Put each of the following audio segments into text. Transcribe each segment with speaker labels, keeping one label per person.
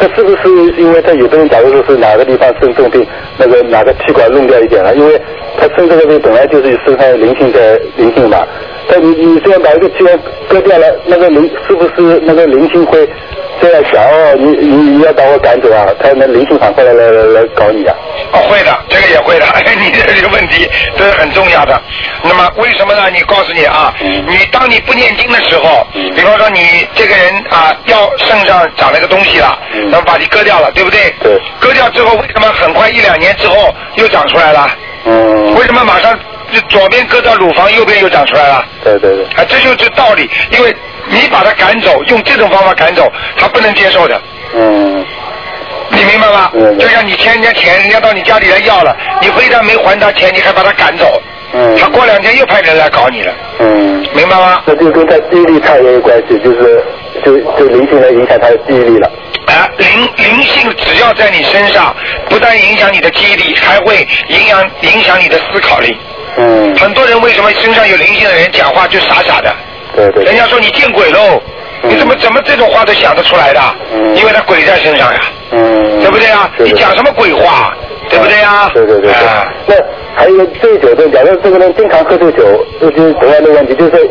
Speaker 1: 那是不是因为他有的人，假如说是哪个地方生重病，那个哪个气管弄掉一点了，因为他生这个病本来就是身上有灵性在灵性嘛。但你你这样把一个气管割掉了，那个灵是不是那个灵性会这样想哦？你你你要把我赶走啊？他那灵性反过来来来来搞你啊？
Speaker 2: 哦，会的，这个也会的。 哎，你这个问题这是很重要的。那么为什么呢？你告诉你啊，你当你不念经的时候，比方说你这个人啊，腰肾上长了个东西了，那么把你割掉了，对不对？
Speaker 1: 对。
Speaker 2: 割掉之后，为什么很快一两年之后又长出来了？
Speaker 1: 嗯，
Speaker 2: 为什么马上就左边割到乳房，右边又长出来了？
Speaker 1: 对对对，
Speaker 2: 啊，这就是道理，因为你把他赶走，用这种方法赶走，他不能接受的，
Speaker 1: 嗯
Speaker 2: 你明白吗
Speaker 1: 明？白
Speaker 2: 就像你欠人家钱，人家到你家里来要了，你非但没还他钱，你还把他赶走，
Speaker 1: 嗯
Speaker 2: 他过两天又派人来搞你了，
Speaker 1: 嗯，
Speaker 2: 明白吗？
Speaker 1: 那就跟他记忆力差也有关系，就是就就灵性来影响他的记忆力了。
Speaker 2: 啊，灵灵性只要在你身上，不但影响你的记忆力，还会影响影响你的思考力。
Speaker 1: 嗯，
Speaker 2: 很多人为什么身上有灵性的人讲话就傻傻的？
Speaker 1: 对对
Speaker 2: 人
Speaker 1: 对，
Speaker 2: 家说你见鬼喽，
Speaker 1: 嗯
Speaker 2: 你怎么怎么这种话都想得出来的？
Speaker 1: 嗯
Speaker 2: 因为他鬼在身上呀。
Speaker 1: 嗯，
Speaker 2: 对不对啊？
Speaker 1: 对
Speaker 2: 你讲什么鬼话？对不对啊？
Speaker 1: 对对对对
Speaker 2: 啊。
Speaker 1: 那还有一个醉酒的，假如这个人经常喝醉酒，这就是同样的问题，就是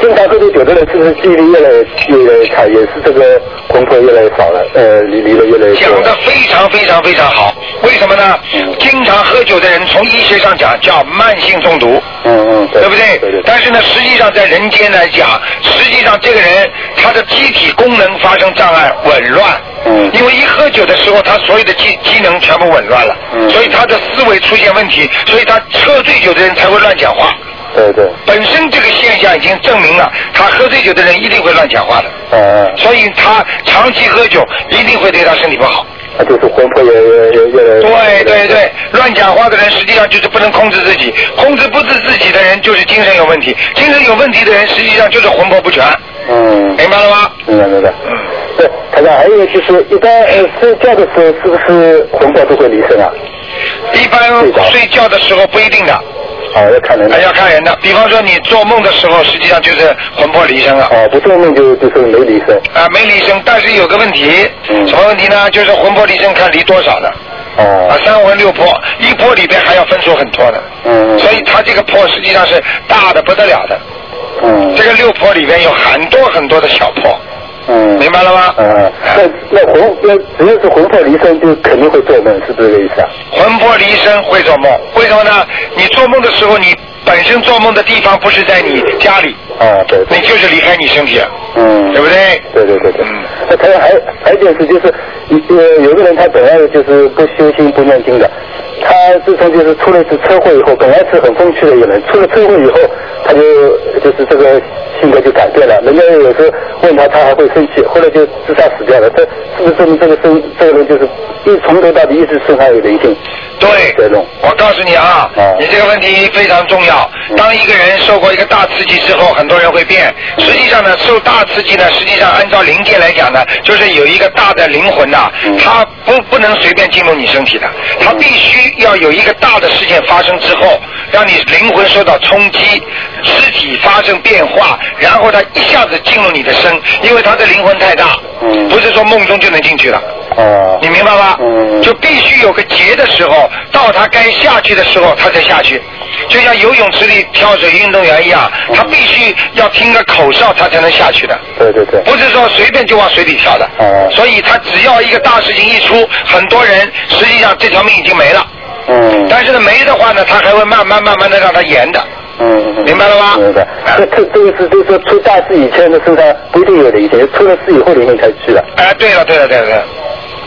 Speaker 1: 经常喝醉酒的人，是不是记忆力越来越越来越差，也是这个功课越来越少了，呃，离离的越来越
Speaker 2: 讲
Speaker 1: 多
Speaker 2: 的
Speaker 1: 了。
Speaker 2: 非常非常非常好，为什么呢？经常喝酒的人，从医学上讲叫慢性中毒，
Speaker 1: 嗯嗯，
Speaker 2: 对
Speaker 1: 对
Speaker 2: 不对？
Speaker 1: 对对对
Speaker 2: 但是呢，实际上在人间来讲，实际上这个人他的机体功能发生障碍、紊乱。
Speaker 1: 嗯
Speaker 2: 因为一喝酒的时候，他所有的机机能全部紊乱了，
Speaker 1: 嗯
Speaker 2: 所以他的思维出现问题，所以他喝醉酒的人才会乱讲话。
Speaker 1: 对对，
Speaker 2: 本身这个现象已经证明了，他喝醉酒的人一定会乱讲话的。
Speaker 1: 嗯
Speaker 2: 所以他长期喝酒一定会对他身体不好。
Speaker 1: 嗯，就是魂魄也也也越来
Speaker 2: 对
Speaker 1: 越
Speaker 2: 对对，乱讲话的人实际上就是不能控制自己，控制不住自己的人就是精神有问题，精神有问题的人实际上就是魂魄不全，
Speaker 1: 嗯，
Speaker 2: 明白了吗？
Speaker 1: 明白明白。
Speaker 2: 嗯，
Speaker 1: 对，台长，还有一个就是，一般呃睡觉的时候，是不是魂魄都会离身啊？
Speaker 2: 一般睡觉的时候不一定的，
Speaker 1: 好，哦要看人的
Speaker 2: 还。要看人的。比方说你做梦的时候，实际上就是魂魄离身了。
Speaker 1: 哦，不做梦就就是没离身。
Speaker 2: 啊，没离身，但是有个问题，
Speaker 1: 嗯
Speaker 2: 什么问题呢？就是魂魄离身看离多少的，啊
Speaker 1: 哦，，
Speaker 2: 三魂六魄，一魄里边还要分出很多的，
Speaker 1: 嗯，
Speaker 2: 所以它这个魄实际上是大的不得了的，
Speaker 1: 嗯
Speaker 2: 这个六魄里面有很多很多的小魄，
Speaker 1: 嗯，
Speaker 2: 明白了吗？
Speaker 1: 嗯，那那魂那只要是魂魄离身，就肯定会做梦，是不是这个意思啊？
Speaker 2: 魂魄离身会做梦，为什么呢？你做梦的时候，你本身做梦的地方不是在你家里，
Speaker 1: 啊，对
Speaker 2: 你
Speaker 1: 对，
Speaker 2: 就是离开你身体了，
Speaker 1: 嗯，
Speaker 2: 对不对？
Speaker 1: 对对对对
Speaker 2: 嗯。
Speaker 1: 那还有还有还有一件事就是，一呃，有个人他本来就是不修心不念经的，他自从就是出了一次车祸以后，本来是很风趣的一个人，出了车祸以后，他就就是这个性格就改变了。人家有时候问他，他还会生气，后来就自杀死掉了。这是不是证明这个生这个人就是一从头到底一直身上有灵性？
Speaker 2: 对
Speaker 1: 这种，
Speaker 2: 我告诉你啊
Speaker 1: 嗯，
Speaker 2: 你这个问题非常重要。
Speaker 1: 嗯
Speaker 2: 当一个人受过一个大刺激之后，很多人会变。实际上呢，受大刺激呢，实际上按照灵界来讲呢，就是有一个大的灵魂呐、
Speaker 1: 嗯
Speaker 2: 它不不能随便进入你身体的，它必须要有一个大的事件发生之后，让你灵魂受到冲击，肢体发生变化，然后它一下子进入你的身，因为它的灵魂太大，
Speaker 1: 嗯
Speaker 2: 不是说梦中就能进去了。
Speaker 1: 啊，
Speaker 2: 你明白吧？
Speaker 1: 嗯
Speaker 2: 就必须有个节的时候，到他该下去的时候，他才下去。就像游泳池里跳水运动员一样，
Speaker 1: 嗯
Speaker 2: 他必须要听个口哨，他才能下去的，
Speaker 1: 对对对，
Speaker 2: 不是说随便就往水里跳的。
Speaker 1: 嗯
Speaker 2: 所以他只要一个大事情一出，很多人实际上这条命已经没了。
Speaker 1: 嗯。
Speaker 2: 但是呢，没的话呢，他还会慢慢慢慢的让他延的。
Speaker 1: 嗯，嗯
Speaker 2: 明白了吗
Speaker 1: 明白。那这这个是就是说出大事以前的身上不一定有灵性，出了事以后灵性才去的。
Speaker 2: 哎，对了对了对了对了，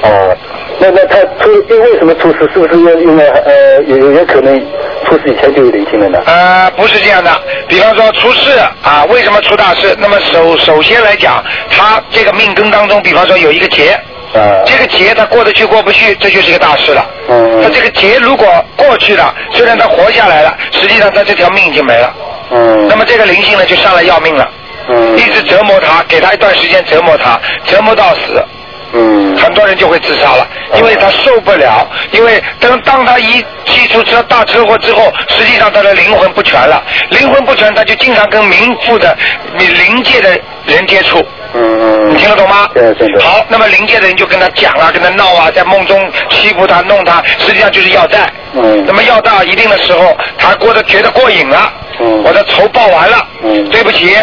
Speaker 1: 哦，那那他出因为什么出事？是不是因为因为呃有有有可能出事以前就有灵性了呢？
Speaker 2: 呃，不是这样的。比方说出事啊，为什么出大事？那么首首先来讲，他这个命根当中，比方说有一个劫，
Speaker 1: 嗯
Speaker 2: 这个劫他过得去过不去，这就是一个大事了。
Speaker 1: 嗯
Speaker 2: 他这个劫如果过去了，虽然他活下来了，实际上他这条命已经没了。
Speaker 1: 嗯
Speaker 2: 那么这个灵性呢，就上来要命了，
Speaker 1: 嗯
Speaker 2: 一直折磨他，给他一段时间折磨他，折磨到死，
Speaker 1: 嗯
Speaker 2: 很多人就会自杀了，因为他受不了，因为当当他一汽出车大车祸之后，实际上他的灵魂不全了，灵魂不全，他就经常跟冥府的灵界的人接触。
Speaker 1: 嗯
Speaker 2: 你听得懂吗？
Speaker 1: 对对对
Speaker 2: 好，那么灵界的人就跟他讲啊，跟他闹啊，在梦中欺负他、弄他，实际上就是要债。
Speaker 1: 嗯
Speaker 2: 那么要到一定的时候，他过得觉得过瘾了，
Speaker 1: 嗯
Speaker 2: 我的仇报完了，
Speaker 1: 嗯
Speaker 2: 对不起，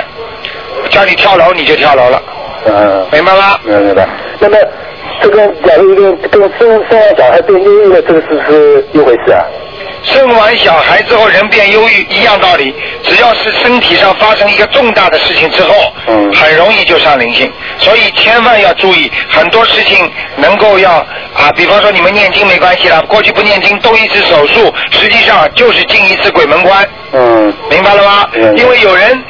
Speaker 2: 叫你跳楼你就跳楼了，
Speaker 1: 嗯。
Speaker 2: 明白吗？
Speaker 1: 明白明白。那么这个假如一个跟生生完小孩变抑郁了，这个是不是一回事啊？
Speaker 2: 生完小孩之后人变忧郁一样道理，只要是身体上发生一个重大的事情之后，
Speaker 1: 嗯
Speaker 2: 很容易就上灵性，所以千万要注意，很多事情能够要啊，比方说你们念经没关系了，过去不念经动一次手术，实际上就是进一次鬼门关。
Speaker 1: 嗯
Speaker 2: 明白了吗？
Speaker 1: 嗯
Speaker 2: 因为有人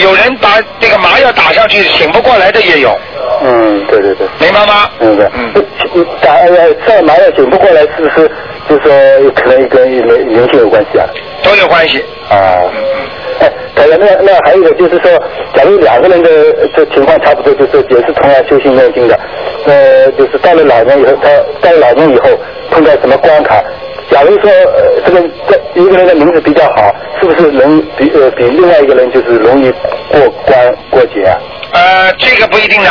Speaker 2: 有人把那个麻药打上去醒不过来的也有，
Speaker 1: 嗯，对对对，
Speaker 2: 明白吗？
Speaker 1: 明白。
Speaker 2: 嗯
Speaker 1: 那。你打呃再麻药醒不过来，是不是就说可能跟灵灵性有关系啊？
Speaker 2: 都有关系。
Speaker 1: 啊。哎，对了，那那还有一个就是说，假如两个人的呃这情况差不多，就是也是同样修行念经的，呃，就是到了老年以后，他到了老年以后碰到什么关卡，假如说、呃、这个这一个人的名字比较好，是不是能比呃比另外一个人就是容易过关过节啊？
Speaker 2: 呃，这个不一定的，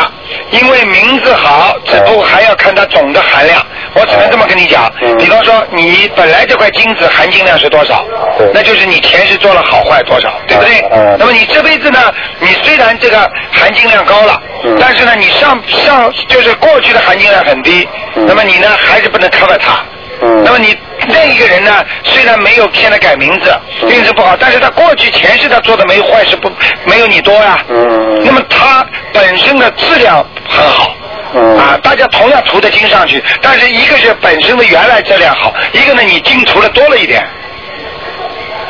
Speaker 2: 因为名字好，只不过还要看它总的含量。我只能这么跟你讲
Speaker 1: 哦嗯，
Speaker 2: 比方说你本来这块金子含金量是多少
Speaker 1: 对，
Speaker 2: 那就是你前世做了好坏多少，对不对
Speaker 1: 嗯嗯？
Speaker 2: 那么你这辈子呢，你虽然这个含金量高了
Speaker 1: 嗯，
Speaker 2: 但是呢，你上上就是过去的含金量很低，
Speaker 1: 嗯
Speaker 2: 那么你呢还是不能 cover 它。
Speaker 1: 嗯
Speaker 2: 那么你那一个人呢，虽然没有骗他改名字，
Speaker 1: 嗯
Speaker 2: 运势不好，但是他过去前世他做的没有坏事不没有你多呀、
Speaker 1: 嗯
Speaker 2: 那么它本身的质量很好。
Speaker 1: 嗯
Speaker 2: 啊，大家同样涂的金上去，但是一个是本身的原来质量好，一个呢你金涂的多了一点，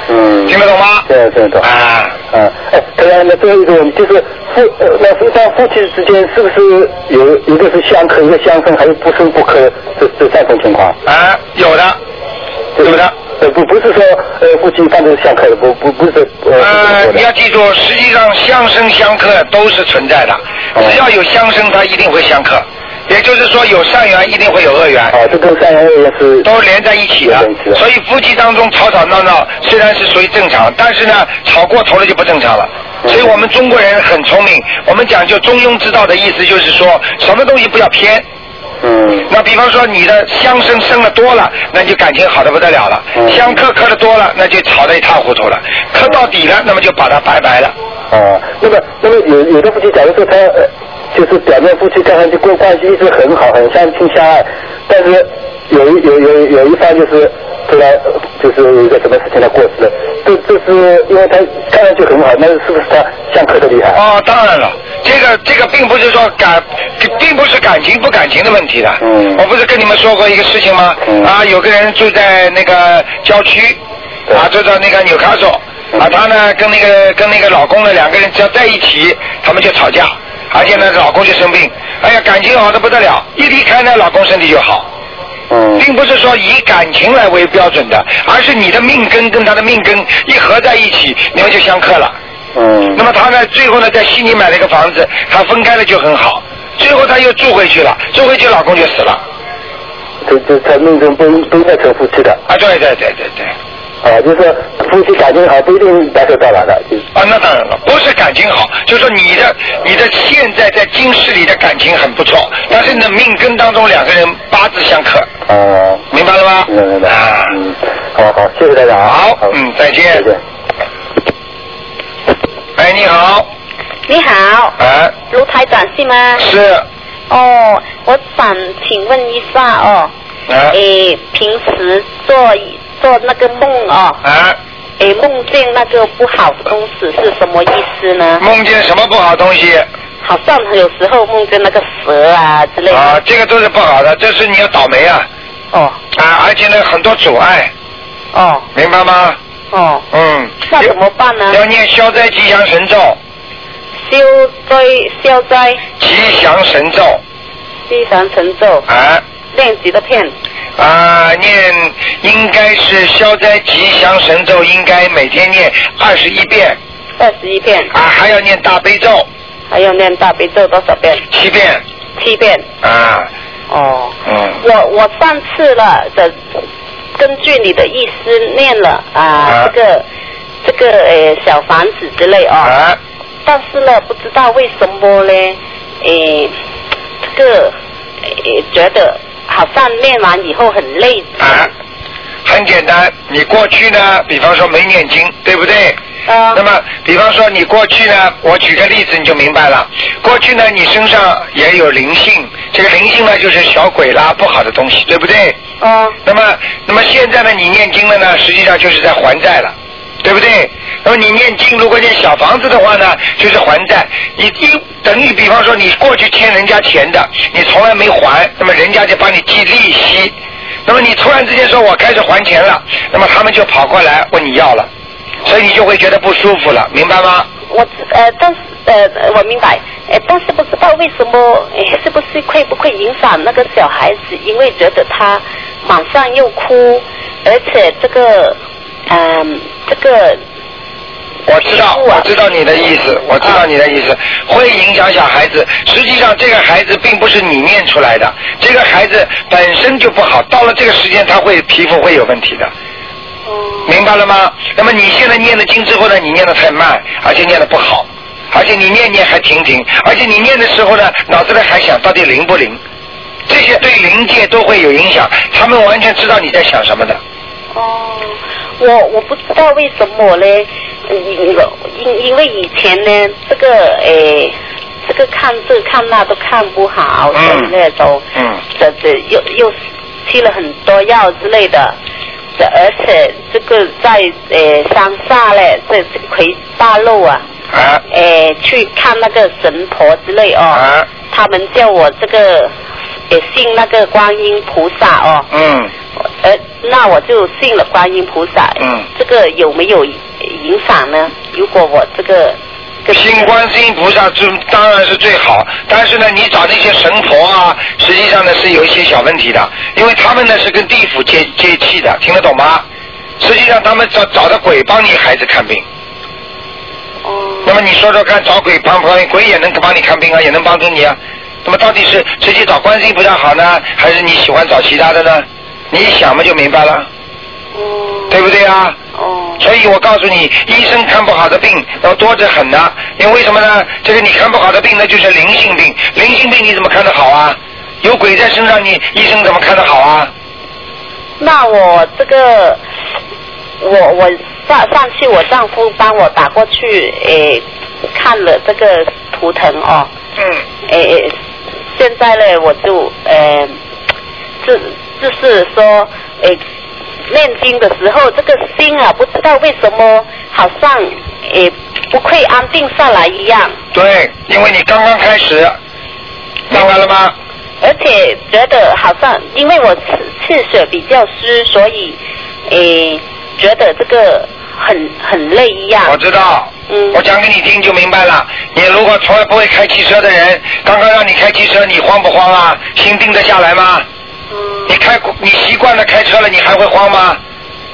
Speaker 1: 嗯
Speaker 2: 听得懂吗？
Speaker 1: 对对对。
Speaker 2: 啊，
Speaker 1: 嗯，哎，对了，那最后一个问题就是夫呃，那夫像夫妻之间是不是有一个是相克，一个相生，还有不生不克这这三种情况？
Speaker 2: 啊，有的，
Speaker 1: 对
Speaker 2: 有
Speaker 1: 不对
Speaker 2: 的。
Speaker 1: 呃，不不是说呃夫妻一般都是相克的，不不不是呃。
Speaker 2: 呃，
Speaker 1: 不是
Speaker 2: 你要记住，实际上相生相克都是存在的，
Speaker 1: 哦
Speaker 2: 只要有相生，它一定会相克，也就是说有善缘一定会有恶缘。
Speaker 1: 啊，这跟三元二元是
Speaker 2: 都连在一起的
Speaker 1: 连在一起，的
Speaker 2: 所以夫妻当中吵吵闹闹虽然是属于正常，但是呢，吵过头了就不正常了。
Speaker 1: 嗯
Speaker 2: 所以我们中国人很聪明，我们讲究中庸之道的意思就是说，什么东西不要偏。
Speaker 1: 嗯
Speaker 2: 那比方说你的相生生的多了，那就感情好的不得了了；
Speaker 1: 嗯
Speaker 2: 相克克的多了，那就吵得一塌糊涂了；克到底了，那么就把它拜拜了。
Speaker 1: 啊，那么那么有有的夫妻，假如说他呃就是表面夫妻看上去关关系一直很好，很相亲相爱，但是有一有有有一方就是突然呃就是有一个什么事情他过世了，这这是因为他看上去很好，那是不是他相克的厉害？
Speaker 2: 哦，当然了，这个这个并不是说感，并不是感情不感情的问题的。
Speaker 1: 嗯
Speaker 2: 我不是跟你们说过一个事情吗？
Speaker 1: 嗯
Speaker 2: 啊，有个人住在那个郊区，
Speaker 1: 对嗯
Speaker 2: 啊，住在那个纽卡索，啊，她呢跟那个跟那个老公呢两个人只要在一起，他们就吵架，而且呢老公就生病，哎呀感情好的不得了，一离开呢老公身体就好。
Speaker 1: 嗯
Speaker 2: 并不是说以感情来为标准的，而是你的命根跟他的命根一合在一起，你们就相克了。
Speaker 1: 嗯
Speaker 2: 那么他呢，最后呢，在悉尼买了一个房子，他分开了就很好。最后他又住回去了，住回去老公就死了。
Speaker 1: 这这他命中不应不应该成夫妻的
Speaker 2: 啊，对对对对对，
Speaker 1: 啊，就是说夫妻感情好不一定白头到老的，就是
Speaker 2: 啊，那当然了，不是感情好，就说你的你的现在在今世里的感情很不错，但是你的命根当中两个人八字相克，
Speaker 1: 啊，
Speaker 2: 明白了吗？
Speaker 1: 明白明白
Speaker 2: 啊，，
Speaker 1: 嗯，好好，谢谢大家啊，
Speaker 2: 好嗯再见
Speaker 1: 再见。
Speaker 2: 哎，你好，
Speaker 3: 你好，
Speaker 2: 啊，
Speaker 3: 卢台长是吗？
Speaker 2: 是，
Speaker 3: 哦，我想请问一下哦，
Speaker 2: 啊
Speaker 3: 诶，平时做做那个梦哦，
Speaker 2: 啊，
Speaker 3: 诶，梦见那个不好的东西是什么意思呢？
Speaker 2: 梦见什么不好东西？
Speaker 3: 好像有时候梦嗯见那个蛇啊之类的。
Speaker 2: 啊，这个都是不好的，这是你要倒霉啊
Speaker 3: 哦
Speaker 2: 啊，而且呢很多阻碍，
Speaker 3: 哦
Speaker 2: 明白吗？
Speaker 3: 哦，
Speaker 2: 嗯，
Speaker 3: 那怎么办呢？
Speaker 2: 要念消灾吉祥神咒，
Speaker 3: 消灾消灾
Speaker 2: 吉祥神咒，
Speaker 3: 西方成咒，
Speaker 2: 啊
Speaker 3: 练几个片？
Speaker 2: 啊，念应该是消灾吉祥神咒，应该每天念二十一遍
Speaker 3: 二十一遍，
Speaker 2: 啊，还要念大悲咒
Speaker 3: 还有念大悲咒多少遍？
Speaker 2: 七遍
Speaker 3: 七遍。
Speaker 2: 啊，
Speaker 3: 哦，
Speaker 2: 嗯，
Speaker 3: 我我上次了的，根据你的意思念了啊，
Speaker 2: 啊
Speaker 3: 这个这个呃小房子之类哦，
Speaker 2: 啊，
Speaker 3: 但是呢，不知道为什么呢，诶、这个诶觉得好像念完以后很累。
Speaker 2: 啊，很简单，你过去呢，比方说没念经，对不对？
Speaker 3: 啊
Speaker 2: 那么，比方说你过去呢，我举个例子你就明白了。过去呢，你身上也有灵性，这个灵性呢就是小鬼啦，不好的东西，对不对？
Speaker 3: 哦
Speaker 2: 那么，那么现在呢，你念经了呢，实际上就是在还债了，对不对？那么你念经，如果念小房子的话呢，就是还债。你一等于比方说你过去欠人家钱的，你从来没还，那么人家就帮你记利息。那么你突然之间说我开始还钱了，那么他们就跑过来问你要了，所以你就会觉得不舒服了，明白吗？
Speaker 3: 我知呃，但是呃，我明白，呃，但是不知道为什么，呃、是不是会不会影响那个小孩子？因为觉得他晚上又哭，而且这个，嗯、这个
Speaker 2: 我知道，
Speaker 3: 是啊
Speaker 2: 我知道你的意思，我知道你的意思，会影响小孩子。实际上，这个孩子并不是你念出来的，这个孩子本身就不好，到了这个时间，他会皮肤会有问题的，明白了吗？那么你现在念了经之后呢，你念的太慢，而且念的不好，而且你念念还停停，而且你念的时候呢，脑子里还想到底灵不灵，这些对灵界都会有影响，他们完全知道你在想什么的。
Speaker 3: 哦，我我不知道为什么呢？因因因为以前呢，这个诶、这个看这看那都看不好，
Speaker 2: 嗯
Speaker 3: 所以呢都
Speaker 2: 嗯
Speaker 3: 这这又又吃了很多药之类的。这而且这个在呃乡下嘞，这这回大陆啊，
Speaker 2: 啊
Speaker 3: 呃去看那个神婆之类哦，
Speaker 2: 啊，
Speaker 3: 他们叫我这个也信那个观音菩萨哦，
Speaker 2: 嗯。
Speaker 3: 呃，那我就信了观音菩萨。
Speaker 2: 嗯
Speaker 3: 这个有没有影响呢？如果我这个，这个
Speaker 2: 信观世音菩萨就当然是最好，但是呢，你找那些神婆啊，实际上呢是有一些小问题的，因为他们呢是跟地府接接气的，听得懂吗？实际上他们找找的鬼帮你孩子看病，那
Speaker 3: 哦，
Speaker 2: 么你说说看，找鬼帮不帮鬼也能帮你看病啊，也能帮助你啊。那么到底是直接找观世音菩萨好呢，还是你喜欢找其他的呢？你一想嘛就明白了，
Speaker 3: 哦
Speaker 2: 对不对啊？
Speaker 3: 哦，
Speaker 2: 所以我告诉你，医生看不好的病要多着很呢、因为为什么呢？这个你看不好的病，那就是灵性病。灵性病你怎么看得好啊？有鬼在身上你，医生怎么看得好啊？
Speaker 3: 那我这个，我我上上次我丈夫帮我打过去，诶、看了这个图腾哦，
Speaker 4: 哎
Speaker 2: 嗯，
Speaker 3: 诶、现在呢我就呃，就就是说，诶、念经的时候，这个心啊，不知道为什么好像诶、不会安定下来一样，
Speaker 2: 对，因为你刚刚开始，明白了吗？
Speaker 3: 而且觉得好像因为我气气血比较虚，所以诶、觉得这个很很累一样。
Speaker 2: 我知道，
Speaker 3: 嗯
Speaker 2: 我讲给你听就明白了。你如果从来不会开汽车的人，刚刚让你开汽车，你慌不慌啊？心定得下来吗？
Speaker 3: 嗯
Speaker 2: 你开过你习惯了开车了，你还会慌吗？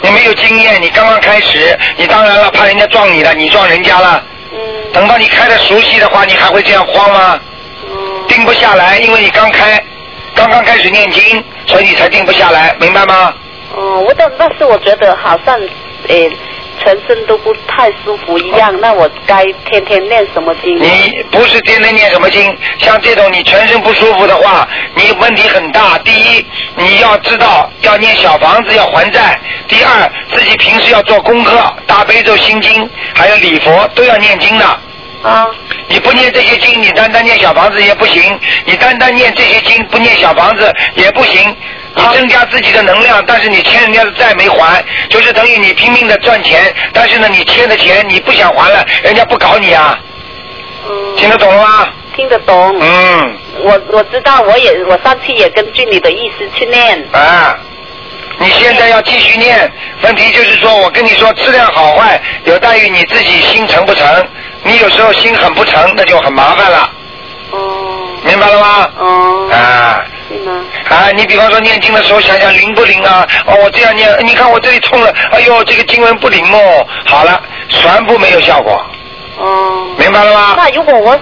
Speaker 2: 你没有经验，你刚刚开始，你当然了，怕人家撞你了，你撞人家了。
Speaker 3: 嗯
Speaker 2: 等到你开的熟悉的话，你还会这样慌吗？
Speaker 3: 嗯
Speaker 2: 定不下来，因为你刚开，刚刚开始念经，所以你才定不下来，明白吗？
Speaker 3: 哦，我的但是我觉得好像诶、全身都不太舒服一样，那我该天天念什么经？啊
Speaker 2: 哦你不是天天念什么经，像这种你全身不舒服的话，你问题很大。第一，你要知道要念小房子要还债；第二，自己平时要做功课，大悲咒、心经，还有礼佛都要念经的。
Speaker 3: 啊
Speaker 2: 你不念这些经，你单单念小房子也不行；你单单念这些经，不念小房子也不行。你
Speaker 3: 好
Speaker 2: 增加自己的能量，但是你欠人家的债没还，就是等于你拼命的赚钱，但是呢，你欠的钱你不想还了，人家不搞你啊，
Speaker 3: 嗯，
Speaker 2: 听得懂了吗？
Speaker 3: 听得懂。
Speaker 2: 嗯，
Speaker 3: 我我知道，我也我上次也根据你的意思去念。
Speaker 2: 啊，你现在要继续念，问题就是说我跟你说质量好坏有待于你自己心诚不诚，你有时候心很不诚，那就很麻烦了，
Speaker 3: 哦
Speaker 2: 明白了吗？
Speaker 3: 哦，
Speaker 2: 啊。啊，你比方说念经的时候想想灵不灵啊？哦，我这样念，你看我这里冲了，哎呦，这个经文不灵哦。好了，全部没有效果，
Speaker 3: 哦。
Speaker 2: 明白了吗？
Speaker 3: 那如果我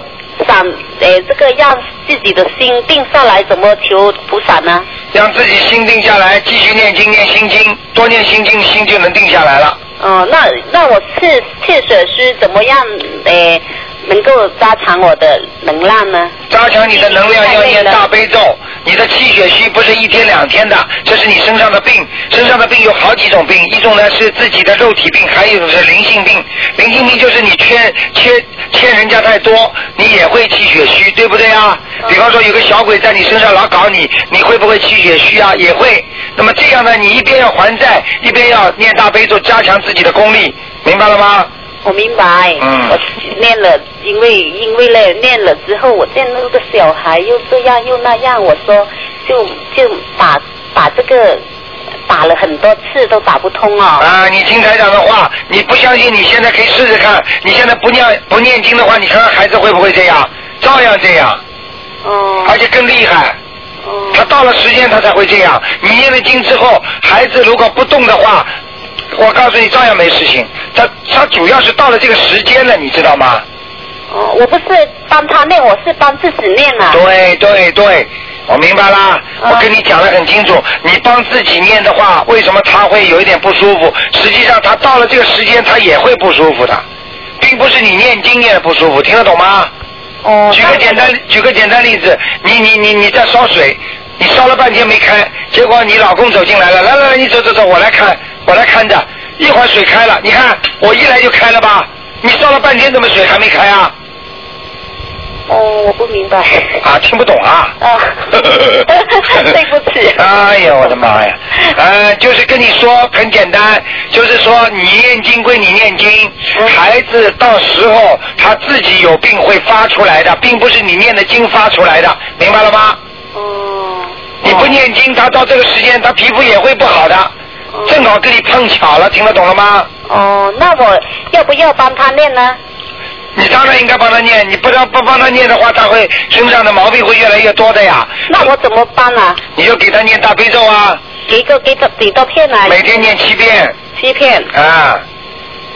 Speaker 3: 想，诶，这个让自己的心定下来，怎么求菩萨呢？
Speaker 2: 让自己心定下来，继续念经，念心经，多念心经，心就能定下来了。
Speaker 3: 哦、那那我切切水师怎么样，诶，能够加强我的能量呢？
Speaker 2: 加强你的能量要念大悲咒，你的气血虚不是一天两天的，这是你身上的病。身上的病有好几种病，一种呢是自己的肉体病，还有一种是灵性病。灵性病就是你欠欠欠人家太多，你也会气血虚，对不对啊？比方说有个小鬼在你身上老搞你，你会不会气血虚啊？也会。那么这样呢，你一边要还债，一边要念大悲咒，加强自己的功力，明白了吗？
Speaker 3: 我明白，
Speaker 2: 啊嗯
Speaker 3: 我念了，因为因为呢，念了之后，我见那个小孩又这样又那样，我说就就打打这个打了很多次都打不通哦。
Speaker 2: 啊，你听台长的话，你不相信，你现在可以试试看。你现在不念不念经的话，你看看孩子会不会这样，照样这样，
Speaker 3: 哦
Speaker 2: 而且更厉害。
Speaker 3: 哦
Speaker 2: 他到了时间他才会这样。你念了经之后，孩子如果不动的话，我告诉你照样没事情。他他主要是到了这个时间了，你知道吗？
Speaker 3: 哦，我不是帮他念，我是帮自己念啊。
Speaker 2: 对对对，我明白啦，
Speaker 3: 嗯
Speaker 2: 我跟你讲的很清楚。你帮自己念的话，为什么他会有一点不舒服？实际上他到了这个时间，他也会不舒服的，并不是你念经念的不舒服，听得懂吗？
Speaker 3: 哦，
Speaker 2: 举个简单，举个简单例子，你你你你在烧水，你烧了半天没开，结果你老公走进来了，来来来，你走走走，我来看，我来看着，一会儿水开了，你看我一来就开了吧？你烧了半天怎么水还没开啊？
Speaker 3: 哦，我不明白。
Speaker 2: 啊，听不懂啊。，
Speaker 3: 啊对不起。
Speaker 2: 哎呀，我的妈呀！ 呃，就是跟你说很简单，就是说你念经归你念经，
Speaker 3: 嗯
Speaker 2: 孩子到时候他自己有病会发出来的，并不是你念的经发出来的，明白了吗？
Speaker 3: 哦。
Speaker 2: 你不念经，他到这个时间他皮肤也会不好的，
Speaker 3: 哦
Speaker 2: 正好跟你碰巧了，听得懂了吗？
Speaker 3: 哦，那我要不要帮他念呢？
Speaker 2: 你当然应该帮他念，你不让不帮他念的话，他会身上的毛病会越来越多的呀。
Speaker 3: 那我怎么帮啊？
Speaker 2: 你就给他念大悲咒啊，
Speaker 3: 给个给他给多片啊？
Speaker 2: 每天念七遍。
Speaker 3: 七片。
Speaker 2: 啊，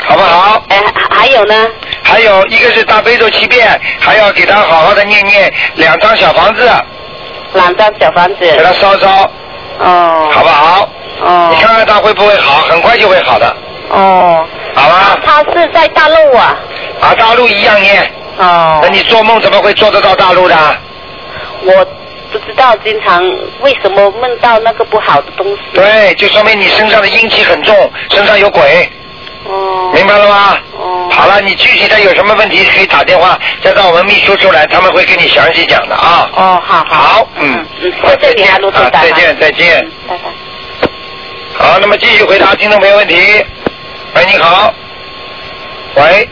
Speaker 2: 好不好？
Speaker 3: 哎，还还有呢？
Speaker 2: 还有一个是大悲咒七遍，还要给他好好的念念两张小房子，
Speaker 3: 两张小房子。
Speaker 2: 给他烧烧，
Speaker 3: 哦。
Speaker 2: 好不好？
Speaker 3: 哦
Speaker 2: 你看看他会不会好，很快就会好的，
Speaker 3: 哦。
Speaker 2: 好吧？
Speaker 3: 他是在大陆啊。
Speaker 2: 啊，大陆一样念，
Speaker 3: 哦
Speaker 2: 那。你做梦怎么会做得到大陆的？
Speaker 3: 我不知道，经常为什么梦到那个不好的东西。。
Speaker 2: 对，就说明你身上的阴气很重，身上有鬼，
Speaker 3: 哦。
Speaker 2: 明白了吗？
Speaker 3: 哦。
Speaker 2: 好了，你具体的有什么问题可以打电话，再到我们秘书处来，他们会跟你详细讲的啊。
Speaker 3: 哦，好
Speaker 2: 好，嗯
Speaker 3: 嗯，嗯，谢谢你啊，卢总
Speaker 2: 啊，
Speaker 3: 打
Speaker 2: 再见，再见。
Speaker 3: 拜拜。
Speaker 2: 好，那么继续回答听众朋友问题。喂，你好。喂，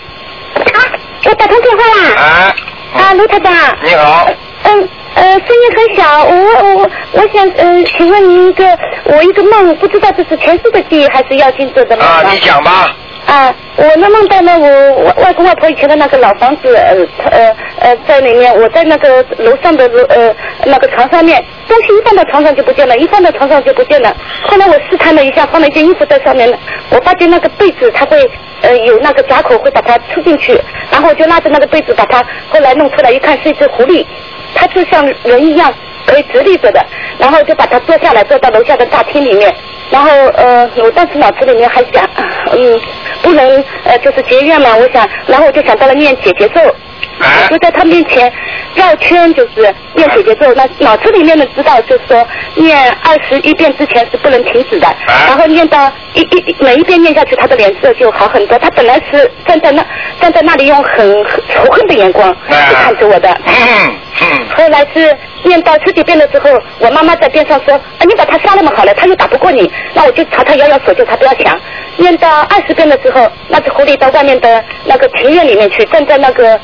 Speaker 4: 啊，我打通电话啦。
Speaker 2: 哎、
Speaker 4: 啊，卢台长。
Speaker 2: 你好，
Speaker 4: 嗯呃，声音很小，我我我我想呃，请问您一个，我一个梦，不知道这是前世的记忆还是要经者的梦
Speaker 2: 啊，你讲吧。
Speaker 4: 啊，我呢梦到呢，我我外公外婆以前的那个老房子，呃呃呃，在里面，我在那个楼上的楼呃那个床上面，东西一放到床上就不见了，一放到床上就不见了。后来我试探了一下，放了一件衣服在上面，我发现那个被子它会呃有那个夹口会把它出进去，然后我就拉着那个被子把它，后来弄出来一看是一只狐狸，它就像人一样可以直立着的，然后就把它坐下来，坐到楼下的大厅里面。然后呃，我当时脑子里面还想，嗯，不能呃，就是结怨嘛，我想，然后我就想到了念姐姐咒，
Speaker 2: 哎、
Speaker 4: 我就在他面前绕圈，就是念姐姐咒。那脑子里面的知道，就是说念二十一遍之前是不能停止的，然后念到一一一每一遍念下去，他的脸色就好很多。他本来是站在那站在那里用很很仇恨的眼光
Speaker 2: 哎
Speaker 4: 去看着我的，
Speaker 2: 嗯嗯，
Speaker 4: 后来是念到十几遍了之后，我妈妈在边上说：“啊，你把他杀了嘛，好了，他又打不过你，那我就朝他摇摇手，叫他不要抢。”念到二十遍的时候，那只狐狸到外面的那个庭院里面去，站在那个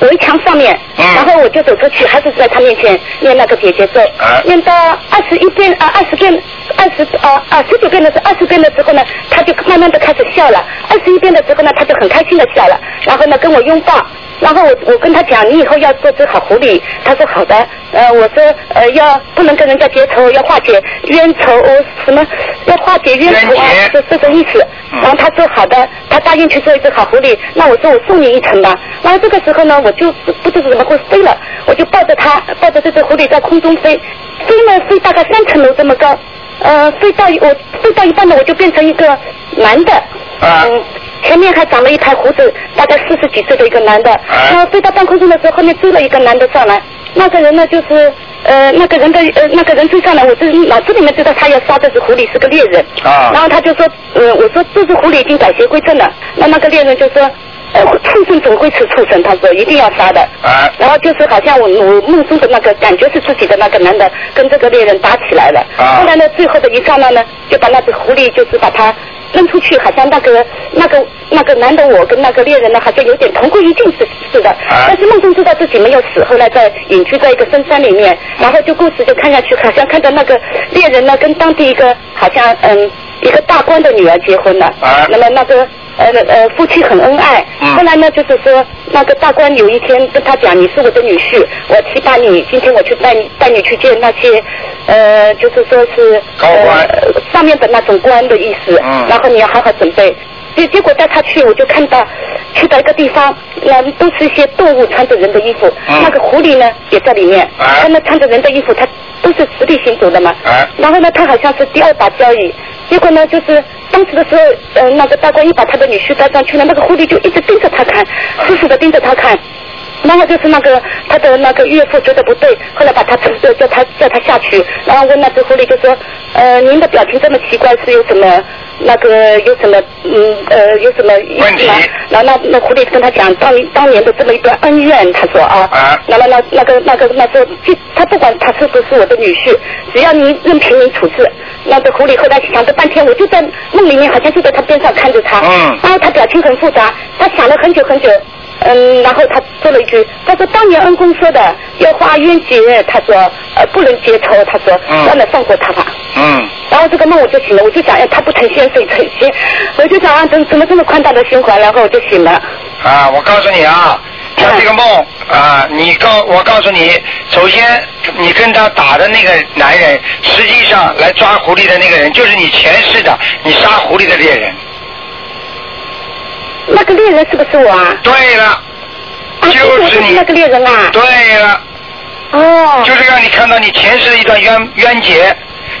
Speaker 4: 围墙上面，
Speaker 2: 嗯
Speaker 4: 然后我就走出去，还是在他面前念那个姐姐咒，
Speaker 2: 哎
Speaker 4: 念到二十一遍啊，二十遍，二十啊啊十九遍的时候，二十遍的时候呢，他就慢慢的开始笑了，二十一遍的时候呢，他就很开心的笑了，然后呢跟我拥抱。然后我我跟他讲，你以后要做只好狐狸。他说好的。呃，我说呃要不能跟人家结仇，要化解冤仇，哦、什么要化解冤仇啊
Speaker 2: 冤结，
Speaker 4: 这这种意思。
Speaker 2: 嗯
Speaker 4: 然后他说好的，他答应去做一只好狐狸。那我说我送你一程吧。然后这个时候呢，我就不不知道怎么会飞了，我就抱着它，抱着这只狐狸在空中飞，飞了飞大概三层楼这么高。呃，飞到一我飞到一半呢，我就变成一个男的，
Speaker 2: 啊
Speaker 4: 嗯，前面还长了一排胡子，大概四十几岁的一个男的，
Speaker 2: 哎
Speaker 4: 然后飞到半空中的时候，后面追了一个男的上来，那个人呢就是呃那个人的呃那个人追上来，我这脑子里面知道他要杀这只狐狸是个猎人，
Speaker 2: 啊
Speaker 4: 然后他就说，呃，我说这只狐狸已经改邪归正了，那那个猎人就说，呃，畜生总归是畜生，他说一定要杀的，
Speaker 2: 啊
Speaker 4: 然后就是好像我我梦中的那个感觉是自己的那个男的跟这个猎人打起来了。
Speaker 2: 啊
Speaker 4: 后来呢，最后的一刹那呢，就把那只狐狸就是把它扔出去，好像那个那个那个男的我跟那个猎人呢，好像有点同归于尽似似的。
Speaker 2: 啊
Speaker 4: 但是梦中知道自己没有死，后来在隐居在一个深山里面，然后就故事就看下去，好像看到那个猎人呢跟当地一个好像嗯一个大官的女儿结婚了。
Speaker 2: 啊
Speaker 4: 那么那个。呃呃，夫妻很恩爱。
Speaker 2: 嗯
Speaker 4: 后来呢，就是说那个大官有一天跟他讲，你是我的女婿，我提拔你，今天我去带你带你去见那些，呃，就是说是
Speaker 2: 高官
Speaker 4: 呃、上面的那种官的意思。
Speaker 2: 嗯
Speaker 4: 然后你要好好准备。结结果带他去，我就看到去到一个地方，那都是一些动物穿着人的衣服，
Speaker 2: 嗯
Speaker 4: 那个狐狸呢也在里面，
Speaker 2: 啊
Speaker 4: 他们穿着人的衣服，他都是直立行走的嘛。
Speaker 2: 啊
Speaker 4: 然后呢，他好像是第二把交椅，结果呢，就是当时的时候，呃，那个大官又把他的女婿带上去了，那个狐狸就一直盯着他看，
Speaker 2: 哎
Speaker 4: 死死的盯着他看。然后就是那个他的那个岳父觉得不对，后来把他呃叫他叫他下去，然后问那只狐狸就说，呃，您的表情这么奇怪，是有什么那个有什么嗯呃有什么意
Speaker 2: 问
Speaker 4: 思
Speaker 2: 题
Speaker 4: 吗？然后那那狐狸跟他讲当当年的这么一段恩怨，他说啊，
Speaker 2: 啊
Speaker 4: 那么那那个那个那个，就他不管他是不是我的女婿，只要您任凭您处置。那个狐狸后来想着半天，我就在梦里面好像就在他边上看着他，
Speaker 2: 嗯
Speaker 4: 然后他表情很复杂，他想了很久很久。嗯，然后他说了一句，他说当年恩公说的要化冤结，他说呃不能结仇，他说
Speaker 2: 嗯
Speaker 4: 算了放过他吧。
Speaker 2: 嗯，
Speaker 4: 然后这个梦我就醒了，我就想，哎，他不成仙谁成仙？我就想啊，怎怎么这么宽大的循环？然后我就醒了。嗯
Speaker 2: 啊，我告诉你啊，像这个梦啊，你告我告诉你，首先你跟他打的那个男人，实际上来抓狐狸的那个人，就是你前世的你杀狐狸的猎人。
Speaker 4: 那个猎人是不是我啊？
Speaker 2: 对了，
Speaker 4: 啊，
Speaker 2: 就是是
Speaker 4: 我
Speaker 2: 你
Speaker 4: 那个猎人啊。
Speaker 2: 对了，
Speaker 4: 哦。
Speaker 2: 就是让你看到你前世的一段冤冤结。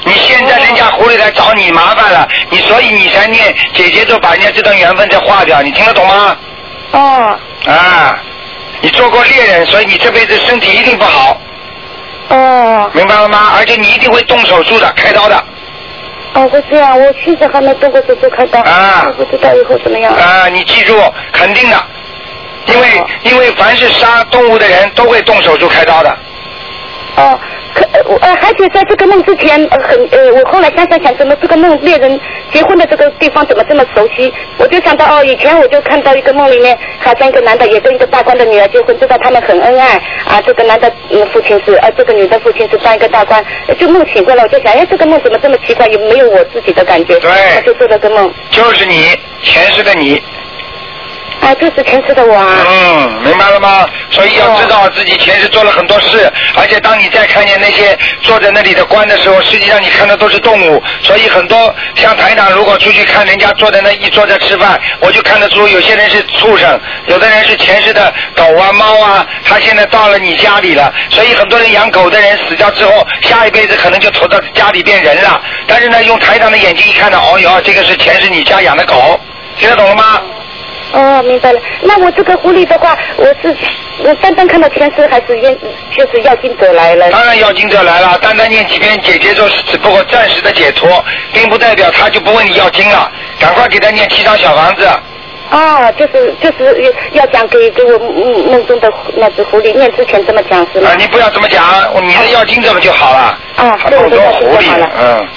Speaker 2: 你现在人家狐狸来找你麻烦了，你所以你才念姐姐咒把人家这段缘分再化掉，你听得懂吗？
Speaker 4: 哦
Speaker 2: 啊，你做过猎人，所以你这辈子身体一定不好，
Speaker 4: 哦
Speaker 2: 明白了吗？而且你一定会动手术的，开刀的。
Speaker 4: 哦，不是啊，我确实还没动过手术开刀，
Speaker 2: 啊
Speaker 4: 我不知道以后怎么样。
Speaker 2: 啊，你记住，肯定的，因为
Speaker 4: 哦
Speaker 2: 因为凡是杀动物的人都会动手术开刀的。
Speaker 4: 哦，可呃我呃，而且在这个梦之前，呃很呃，我后来想想想，怎么这个梦猎人结婚的这个地方怎么这么熟悉？我就想到哦，以前我就看到一个梦里面，好像一个男的也跟一个大官的女儿结婚，知道他们很恩爱啊。这个男的嗯父亲是呃，这个女的父亲是当一个大官，呃就梦醒过来，我就想，哎，这个梦怎么这么奇怪？有没有我自己的感觉？
Speaker 2: 对
Speaker 4: 我就做了个梦，
Speaker 2: 就是你前世的你，
Speaker 4: 啊，这是前世的我啊。
Speaker 2: 嗯，明白了吗？所以要知道自己前世做了很多事，而且当你再看见那些坐在那里的官的时候，实际上你看的都是动物。所以很多像台长，如果出去看人家坐在那一桌在吃饭，我就看得出有些人是畜生，有的人是前世的狗啊、猫啊，他现在到了你家里了。所以很多人养狗的人死掉之后，下一辈子可能就投到家里变人了。但是呢，用台长的眼睛一看呢，哦哟，这个是前世你家养的狗，听得懂了吗？
Speaker 4: 哦，明白了。那我这个狐狸的话，我是我单单看到前世还是烟，就是要进走来了。
Speaker 2: 当然要经者来了，单单念几遍解结咒是只不过暂时的解脱，并不代表他就不问你要经了。赶快给他念七张小房子，
Speaker 4: 哦，就是就是要讲给给我梦梦中的那只狐狸念之前这么讲是吗
Speaker 2: 啊，？你不要这么讲，你的要经怎么就好了？
Speaker 4: 啊
Speaker 2: 还
Speaker 4: 对
Speaker 2: 弄
Speaker 4: 我的
Speaker 2: 成
Speaker 4: 要经
Speaker 2: 狐狸
Speaker 4: 就好了，
Speaker 2: 嗯，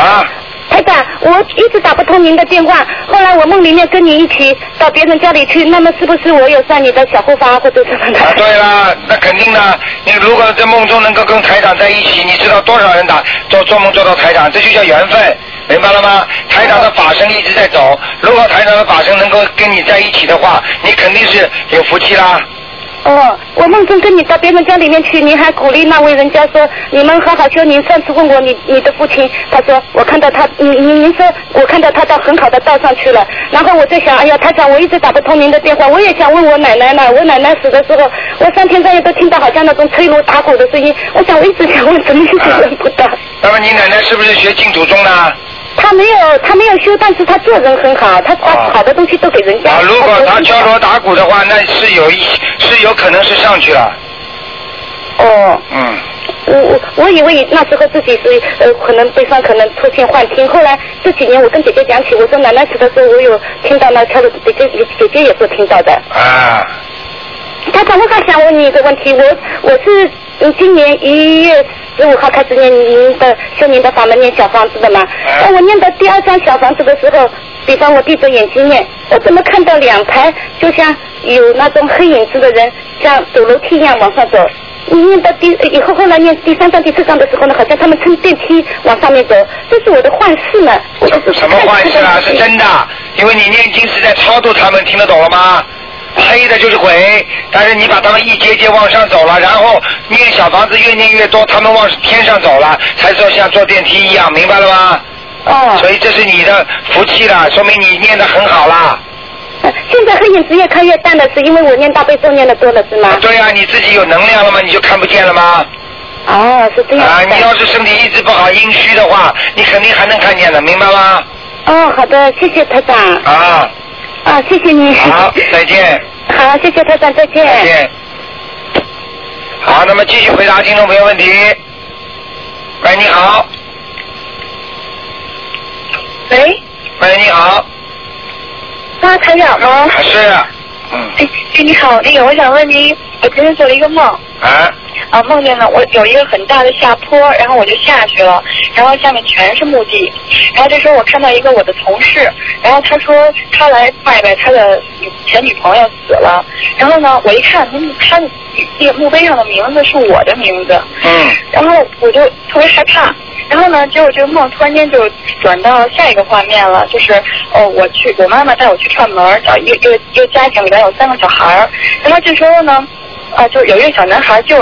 Speaker 2: 啊，
Speaker 4: 台长，我一直打不通您的电话，后来我梦里面跟您一起到别人家里去，那么是不是我有算你的小护法或者什么的？
Speaker 2: 啊，对啦，那肯定的。你如果在梦中能够跟台长在一起，你知道多少人打做做梦做到台长，这就叫缘分，明白了吗？台长的法身一直在走，如果台长的法身能够跟你在一起的话，你肯定是有福气啦。
Speaker 4: 哦，我梦中跟你到别人家里面去，您还鼓励那位人家说你们好好修。您上次问我你你的父亲，他说我看到他，你你您说我看到他到很好的道上去了。然后我在想，哎呀，台长，我一直打不通您的电话，我也想问我奶奶呢。我奶奶死的时候，我三天三夜都听到好像那种吹锣打鼓的声音。我想我一直想问，怎么一直问不到？
Speaker 2: 那么你奶奶是不是学净土宗的？
Speaker 4: 他没有，他没有修，但是他做人很好，他把
Speaker 2: 啊
Speaker 4: 好的东西都给人家。
Speaker 2: 啊，如果他敲锣
Speaker 4: 说
Speaker 2: 打鼓的话，那是有一是有可能是上去了。
Speaker 4: 哦，
Speaker 2: 嗯，
Speaker 4: 我我我以为那时候自己是呃可能悲伤，可能出现幻听。后来这几年我跟姐姐讲起，我说奶奶死的时候，我有听到那跳的，姐姐姐姐也说听到的。
Speaker 2: 啊，
Speaker 4: 台长，我还想问你一个问题，我我是嗯今年一月十五号开始念您的修您的法门念小房子的嘛
Speaker 2: 嗯？
Speaker 4: 当我念到第二张小房子的时候，比方我闭着眼睛念，我怎么看到两排就像有那种黑影子的人，像走楼梯一样往上走？你念到第以后后来念第三章、第四章的时候呢，好像他们乘电梯往上面走，这是我的幻视呢。我就是
Speaker 2: 什么幻视啊？
Speaker 4: 看
Speaker 2: 是真的，因为你念经是在超度他们，听得懂了吗？黑的就是鬼，但是你把他们一节节往上走了，然后念小房子越念越多，他们往天上走了，才说像坐电梯一样，明白了吗？
Speaker 4: 哦，
Speaker 2: 所以这是你的福气了，说明你念得很好啦。
Speaker 4: 呃现在黑影子越看越淡了，是因为我念大悲咒念的多了是吗？
Speaker 2: 啊对呀、你自己有能量了吗？你就看不见了吗？
Speaker 4: 哦，是这样
Speaker 2: 啊，
Speaker 4: 的。
Speaker 2: 你要是身体一直不好阴虚的话，你肯定还能看见的，明白吗？
Speaker 4: 哦，好的，谢谢台长。
Speaker 2: 啊，
Speaker 4: 啊，谢谢你。
Speaker 2: 好，再见，
Speaker 4: 好，谢谢台长，再见。
Speaker 2: 再见。好，那么继续回答听众朋友问题。喂，你好。
Speaker 5: 喂，
Speaker 2: 喂，你好。
Speaker 5: 啊，台长吗？
Speaker 2: 啊是。嗯。
Speaker 5: 哎哎，你好，那个我想问您，我今天做了一个梦，
Speaker 2: 啊，
Speaker 5: 啊，梦见了我有一个很大的下坡，然后我就下去了，然后下面全是墓地，然后这时候我看到一个我的同事，然后他说他来拜拜他的女前女朋友死了，然后呢，我一看他们他的那个墓碑上的名字是我的名字，
Speaker 2: 嗯，
Speaker 5: 然后我就特别害怕。然后呢，结果这个梦突然间就转到下一个画面了，就是哦，我去，我妈妈带我去串门儿，找一个一个一个家庭里边有三个小孩儿。然后这时候呢，啊，就是有一个小男孩儿，就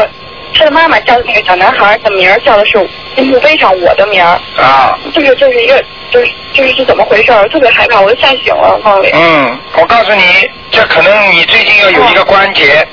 Speaker 5: 他的妈妈叫的那个小男孩儿的名儿叫的是墓碑上我的名儿，
Speaker 2: 啊，
Speaker 5: 就是就是一个就是就是是怎么回事儿，我特别害怕，我就吓醒了梦里。
Speaker 2: 嗯，我告诉你，这可能你最近要有一个关节，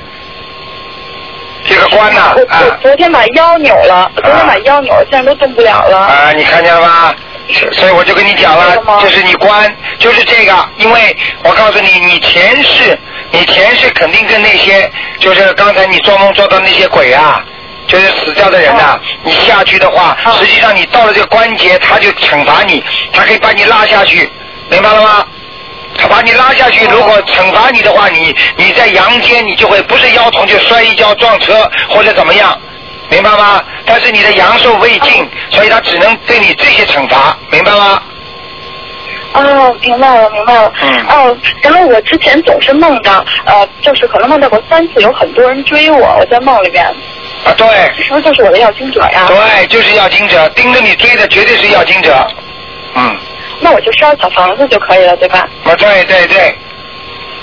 Speaker 2: 这个关呐、
Speaker 5: 我我
Speaker 2: 啊，
Speaker 5: 昨天把腰扭了，昨天把腰扭了，现在都动不了了。
Speaker 2: 啊，你看见了吧？所所以我就跟你讲
Speaker 5: 这个
Speaker 2: 了，
Speaker 5: 吗
Speaker 2: 就是你关，就是这个，因为我告诉你，你前世，你前世肯定跟那些，就是刚才你做梦做到那些鬼啊，就是死掉的人呐、
Speaker 5: 哦
Speaker 2: 你下去的话，
Speaker 5: 哦
Speaker 2: 实际上你到了这个关节，他就惩罚你，他可以把你拉下去，明白了吗？他把你拉下去，如果惩罚你的话，你你在阳间你就会不是腰疼就摔一跤撞车或者怎么样，明白吗？但是你的阳寿未尽，所以他只能对你这些惩罚，明白吗？
Speaker 5: 哦，明白了，明白了。
Speaker 2: 嗯
Speaker 5: 哦，然后我之前总是梦到，呃，就是可能梦到过三次，有很多人追我，我在梦里边，
Speaker 2: 啊，对，
Speaker 5: 这是不是就是我的要经者呀？
Speaker 2: 对，就是要经者盯着你追的，绝对是要经者。嗯，
Speaker 5: 那我就烧小房子就可以了，对吧？
Speaker 2: 啊，对对对，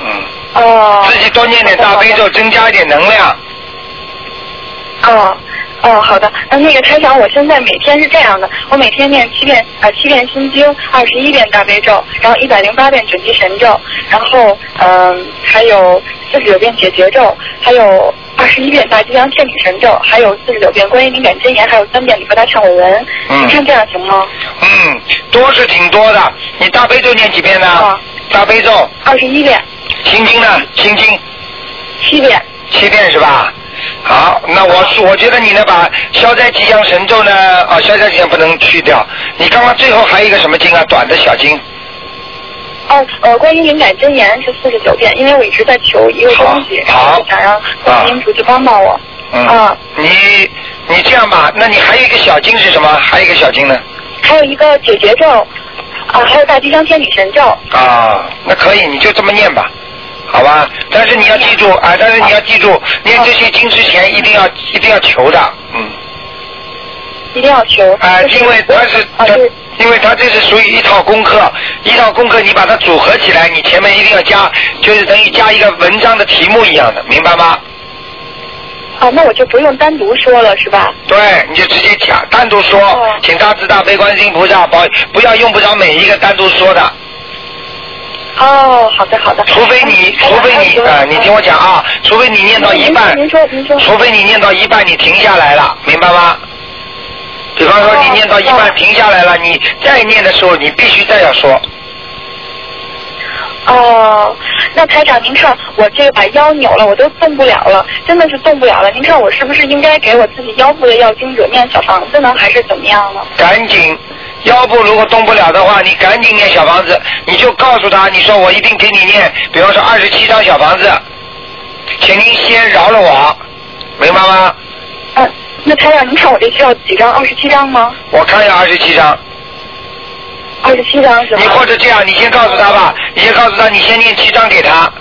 Speaker 2: 嗯，
Speaker 5: 哦。
Speaker 2: 自己多念点大悲咒，增加一点能量。
Speaker 5: 哦。哦，好的。那那个台长，我现在每天是这样的，我每天念七遍啊、七遍心经，二十一遍大悲咒，然后一百零八遍准提神咒，然后嗯、还有四十九遍解结咒，还有二十一遍大吉祥天女神咒，还有四十九遍观音灵感真言，还有三遍礼佛大忏悔文。
Speaker 2: 嗯
Speaker 5: 你看这样行吗？
Speaker 2: 嗯，多是挺多的。你大悲咒念几遍呢？
Speaker 5: 啊
Speaker 2: 大悲咒，
Speaker 5: 二十一遍、
Speaker 2: 心经呢？心经。
Speaker 5: 七遍。哦
Speaker 2: 七遍是吧？好，那我是我觉得你呢，把消灾吉祥神咒呢，啊，消灾吉祥不能去掉。你刚刚最后还有一个什么经啊？短的小经。
Speaker 5: 哦，呃，观音灵感真言是四十九遍，因为我一直在求一个东西，然
Speaker 2: 好
Speaker 5: 后就想让观音菩萨帮帮我。
Speaker 2: 啊嗯。
Speaker 5: 啊
Speaker 2: 你你这样吧，那你还有一个小经是什么？还有一个小经呢？
Speaker 5: 还有一个解结咒，啊，还有大吉祥天女神咒。
Speaker 2: 啊，那可以，你就这么念吧，好吧？但是你要记住啊，但是你要记住，念这些经之
Speaker 5: 嗯
Speaker 2: 前一定要一定要求的，嗯。
Speaker 5: 一定要求。
Speaker 2: 啊，因为它是
Speaker 5: 啊，
Speaker 2: 它
Speaker 5: 对，
Speaker 2: 因为它这是属于一套功课，一套功课你把它组合起来，你前面一定要加，就是等于加一个文章的题目一样的，明白吗？
Speaker 5: 啊，那我就不用单独说了，是吧？
Speaker 2: 对，你就直接讲，单独说，
Speaker 5: 哦
Speaker 2: 请大慈大悲观世音菩萨保，不要用不着每一个单独说的，
Speaker 5: 哦，好的，好的。
Speaker 2: 除非你，
Speaker 5: 哎
Speaker 2: 除非你啊、你听我。讲啊，除非你念到一半，
Speaker 5: 哦您说，您说。
Speaker 2: 除非你念到一半你停下来了，明白吗？比方
Speaker 5: 哦
Speaker 2: 说你念到一半停下来了，你再念的时候你必须再要说，
Speaker 5: 哦，那台长，您看我这个把腰扭了，我都动不了了，真的是动不了了。您看我是不是应该给我自己腰部的药精者念小房子呢，还是怎么样呢？
Speaker 2: 赶紧。腰部如果动不了的话，你赶紧念小房子，你就告诉他，你说我一定给你念，比方说二十七张小房子，请您先饶了我，明白吗？
Speaker 5: 嗯、那台长，您看我这需要几张？二十七张吗？
Speaker 2: 我看一下二十七张，
Speaker 5: 二十七张是哦吧
Speaker 2: 你？或者这样，你先告诉他吧，你先告诉他，你先念七张给他，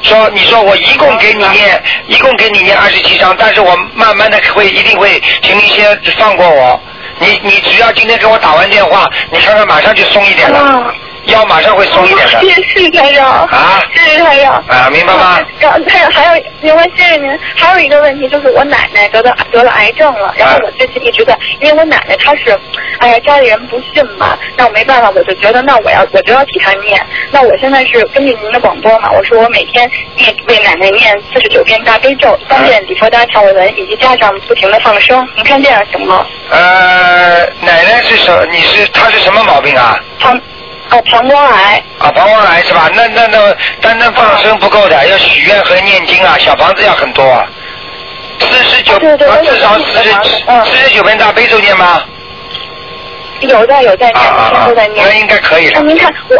Speaker 2: 说你说我一共给你念，一共给你念二十七张，但是我慢慢的会一定会，请你先放过我，你你只要今天给我打完电话，你看看马上就松一点了
Speaker 5: 啊，
Speaker 2: 腰马上会松一点的
Speaker 5: 谢，谢台长。
Speaker 2: 啊
Speaker 5: 谢谢台长。
Speaker 2: 啊明白吗
Speaker 5: 然后台长还有，明白谢谢您。还有一个问题就是我奶奶得的得了癌症
Speaker 2: 啊
Speaker 5: 了，然后我最近一直在，因为我奶奶她是，哎呀家里人不信嘛，那我没办法，我就觉得那我要我就要替她念。那我现在是根据您的广播嘛，我说我每天念为奶奶念四十九遍大悲咒，三遍礼佛大忏悔文，以及加上不停的放生。您看这样行吗？
Speaker 2: 呃，奶奶是什？你是她是什么毛病啊？
Speaker 5: 膀啊膀胱癌。
Speaker 2: 啊，膀胱癌是吧？那那那单单放生不够的，要许愿和念经啊，小房子要很多啊。四十九，
Speaker 5: 啊对对
Speaker 2: 啊
Speaker 5: 我有
Speaker 2: 至少
Speaker 5: 念
Speaker 2: 四
Speaker 5: 小房子嗯
Speaker 2: 十四十九遍大悲咒念吗？
Speaker 5: 有的有在
Speaker 2: 啊
Speaker 5: 念，每
Speaker 2: 啊
Speaker 5: 天
Speaker 2: 啊
Speaker 5: 都在！念。
Speaker 2: 那应该可以
Speaker 5: 那
Speaker 2: 了。
Speaker 5: 您看我，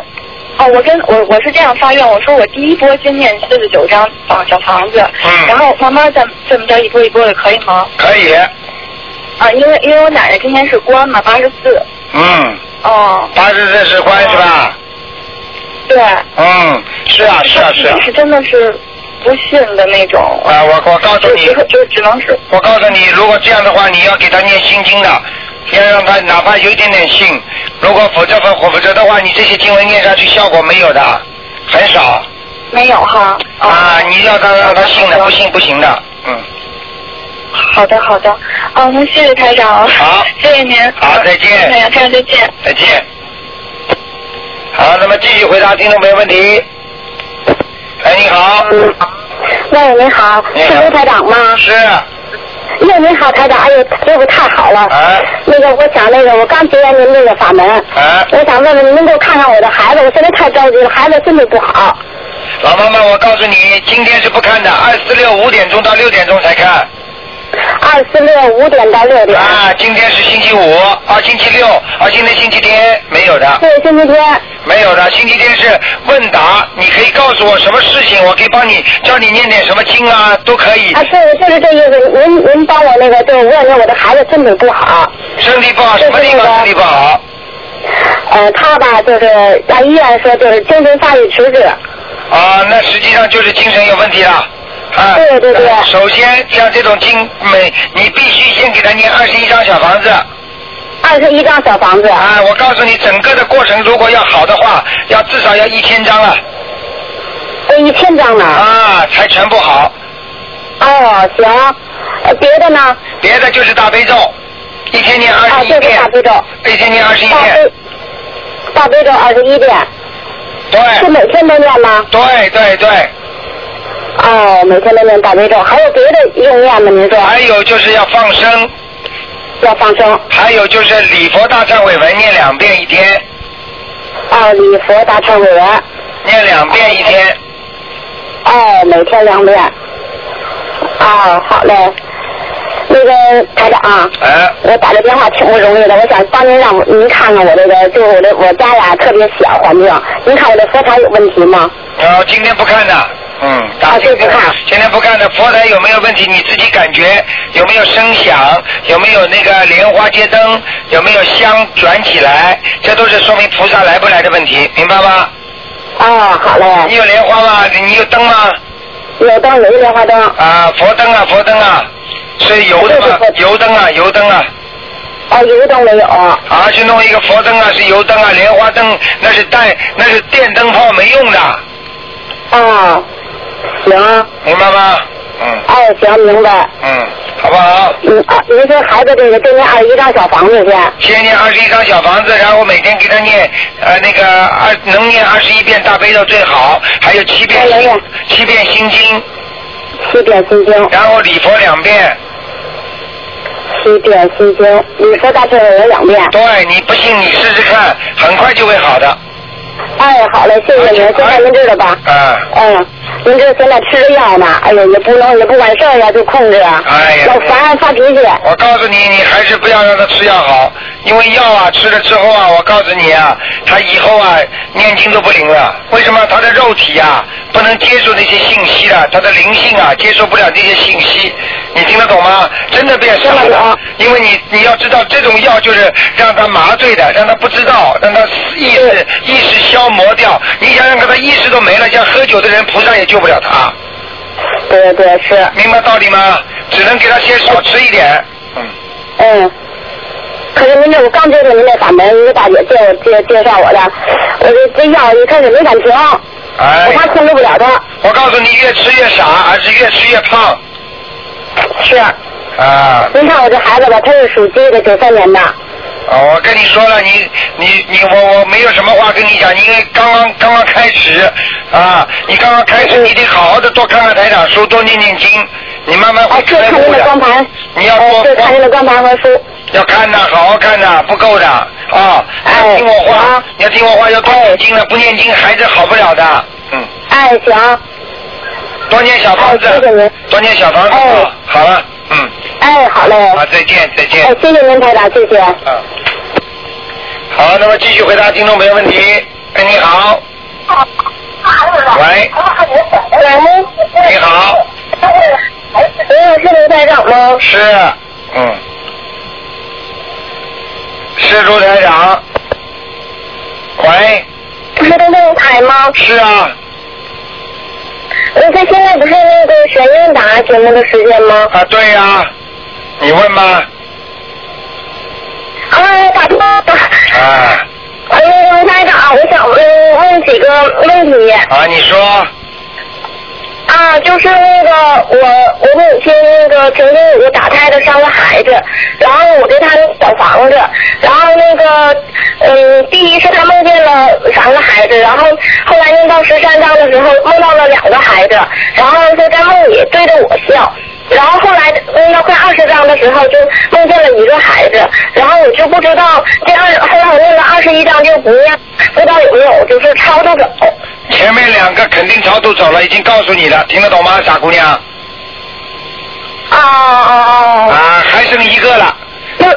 Speaker 5: 哦，我跟我我是这样发愿，我说我第一波先念四十九张房小房子，
Speaker 2: 嗯
Speaker 5: 然后慢慢再这么着一波一波的，可以吗？
Speaker 2: 可以，
Speaker 5: 啊，因为因为我奶奶今年是官嘛，八十四，
Speaker 2: 嗯，
Speaker 5: 哦，
Speaker 2: 八十岁是关是吧？
Speaker 5: 对，
Speaker 2: 嗯，是啊是啊是啊
Speaker 5: 她自己。是真的是不信的那种，
Speaker 2: 啊，我我告诉
Speaker 5: 就
Speaker 2: 你
Speaker 5: 只，就只能是，
Speaker 2: 我告诉你，如果这样的话，你要给他念心经的，要让他哪怕有一点点信，如果否则否否则的话，你这些经文念下去效果没有的，很少。
Speaker 5: 没有哈，哦、
Speaker 2: 啊，你要他让他信
Speaker 5: 啊
Speaker 2: 的，不信不行的。嗯，
Speaker 5: 好的好的，哦，那谢谢台长，
Speaker 2: 好
Speaker 5: 谢谢您，
Speaker 2: 好再见
Speaker 5: 台长，台长再见。
Speaker 2: 再见。好，那么继续回答听众朋友问题。哎，你好，
Speaker 4: 嗯，喂，你好，
Speaker 2: 你好
Speaker 4: 是刘台长吗？
Speaker 2: 是，
Speaker 4: 哟，你好，台长，哎呦，这不太好了。
Speaker 2: 哎
Speaker 4: 那个，我想那个，我刚结缘您那个法门，
Speaker 2: 哎，
Speaker 4: 呃我想问问您能给我看看我的孩子，我现在太着急了，孩子身体不好。
Speaker 2: 老妈妈，我告诉你，今天是不看的，二四六五点钟到六点钟才看。
Speaker 4: 二四六五点到六点，
Speaker 2: 啊，今天是星期五，啊，星期六，啊，今天星期天没有的
Speaker 4: 这，是星期天。
Speaker 2: 没有的，星期天是问答，你可以告诉我什么事情，我可以帮你，叫你念点什么经啊，都可以
Speaker 4: 啊，。对，就是这意思。您您帮我那个，就是问问我的孩子身体不好，
Speaker 2: 身体不好，什么地方身体不好？
Speaker 4: 呃，他吧就是在医院说就是精神发育迟滞，
Speaker 2: 啊，那实际上就是精神有问题了。啊，
Speaker 4: 对对对
Speaker 2: 呃首先，像这种经每你必须先给他念二十一张小房子。
Speaker 4: 二十一张小房子，
Speaker 2: 啊，我告诉你，整个的过程如果要好的话，要至少要一千张了
Speaker 4: 这哦一千张呢。
Speaker 2: 啊，才全部好。
Speaker 4: 哦，行，呃别的呢？
Speaker 2: 别的就是大悲咒，一天念二
Speaker 4: 啊，
Speaker 2: 十
Speaker 4: 就
Speaker 2: 一
Speaker 4: 是
Speaker 2: 遍，
Speaker 4: 大悲咒，
Speaker 2: 一天念二十一
Speaker 4: 大
Speaker 2: 遍，
Speaker 4: 悲大悲咒二十一遍，是
Speaker 2: 对，
Speaker 4: 每天都念吗？
Speaker 2: 对对对。
Speaker 4: 哦，每天都念大悲咒，还有别的用念吗？您说
Speaker 2: 还有就是要放生，
Speaker 4: 要放生？
Speaker 2: 还有就是礼佛大忏悔文念两遍一天，
Speaker 4: 哦，礼佛大忏悔文。
Speaker 2: 念两遍一天。
Speaker 4: 哦，每天两遍。哦，好嘞。那个台长、啊，
Speaker 2: 啊，
Speaker 4: 我打这电话挺不容易的，我想帮您让我您看看我这个，就是我这我家呀特别小环境，您看我这佛台有问题吗？
Speaker 2: 呃，今天不看的，嗯，
Speaker 4: 啊，这不看。
Speaker 2: 现在不看了，佛台有没有问题？你自己感觉有没有声响？有没有那个莲花接灯？有没有香转起来？这都是说明菩萨来不来的问题，明白吗？
Speaker 4: 啊，好
Speaker 2: 你
Speaker 4: 嘞，
Speaker 2: 有莲花吗？你有灯吗？
Speaker 4: 有灯有莲花灯。
Speaker 2: 啊，佛灯啊，佛灯啊，是油的吗？油灯啊，油灯啊，
Speaker 4: 哦，有一灯没有。
Speaker 2: 啊，去弄一个佛灯啊，是油灯啊，莲花灯那是带那是电灯泡没用的，
Speaker 4: 啊，行，
Speaker 2: 明白吗？嗯
Speaker 4: 哎，行，明白。
Speaker 2: 嗯，好不好？
Speaker 4: 嗯，啊，您说孩子这个就念二十一张小房子去。
Speaker 2: 先念二十一张小房子，然后每天给他念呃那个二能念二十一遍大悲咒最好，还有七遍
Speaker 4: 哎
Speaker 2: 心
Speaker 4: 有有
Speaker 2: 七遍心经，
Speaker 4: 七遍心经，
Speaker 2: 然后礼佛两遍。
Speaker 4: 七遍心经，你说大智慧有两遍。
Speaker 2: 对，你不信你试试看，很快就会好的。
Speaker 4: 哎，好嘞，谢谢您。现
Speaker 2: 哎
Speaker 4: 在您知道吧？
Speaker 2: 啊、
Speaker 4: 嗯，您这现在吃着药呢，哎呦，也不能也不管事儿呀，就控制啊，
Speaker 2: 哎呀
Speaker 4: 老烦人发脾气。
Speaker 2: 我告诉你，你还是不要让他吃药好，因为药啊吃了之后啊，我告诉你啊，他以后啊念经都不灵了。为什么？他的肉体啊不能接受那些信息了，他的灵性啊接受不了这些信息，你听得懂吗？真的变傻
Speaker 4: 听得
Speaker 2: 了
Speaker 4: 懂，
Speaker 2: 因为你你要知道，这种药就是让他麻醉的，让他不知道，让他意识意识消磨掉。你想想看，他意识都没了，像喝酒的人，菩萨也救不了他，
Speaker 4: 对对是，
Speaker 2: 明白道理吗？只能给他先少吃一点。嗯。
Speaker 4: 嗯。可是您这我刚接触您这法门，一个大姐介我介介绍我的，我这这药一开始没敢停，
Speaker 2: 哎
Speaker 4: 我
Speaker 2: 呀
Speaker 4: 怕控制不了它。
Speaker 2: 我告诉你，越吃越傻，还是越吃越胖
Speaker 4: 是，
Speaker 2: 啊！
Speaker 4: 您看我这孩子吧，他是属鸡的，九三年的。
Speaker 2: 哦我跟你说了，你你你，我我没有什么话跟你讲，因为刚刚刚刚开始啊，你刚刚开始，
Speaker 4: 嗯
Speaker 2: 你得好好的多看看台长书，多念念经，你慢慢会
Speaker 4: 哎，是
Speaker 2: 克
Speaker 4: 看
Speaker 2: 服
Speaker 4: 您的光
Speaker 2: 的。
Speaker 4: 盘，
Speaker 2: 你要多
Speaker 4: 哎，是看您的光盘和书。
Speaker 2: 要看呐，好好看呐，不够的啊！你要
Speaker 4: 哎
Speaker 2: 听我话
Speaker 4: 啊，
Speaker 2: 你要听我话，要多念经的，不念经孩子好不了的。嗯，
Speaker 4: 哎，行，
Speaker 2: 多念小房
Speaker 4: 哎谢谢
Speaker 2: 子
Speaker 4: 您，
Speaker 2: 多念小房子
Speaker 4: 哎
Speaker 2: 啊！好了，嗯，
Speaker 4: 哎，好嘞。
Speaker 2: 好，再见，再见。
Speaker 4: 哎，谢谢您，台长，谢谢。
Speaker 2: 嗯，好，那么继续回答听众朋友问题。哎，你好，喂，
Speaker 4: 喂
Speaker 2: 你好，
Speaker 4: 喂，是刘台长吗？
Speaker 2: 是，嗯，是卢台长。喂，
Speaker 4: 是那个台吗？
Speaker 2: 是啊，
Speaker 4: 呃，他现在不是那个悬念答节目的时间吗？
Speaker 2: 啊，对呀、你问吧，
Speaker 6: 哎
Speaker 4: 啊，打通了。
Speaker 2: 啊，
Speaker 4: 哎呦，刘台长，我想
Speaker 6: 呃
Speaker 4: 问问几个问题
Speaker 2: 啊，你说，
Speaker 4: 啊，就是那个我我母亲那个曾经有个打胎的三个孩子，然后我给她小房子，然后那个嗯，第一是她梦见了三个孩子，然后后来念到十三章的时候梦到了两个孩子，然后就在梦里对着我笑。然后后来念到快二十章的时候，就梦见了一个孩子，然后我就不知道这二，后来我念了二十一章就不念，不知道有没有就是超度走。
Speaker 2: 前面两个肯定超度走了，已经告诉你了，听得懂吗，傻姑娘？
Speaker 4: 啊啊啊！
Speaker 2: 啊，还剩一个了。
Speaker 4: 那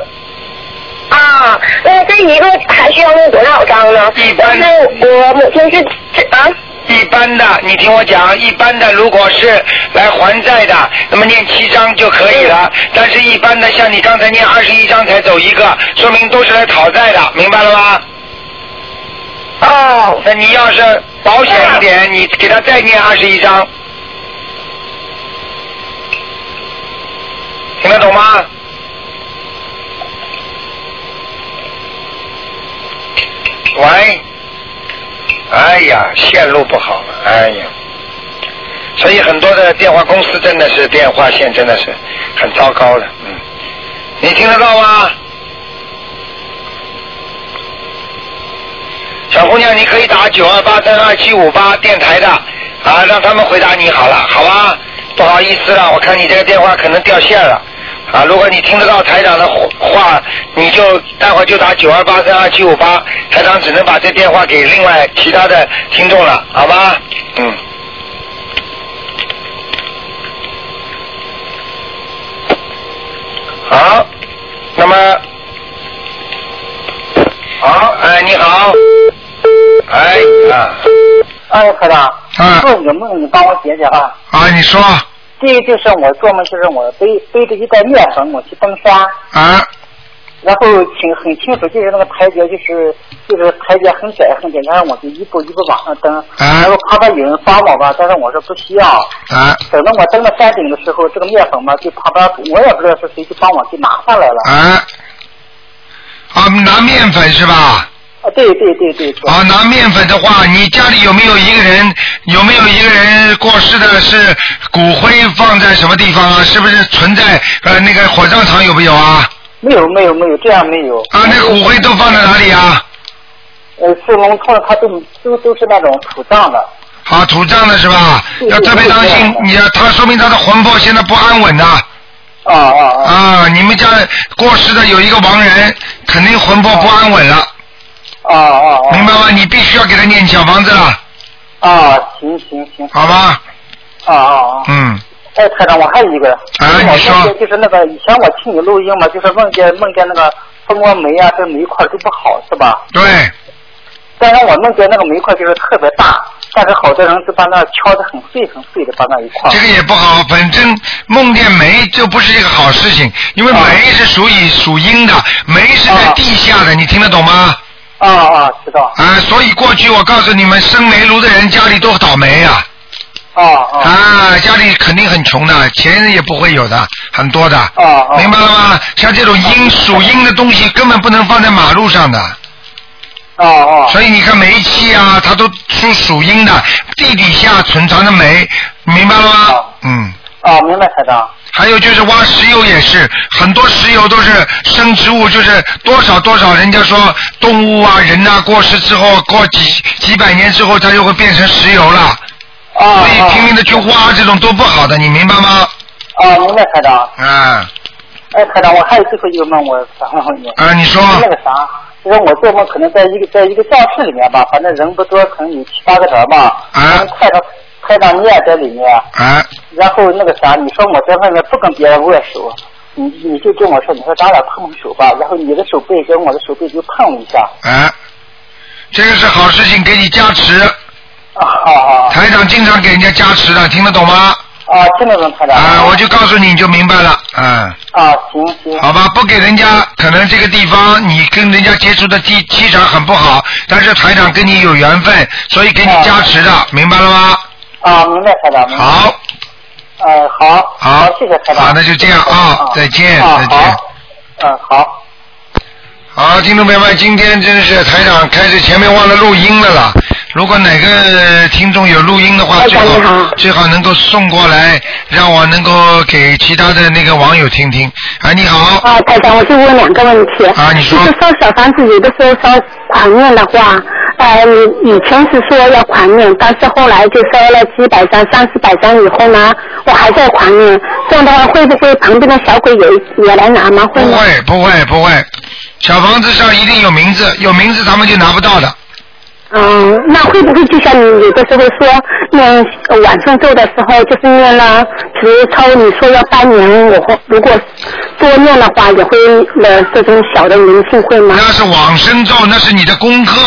Speaker 4: 啊，那这一个还需要用多少张呢？
Speaker 2: 一
Speaker 4: 但
Speaker 2: 般
Speaker 4: 是我母亲是是啊，
Speaker 2: 一般的，你听我讲，一般的如果是来还债的，那么念七章就可以了。
Speaker 4: 嗯
Speaker 2: 但是，一般的像你刚才念二十一章才走一个，说明都是来讨债的，明白了吗？
Speaker 4: 哦，
Speaker 2: 那你要是保险一点，你给他再念二十一章，听得懂吗？喂，哎呀，线路不好了，哎呀，所以很多的电话公司真的是电话线真的是很糟糕的，嗯，你听得到吗？小姑娘，你可以打九二八三二七五八电台的啊，让他们回答你好了，好吧？不好意思了，我看你这个电话可能掉线了啊。如果你听得到台长的话，你就待会儿就打九二八三二七五八，台长只能把这电话给另外其他的听众了，好吧？嗯。好，那么好，哎，你好。哎啊，
Speaker 7: 哎，科长，
Speaker 8: 啊
Speaker 7: 做一个梦，你帮我解解啊。
Speaker 8: 啊，你说
Speaker 7: 第一个就是我做梦，就是我背背着一袋面粉，我去登山，
Speaker 8: 啊
Speaker 7: 然后挺很清楚，就是那个台阶，就是就是台阶很窄很窄，然后我就一步一步往上登，然后怕怕有人帮我吧，但是我说不需要。
Speaker 8: 啊
Speaker 7: 等到我登到山顶的时候，这个面粉嘛，就旁边我也不知道是谁就帮我给拿下来了。
Speaker 8: 啊啊，拿面粉是吧？
Speaker 7: 啊，对对对对对。
Speaker 8: 啊，拿面粉的话，你家里有没有一个人有没有一个人过世的是骨灰放在什么地方啊？是不是存在呃那个火葬场有没有啊？
Speaker 7: 没有没有没有，这样没有。
Speaker 8: 啊，那骨灰都放在哪里啊？
Speaker 7: 呃，四龙通它都都都是那种土葬的。
Speaker 8: 啊，土葬的是吧？要特别当心，你要他说明他的魂魄现在不安稳呐、
Speaker 7: 啊啊啊！
Speaker 8: 啊，你们家过世的有一个亡人，肯定魂魄不安稳了，
Speaker 7: 啊啊啊！
Speaker 8: 明白吗？你必须要给他念小房子了，
Speaker 7: 啊，行行行。
Speaker 8: 好吧？
Speaker 7: 啊啊啊！
Speaker 8: 嗯，
Speaker 7: 哎，台长，我还有一个。
Speaker 8: 啊你说
Speaker 7: 我梦见就是那个以前我听你录音嘛，就是梦见梦见那个蜂窝煤啊，这煤块都不好是吧？
Speaker 8: 对，
Speaker 7: 但是我梦见那个煤块就是特别大，但是好多人就把那敲得很碎很碎的，把那一块。
Speaker 8: 这个也不好，反正梦见煤就不是一个好事情，因
Speaker 7: 啊
Speaker 8: 为煤是属于属阴的，煤是在地下的，你听得懂吗？
Speaker 7: 啊啊，知道。
Speaker 8: 啊，所以过去我告诉你们，生煤炉的人家里都倒霉啊，
Speaker 7: 啊啊
Speaker 8: 啊，家里肯定很穷的，钱也不会有的，很多的，
Speaker 7: 啊啊！
Speaker 8: 明白了吗？像这种阴属阴的东西，根本不能放在马路上的。
Speaker 7: 啊啊
Speaker 8: 所以你看煤气啊，它都是属阴的，地底下存藏的煤，明白了吗
Speaker 7: 哦？
Speaker 8: 嗯。
Speaker 7: 啊！明白，台长。
Speaker 8: 还有就是挖石油也是，很多石油都是生植物，就是多少多少，人家说动物啊、人呐、过世之后，过几几百年之后，它就会变成石油了。
Speaker 7: 啊
Speaker 8: 所以拼
Speaker 7: 啊！
Speaker 8: 命的去挖，这种都不好的，你明白吗？
Speaker 7: 啊，明白，台长。
Speaker 8: 啊
Speaker 7: 哎，台长，我还有最后一个梦，我想问你。
Speaker 8: 啊，你说
Speaker 7: 那个啥，就是我做梦可能在一个在一个教室里面吧，反正人不多，可能有七八个人吧，
Speaker 8: 啊
Speaker 7: 快到快到你也在里面，
Speaker 8: 啊
Speaker 7: 然后那个啥，你说我在外面不跟别人握手，你你就跟我说，你说咱俩碰碰手吧，然后你的手背跟我的手背就碰一下，
Speaker 8: 啊，这个是好事情，给你加持。
Speaker 7: 啊啊
Speaker 8: 台长经常给人家加持的，听得懂吗？
Speaker 7: 啊，听得懂台长？
Speaker 8: 啊，我就告诉你，你就明白了。嗯，
Speaker 7: 啊，行行，
Speaker 8: 好吧，不给人家，可能这个地方你跟人家接触的气气场很不好，但是台长跟你有缘分，所以给你加持的，明白了吗？
Speaker 7: 啊，明白台长，明白，
Speaker 8: 好，
Speaker 7: 呃，好，
Speaker 8: 好
Speaker 7: 谢谢台长，
Speaker 8: 好那就这样啊再见
Speaker 7: 啊
Speaker 8: 再见
Speaker 7: 好嗯，好。
Speaker 8: 好，听众朋友们，今天真是台长开始前面忘了录音了啦。如果哪个呃听众有录音的话，最好最好能够送过来，让我能够给其他的那个网友听听。哎，你好，
Speaker 6: 啊，台长，我就问两个问题。
Speaker 8: 啊你说
Speaker 6: 就是烧小房子，有的时候烧狂念的话，呃，以前是说要狂念，但是后来就烧了几百张、三四百张以后呢，我还在狂念，这样的话会不会旁边的小鬼也也来拿吗？会
Speaker 8: 不
Speaker 6: 吗？
Speaker 8: 会不会不会，小房子上一定有名字，有名字他们就拿不到的。
Speaker 6: 嗯，那会不会就像你有的时候说念呃晚上咒的时候，就是念了，只是超你说要半年，我会如果多念的话，也会呃这种小的灵性会吗？
Speaker 8: 那是往生咒，那是你的功课，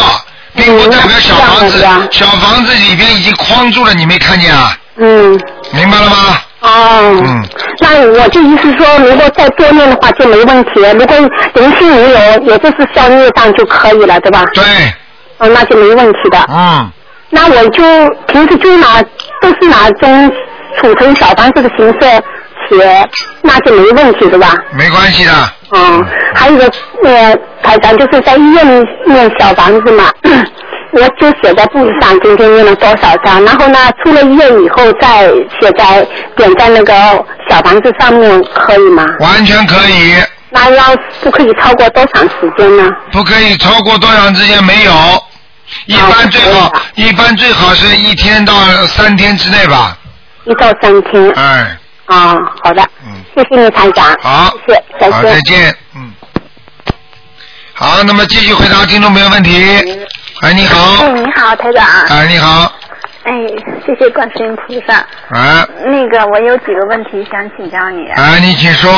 Speaker 8: 并不代表小房子
Speaker 6: 嗯那是这样的呀。
Speaker 8: 小房子里边已经框住了，你没看见啊？
Speaker 6: 嗯。
Speaker 8: 明白了吗？
Speaker 6: 哦，
Speaker 8: 嗯
Speaker 6: 那我就意思说，如果再多念的话就没问题了。如果灵性没有，也就是消业障就可以了，对吧？
Speaker 8: 对，
Speaker 6: 嗯，那就没问题的。
Speaker 8: 嗯。
Speaker 6: 那我就平时就拿都是拿中储存小房子的形式写，那就没问题，对吧？
Speaker 8: 没关系的。
Speaker 6: 嗯，还有一个呃，台长就是在医院里念小房子嘛， 我就写在簿子上，今天念了多少张，然后呢，出了医院以后再写在点在那个小房子上面，可以吗？
Speaker 8: 完全可以，
Speaker 6: 那要不可以超过多长时间呢？
Speaker 8: 不可以超过多长时间没有。一般最
Speaker 6: 啊
Speaker 8: 好，一般最好是一天到三天之内吧。
Speaker 6: 一到三天。
Speaker 8: 哎，
Speaker 6: 啊、好的，
Speaker 8: 嗯，
Speaker 6: 谢谢你台长。
Speaker 8: 好，
Speaker 6: 谢谢，再
Speaker 8: 好，
Speaker 6: 见。
Speaker 8: 再见，嗯。好，那么继续回答听众朋友问题。
Speaker 6: 嗯
Speaker 8: 哎，你好，
Speaker 9: 哎，你好，台长。
Speaker 8: 哎，你好，
Speaker 9: 哎，谢谢观世音菩萨。
Speaker 8: 哎，
Speaker 9: 那个，我有几个问题想请教你。
Speaker 8: 啊
Speaker 9: 啊
Speaker 8: 哎，你请说，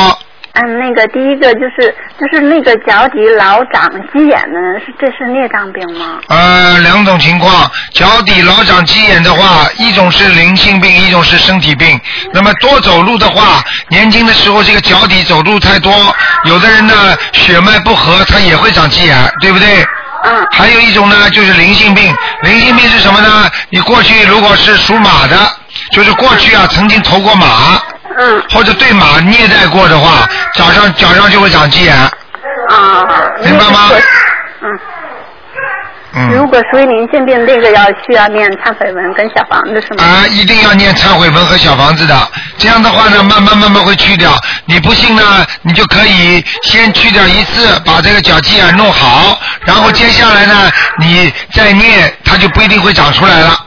Speaker 9: 嗯，那个第一个就是就是那个脚底老长鸡眼的，是这是孽障病吗？
Speaker 8: 呃，两种情况，脚底老长鸡眼的话，一种是灵性病，一种是身体病。那么多走路的话，年轻的时候这个脚底走路太多，有的人呢血脉不和，他也会长鸡眼，对不对？嗯。还有一种呢，就是灵性病。灵性病是什么呢？你过去如果是属马的，就是过去啊曾经投过马，嗯，或者对马虐待过的话，脚上脚上就会长鸡眼。
Speaker 9: 啊，明白吗？嗯。
Speaker 8: 嗯
Speaker 9: 如果属于灵性病，这个要需要念忏悔文跟小房子是吗？
Speaker 8: 啊，一定要念忏悔文和小房子的，这样的话呢，慢慢慢慢会去掉。你不信呢，你就可以先去掉一次，把这个脚鸡眼弄好，然后接下来呢，你再念，它就不一定会长出来了。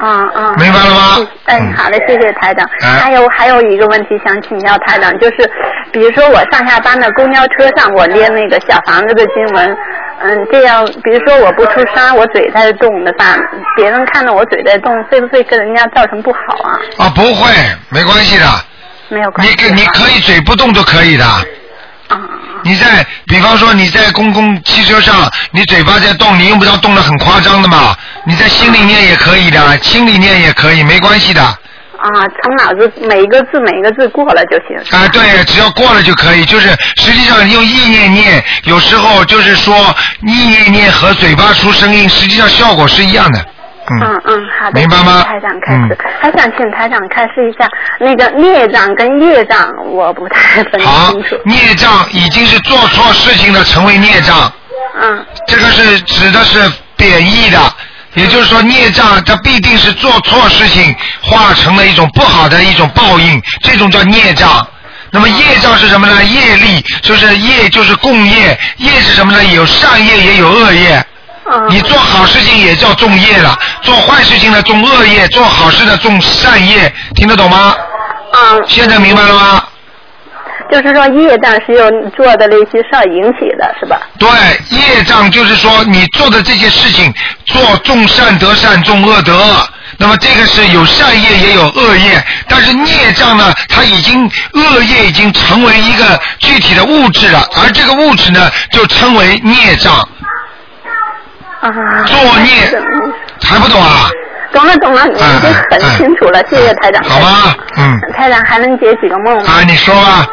Speaker 9: 嗯嗯，
Speaker 8: 明白了吗？
Speaker 9: 哎，好嘞，谢谢台长。
Speaker 8: 哎
Speaker 9: 还有还有一个问题想请教台长，就是比如说我上下班的公交车上，我念那个小房子的经文，嗯，这样比如说我不出声，我嘴在动的话，别人看到我嘴在动，会不会跟人家造成不好啊？
Speaker 8: 啊，不会，没关系的。
Speaker 9: 没有关嗯
Speaker 8: 你可你可以嘴不动都可以的。你在，比方说你在公共汽车上，你嘴巴在动，你用不着动得很夸张的嘛。你在心里念也可以的，心里念也可以，没关系的。
Speaker 9: 啊，从脑子每一个字每一个字过了就行。
Speaker 8: 啊，对，只要过了就可以。就是实际上用意念念，有时候就是说意念念和嘴巴出声音，实际上效果是一样的。
Speaker 9: 嗯嗯，好的，
Speaker 8: 明白吗嗯
Speaker 9: 谢谢台长开始，还想请台长开示一下那个孽障跟业障，我不太分
Speaker 8: 好
Speaker 9: 清楚。，
Speaker 8: 孽障已经是做错事情的，成为孽障。
Speaker 9: 嗯。
Speaker 8: 这个是指的是贬义的，也就是说孽障它必定是做错事情化成了一种不好的一种报应，这种叫孽障。那么业障是什么呢？业力就是业就是共业，业是什么呢？有善业也有恶业。
Speaker 9: 嗯
Speaker 8: 你做好事情也叫种业了，做坏事情呢种恶业，做好事的种善业，听得懂吗？
Speaker 9: 嗯。
Speaker 8: 现在明白了吗？
Speaker 9: 就是说业障是由你做的那些事儿引起的，是吧？
Speaker 8: 对，业障就是说你做的这些事情，做种善得善，种恶得恶。那么这个是有善业也有恶业，但是孽障呢，它已经恶业已经成为一个具体的物质了，而这个物质呢，就称为孽障。
Speaker 9: 啊。
Speaker 8: 作孽。还不懂啊？
Speaker 9: 懂了懂了，你已
Speaker 8: 哎
Speaker 9: 经很清楚了，谢谢台长。好吗？
Speaker 8: 嗯。
Speaker 9: 台长还能解几个梦吗？
Speaker 8: 啊，你说吧。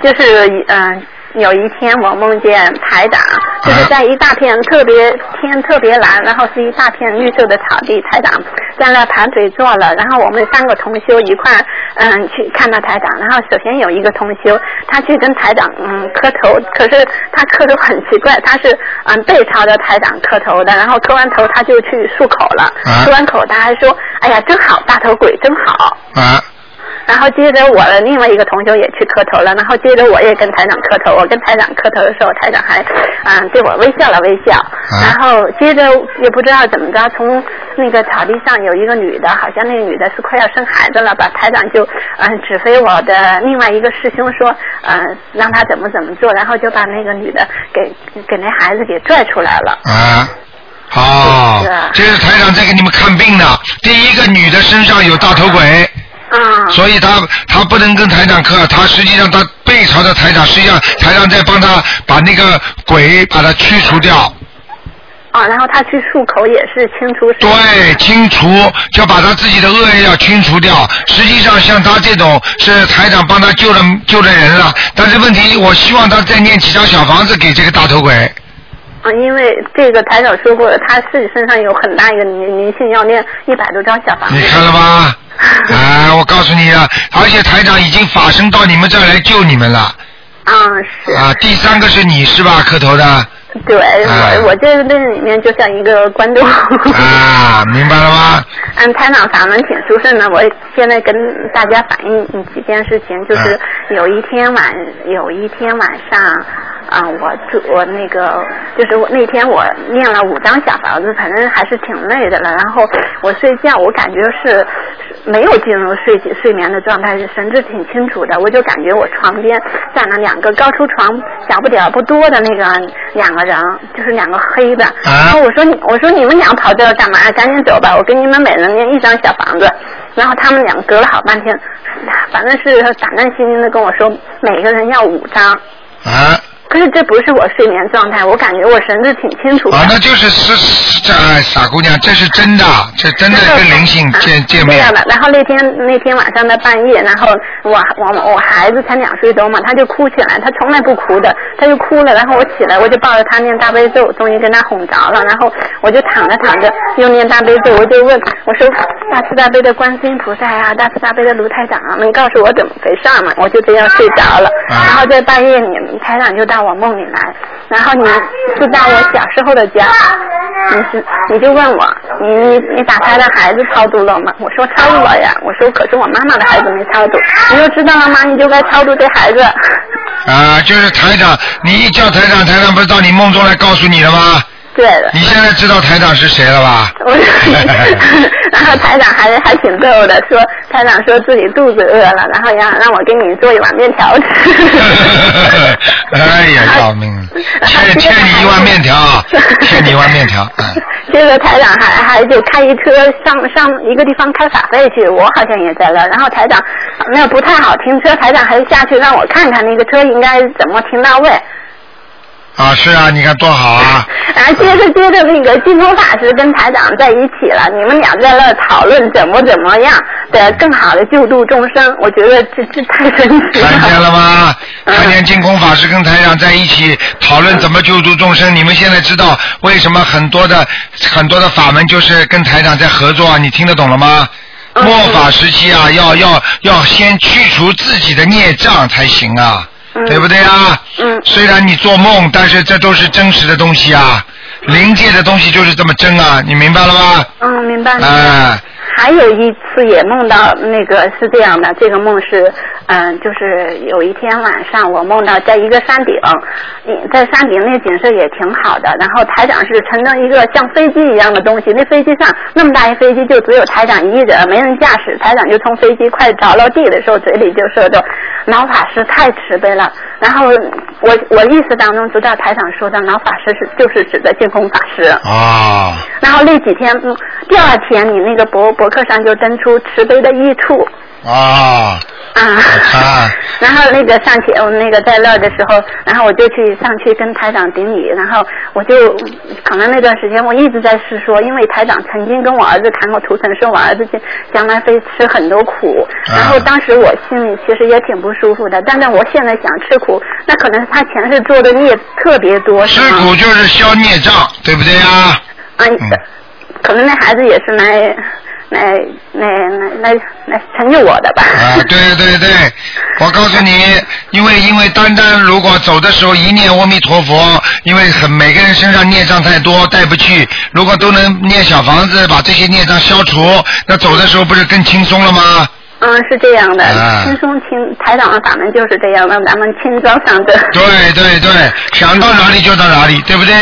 Speaker 9: 就是嗯、有一天我梦见台长，就是在一大片特别天特别蓝，然后是一大片绿色的草地，台长在那盘腿坐了，然后我们三个同修一块儿嗯去看到台长，然后首先有一个同修，他去跟台长嗯磕头，可是他磕头很奇怪，他是嗯背朝着台长磕头的，然后磕完头他就去漱口了，
Speaker 8: 啊
Speaker 9: 漱完口他还说哎呀真好大头鬼真好，
Speaker 8: 啊
Speaker 9: 然后接着我的另外一个同学也去磕头了，然后接着我也跟台长磕头。我跟台长磕头的时候，台长还嗯对我微笑了微笑。然后接着也不知道怎么着，从那个草地上有一个女的，好像那个女的是快要生孩子了吧？台长就嗯指挥我的另外一个师兄说，嗯让他怎么怎么做，然后就把那个女的给给那孩子给拽出来了。
Speaker 8: 啊。哦，这是台长在给你们看病呢。第一个女的身上有大头鬼，
Speaker 9: 嗯
Speaker 8: 所以她她不能跟台长磕，她实际上她背朝着台长，实际上台长在帮她把那个鬼把它驱除掉。
Speaker 9: 哦，然后他去漱口也是清除
Speaker 8: 对，清除就把他自己的恶业要清除掉。实际上，像他这种是台长帮他救了救了人了，但是问题，我希望他再念几张小房子给这个大头鬼。
Speaker 9: 啊，因为这个台长说过，他自己身上有很大一个灵灵性，要念一百多张小房
Speaker 8: 你看了 吗？啊，我告诉你啊，而且台长已经法身到你们这儿来救你们了。
Speaker 9: 啊，
Speaker 8: 啊，第三个是你是吧？磕头的。
Speaker 9: 子。对，
Speaker 8: 啊
Speaker 9: 我我这那里面就像一个观众。
Speaker 8: 啊，明白了吗？
Speaker 9: 嗯，台长法门挺殊胜的。我现在跟大家反映几件事情，
Speaker 8: 嗯
Speaker 9: 就是有一天晚，有一天晚上，啊、我住我那个，就是我那天我念了五张小房子，反正还是挺累的了。然后我睡觉，我感觉是是没有进入睡睡眠的状态，神志挺清楚的。我就感觉我床边站了两个高出床小不点儿不多的那个两个人，就是两个黑的。
Speaker 8: 啊
Speaker 9: 然后我说你我说你们俩跑这儿干嘛？赶紧走吧，我给你们每人念一张小房子。然后他们俩隔了好半天，反正是胆战心惊的跟我说，每个人要五张。
Speaker 8: 啊。
Speaker 9: 可是这不是我睡眠状态，我感觉我神志挺清楚的。
Speaker 8: 啊，那就是是是这哎傻姑娘，这是真的，这真的啊跟灵性见见
Speaker 9: 这
Speaker 8: 面
Speaker 9: 样。的，然后那天那天晚上的半夜，然后我我我孩子才两岁多嘛，他就哭起来，他从来不哭的，他就哭了，然后我起来我就抱着他念大悲咒，终于跟他哄着了，然后我就躺着躺着又念大悲咒，我就问我说大慈大悲的观世音菩萨呀、大慈大悲的卢台长啊，能告诉我怎么回事儿吗？我就这样睡着了，
Speaker 8: 然
Speaker 9: 后在半夜里台长就到我梦里来，然后你知道我小时候的家，你是你就问我，你你你打胎的孩子超度了吗？我说超度了呀，我说可是我妈妈的孩子没超度，你就知道了吗？你就该超度这孩子。
Speaker 8: 啊，就是台长，你一叫台长，台长不是到你梦中来告诉你了吗？
Speaker 9: 对的。
Speaker 8: 你现在知道台长是谁了吧？
Speaker 9: 我 然后台长还还挺逗的，说台长说自己肚子饿了，然后让让我给你做一碗面条吃。
Speaker 8: 哎呀，要命！ 欠欠你一碗面条啊，欠你一碗面条。嗯，
Speaker 9: 这个台长还还就开一车上上一个地方开法会去，我好像也在那儿。然后台长那不太好停车，台长还下去让我看看那个车应该怎么停到位。
Speaker 8: 啊，是啊，你看多好啊！
Speaker 9: 然后接着接着那个净空法师跟台长在一起了，你们俩在那儿讨论怎么怎么样的更好的救度众生，我觉得这这太神奇了。
Speaker 8: 看见了吗？
Speaker 9: 嗯
Speaker 8: 看见净空法师跟台长在一起讨论怎么救度众生。你们现在知道为什么很多的很多的法门就是跟台长在合作，啊你听得懂了吗？
Speaker 9: 嗯
Speaker 8: 末法时期啊，要要要先去除自己的孽障才行啊，对不对啊？嗯。虽然你做梦，但是这都是真实的东西啊，灵界的东西就是这么真啊，你明白了吗？
Speaker 9: 嗯，明白。明白
Speaker 8: 哎
Speaker 9: 还有一次也梦到那个是这样的，这个梦是，嗯、就是有一天晚上我梦到在一个山顶，嗯在山顶那景色也挺好的，然后台长是乘着一个像飞机一样的东西，那飞机上那么大一飞机就只有台长一人，没人驾驶，台长就从飞机快着落地的时候嘴里就说着，老法师太慈悲了，然后我我意识当中知道台长说的老法师是就是指的净空法师。
Speaker 8: 啊。
Speaker 9: 然后那几天，嗯，第二天你那个博博客上就登出慈悲的益处
Speaker 8: 啊
Speaker 9: 啊，
Speaker 8: 啊！
Speaker 9: 然后那个上去，我那个在那儿的时候，然后我就去上去跟台长顶礼，然后我就嗯可能那段时间我一直在试说，因为台长曾经跟我儿子谈过图腾，说我儿子将将来会吃很多苦，
Speaker 8: 啊
Speaker 9: 然后当时我心里其实也挺不舒服的，但是我现在想吃苦，那可能是他前世做的孽特别多，是
Speaker 8: 吃
Speaker 9: 吗？
Speaker 8: 苦就是消孽障，对不对啊？
Speaker 9: 啊，可能那孩子也是来来来来来来成就我的吧。
Speaker 8: 啊，对对对，我告诉你，因为因为单单如果走的时候一念阿弥陀佛，因为很每个人身上孽障太多带不去，如果都能念小房子把这些孽障消除，那走的时候不是更轻松了吗？
Speaker 9: 嗯，是这样的，
Speaker 8: 啊
Speaker 9: 轻松轻台长的法门就是这样，让咱们轻装上阵。
Speaker 8: 对对对，想到哪里就到哪里，对不对？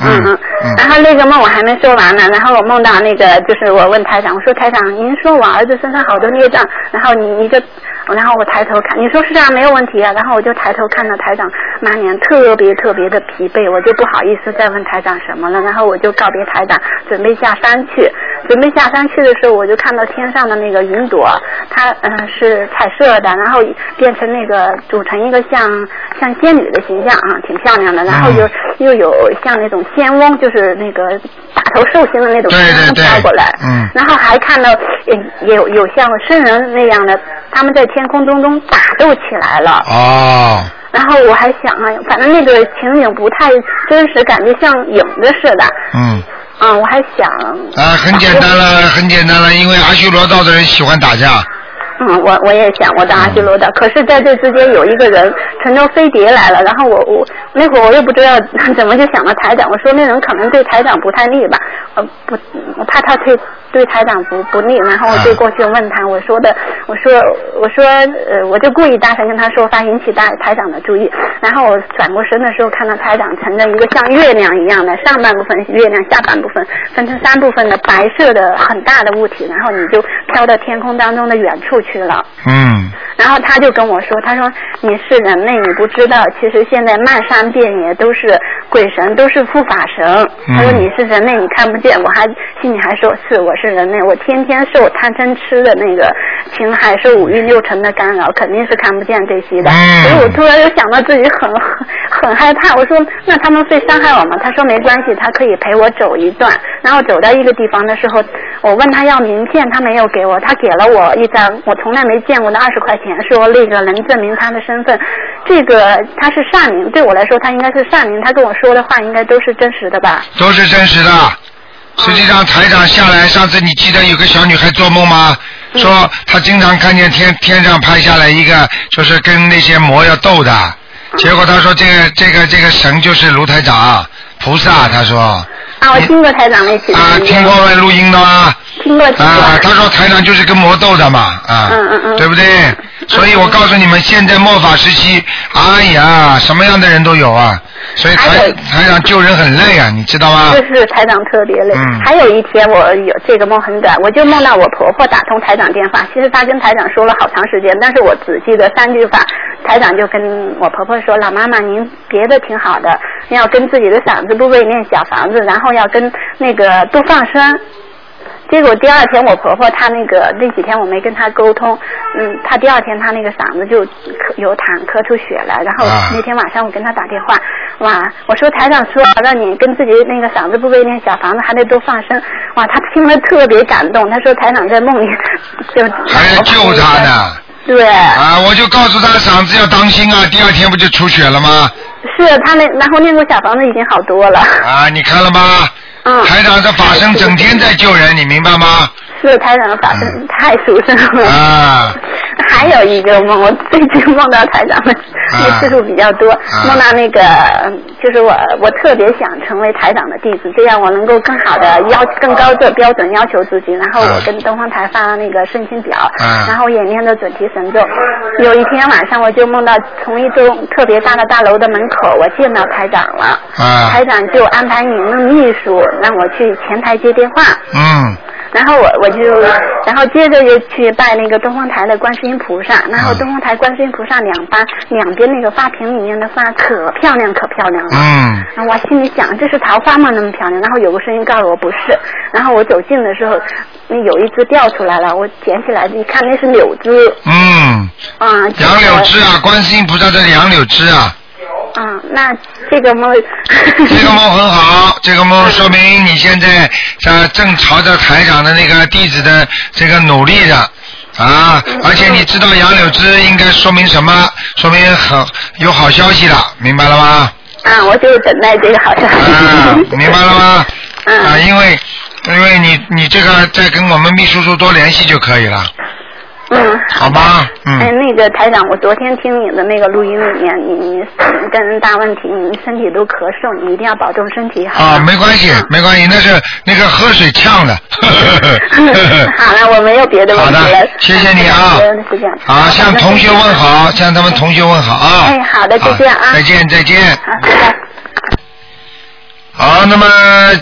Speaker 8: 嗯嗯
Speaker 9: 然后那个梦我还没说完呢，然后我梦到那个就是我问台长，我说台长，您说我儿子身上好多孽障，然后你你就，然后我抬头看，你说是啊，没有问题啊，然后我就抬头看到台长满脸特别特别的疲惫，我就不好意思再问台长什么了，然后我就告别台长，准备下山去，准备下山去的时候，我就看到天上的那个云朵，它嗯、呃是彩色的，然后变成那个组成一个像像仙女的形象啊，挺漂亮的，然后有。又有像那种仙翁，就是那个打头寿星的那种仙翁飘过来，
Speaker 8: 嗯
Speaker 9: 然后还看到呃有有像圣人那样的，他们在天空中中打斗起来了。
Speaker 8: 哦，
Speaker 9: 然后我还想啊，反正那个情景不太真实，感觉像影子似的。
Speaker 8: 嗯。
Speaker 9: 嗯，我还想，
Speaker 8: 啊，很简单了，很简单了，因为阿修罗道的人喜欢打架。
Speaker 9: 嗯，我我也想我到阿修罗的，可是在这之间有一个人乘着飞碟来了，然后我我那会儿我又不知道 怎么就想到台长，我说那人可能对台长不太利吧，呃不，我怕他对对台长不不利，然后我就过去问他，我说的我说我说呃我就故意大声跟他说话，引起大台长的注意，然后我转过身的时候看到台长乘着一个像月亮一样的上半部分是月亮，下半部分分成三部分的白色的很大的物体，然后你就飘到天空当中的远处去了。
Speaker 8: 嗯
Speaker 9: 然后他就跟我说，他说你是人类，你不知道，其实现在漫山遍野都是鬼神都是护法神。
Speaker 8: 嗯
Speaker 9: 他说你是人类，你看不见，我还心里还说是我是人类，我天天受贪嗔痴的那个侵害，受五欲六尘的干扰，肯定是看不见这些的。所以我突然又想到自己很 很很害怕，我说那他们会伤害我吗？他说没关系，他可以陪我走一段。然后走到一个地方的时候，我问他要名片，他没有给我，他给了我一张我从来没见过的二十块钱，说那个能证明他的身份。这个他是善名，对我来说他应该是善名，他跟我说的话应该都是真实的吧？
Speaker 8: 都是真实的。
Speaker 9: 嗯
Speaker 8: 实际上，台长下来，上次你记得有个小女孩做梦吗？
Speaker 9: 嗯
Speaker 8: 说她经常看见天天上拍下来一个，就是跟那些魔要斗的。
Speaker 9: 嗯
Speaker 8: 结果她说这个这个这个神就是卢台长菩萨，她说。
Speaker 9: 啊，我听过台长那期的
Speaker 8: 哎啊，听过录音的吗？
Speaker 9: 嗯听过听过。
Speaker 8: 啊，他说台长就是跟魔斗的嘛，啊，
Speaker 9: 嗯嗯嗯
Speaker 8: 对不对？所以我告诉你们，现在末法时期，哎呀，什么样的人都有啊，所以台、台长救人很累啊，你知道吗？
Speaker 9: 就是台长特别累。
Speaker 8: 嗯
Speaker 9: 还有一天我有这个梦很短，我就梦到我婆婆打通台长电话，其实她跟台长说了好长时间，但是我只记得三句话。台长就跟我婆婆说：“老妈妈，您别的挺好的，要跟自己的嗓子部位念小房子，然后要跟那个多放生。”结果第二天我婆婆她那个那几天我没跟她沟通，嗯，她第二天她那个嗓子就咳有痰咳出血来，然后
Speaker 10: 啊
Speaker 9: 那天晚上我跟她打电话，哇，我说台长说让你跟自己那个嗓子部位念小房子还得多放生，哇，她听了特别感动，她说台长在梦里就
Speaker 8: 还是哎救他呢。
Speaker 9: 对，
Speaker 8: 啊，我就告诉他嗓子要当心啊，第二天不就出血了吗？
Speaker 9: 是她那然后念过小房子已经好多了，
Speaker 8: 啊，你看了吗？
Speaker 9: 嗯
Speaker 8: 台长这法身整天在救人，你明白吗？
Speaker 9: 是台长的法身太殊胜了。
Speaker 8: 啊，
Speaker 9: 还有一个梦，我最近梦到台长的那次数比较多，梦到那个嗯就是我我特别想成为台长的弟子，这样我能够更好的要更高的标准要求自己。然后我跟东方台发了那个申请表，
Speaker 10: 嗯
Speaker 9: 然后也念的准提神咒。有一天晚上，我就梦到从一栋特别大的大楼的门口，我见到台长了。
Speaker 10: 啊
Speaker 9: 台长就安排您的秘书让我去前台接电话。
Speaker 8: 嗯
Speaker 9: 然后我我就，然后接着又去拜那个东方台的观世音菩
Speaker 8: 啊
Speaker 9: 萨，然后东方台观世音菩萨两边两边那个花瓶里面的花可漂亮可漂亮了。
Speaker 8: 嗯
Speaker 9: 然后我心里想，这是桃花吗？那么漂亮。然后有个声音告诉我不是。然后我走近的时候，那有一只掉出来了，我捡起来一看，那是柳枝。
Speaker 8: 嗯，
Speaker 9: 啊、嗯，
Speaker 8: 杨柳枝啊，观世音菩萨的杨柳枝啊，
Speaker 9: 嗯，那这个梦，
Speaker 8: 这个梦很好，这个梦说明你现在呃正朝着台长的那个弟子的这个努力的。啊，
Speaker 9: 嗯
Speaker 8: 而且你知道杨柳枝应该说明什么？说明很有好消息了，明白了吗？
Speaker 9: 啊，我就等待这个好嗯像。
Speaker 8: 啊，明白了 吗？啊，因为因为你你这个再跟我们秘书处多联系就可以了，
Speaker 9: 嗯，
Speaker 8: 好吗？嗯。
Speaker 9: 哎，那个台长，我昨天听你的那个录音里面，你你你跟大问题，你身体都咳嗽，你一定要保重身体，好吗。
Speaker 8: 啊，没关系，没关系，那是那个喝水呛的。
Speaker 9: 好了，我没有别的问题了。
Speaker 8: 好的谢谢你啊
Speaker 9: 别的是这样
Speaker 8: 好，向同学问好，向他们同学问好啊。
Speaker 9: 哎好的再见啊
Speaker 8: 好再见，再见。嗯好，那么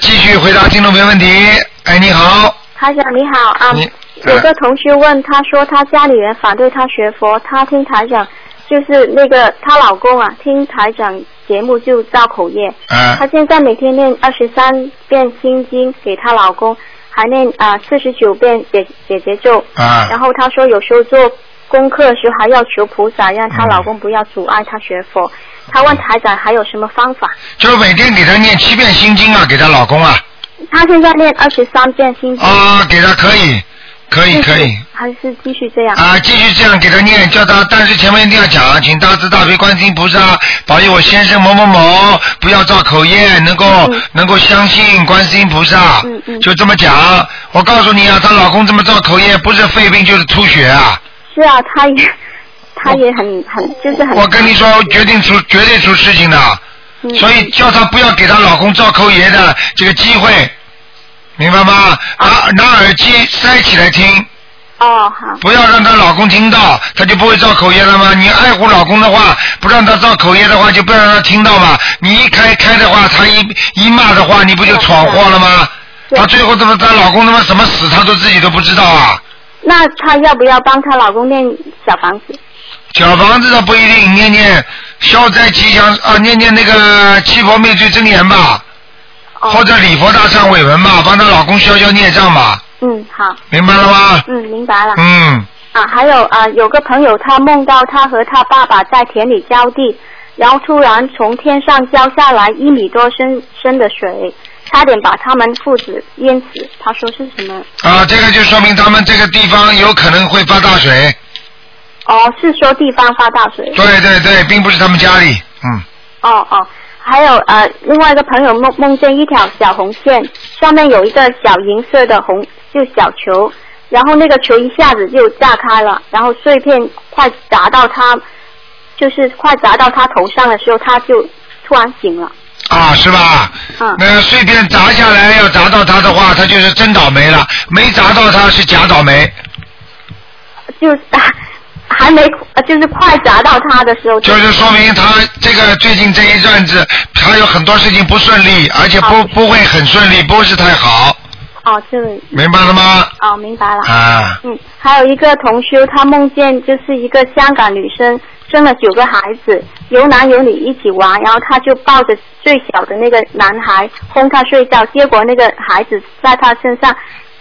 Speaker 8: 继续回答听众朋友问题。哎，你好，
Speaker 11: 台长你好啊
Speaker 8: 你，
Speaker 11: 有个同学问，他说他家里人反对他学佛，他听台长就是那个她老公啊，听台长节目就造口业。
Speaker 8: 嗯
Speaker 11: 她现在每天念二十三遍心经给她老公，还念啊四十九遍解解结咒。
Speaker 8: 啊
Speaker 11: 然后她说有时候做功课的时候还要求菩萨让
Speaker 8: 嗯
Speaker 11: 她老公不要阻碍她学佛。她问台长还有什么方法？
Speaker 8: 就是每天给她念七遍心经啊，给她老公啊，
Speaker 11: 她现在念二十三遍心经。
Speaker 8: 啊，给她可以，可以，可以。
Speaker 11: 还是继续这样。
Speaker 8: 啊，继续这样给他念，叫他，但是前面一定要讲，啊请大慈大悲观世音菩萨保佑我先生某某某，不要造口业，能够、能够相信观世音菩萨，就这么讲。我告诉你啊，她老公这么造口业，不是肺病就是吐血啊！
Speaker 11: 是啊，他也他也很很就是很。
Speaker 8: 我跟你说，决定出绝对出事情的，
Speaker 11: 嗯
Speaker 8: 所以叫她不要给她老公造口业的这个机会，明白吗？拿拿耳机塞起来听。
Speaker 11: 哦，好。
Speaker 8: 不要让她老公听到，她就不会造口业了吗？你爱护老公的话，不让他造口业的话，就不要让他听到嘛。你一开开的话，他一一骂的话，你不就闯祸了吗？她最后怎么她老公他妈怎么死，她都自己都不知道啊！
Speaker 11: 那她要不要帮她老公念小房子？
Speaker 8: 小房子倒不一定，念念消灾吉祥啊，念念那个七佛灭罪真言吧，或者礼佛大忏悔文吧，帮她老公消消孽障吧，
Speaker 11: 嗯，好。
Speaker 8: 明白了吗？
Speaker 11: 嗯，明白了。
Speaker 8: 嗯，
Speaker 11: 啊，还有啊，有个朋友他梦到他和他爸爸在田里浇地，然后突然从天上浇下来一米多深深的水，差点把他们父子淹死。他说是什么？
Speaker 8: 啊，这个就说明他们这个地方有可能会发大水，
Speaker 11: 哦，是说地方发大水。
Speaker 8: 对对对，并不是他们家里，嗯，
Speaker 11: 哦哦，还有呃，另外一个朋友梦梦见一条小红线，上面有一个小银色的红，就小球，然后那个球一下子就炸开了，然后碎片快砸到他，就是快砸到他头上的时候，他就突然醒了。
Speaker 8: 啊，是吧？
Speaker 11: 嗯。
Speaker 8: 那碎片砸下来要砸到他的话，他就是真倒霉了；没砸到他是假倒霉。
Speaker 11: 就 还没，呃就是快砸到他的时候。
Speaker 8: 就是说明他这个最近这一阵子，他有很多事情不顺利，而且不不会很顺利，不是太好，
Speaker 11: 哦，是。
Speaker 8: 明白了吗？
Speaker 11: 哦，明白了。
Speaker 8: 啊，
Speaker 11: 嗯，还有一个同修，他梦见就是一个香港女生生了九个孩子，有男有女一起玩，然后他就抱着最小的那个男孩哄他睡觉，结果那个孩子在他身上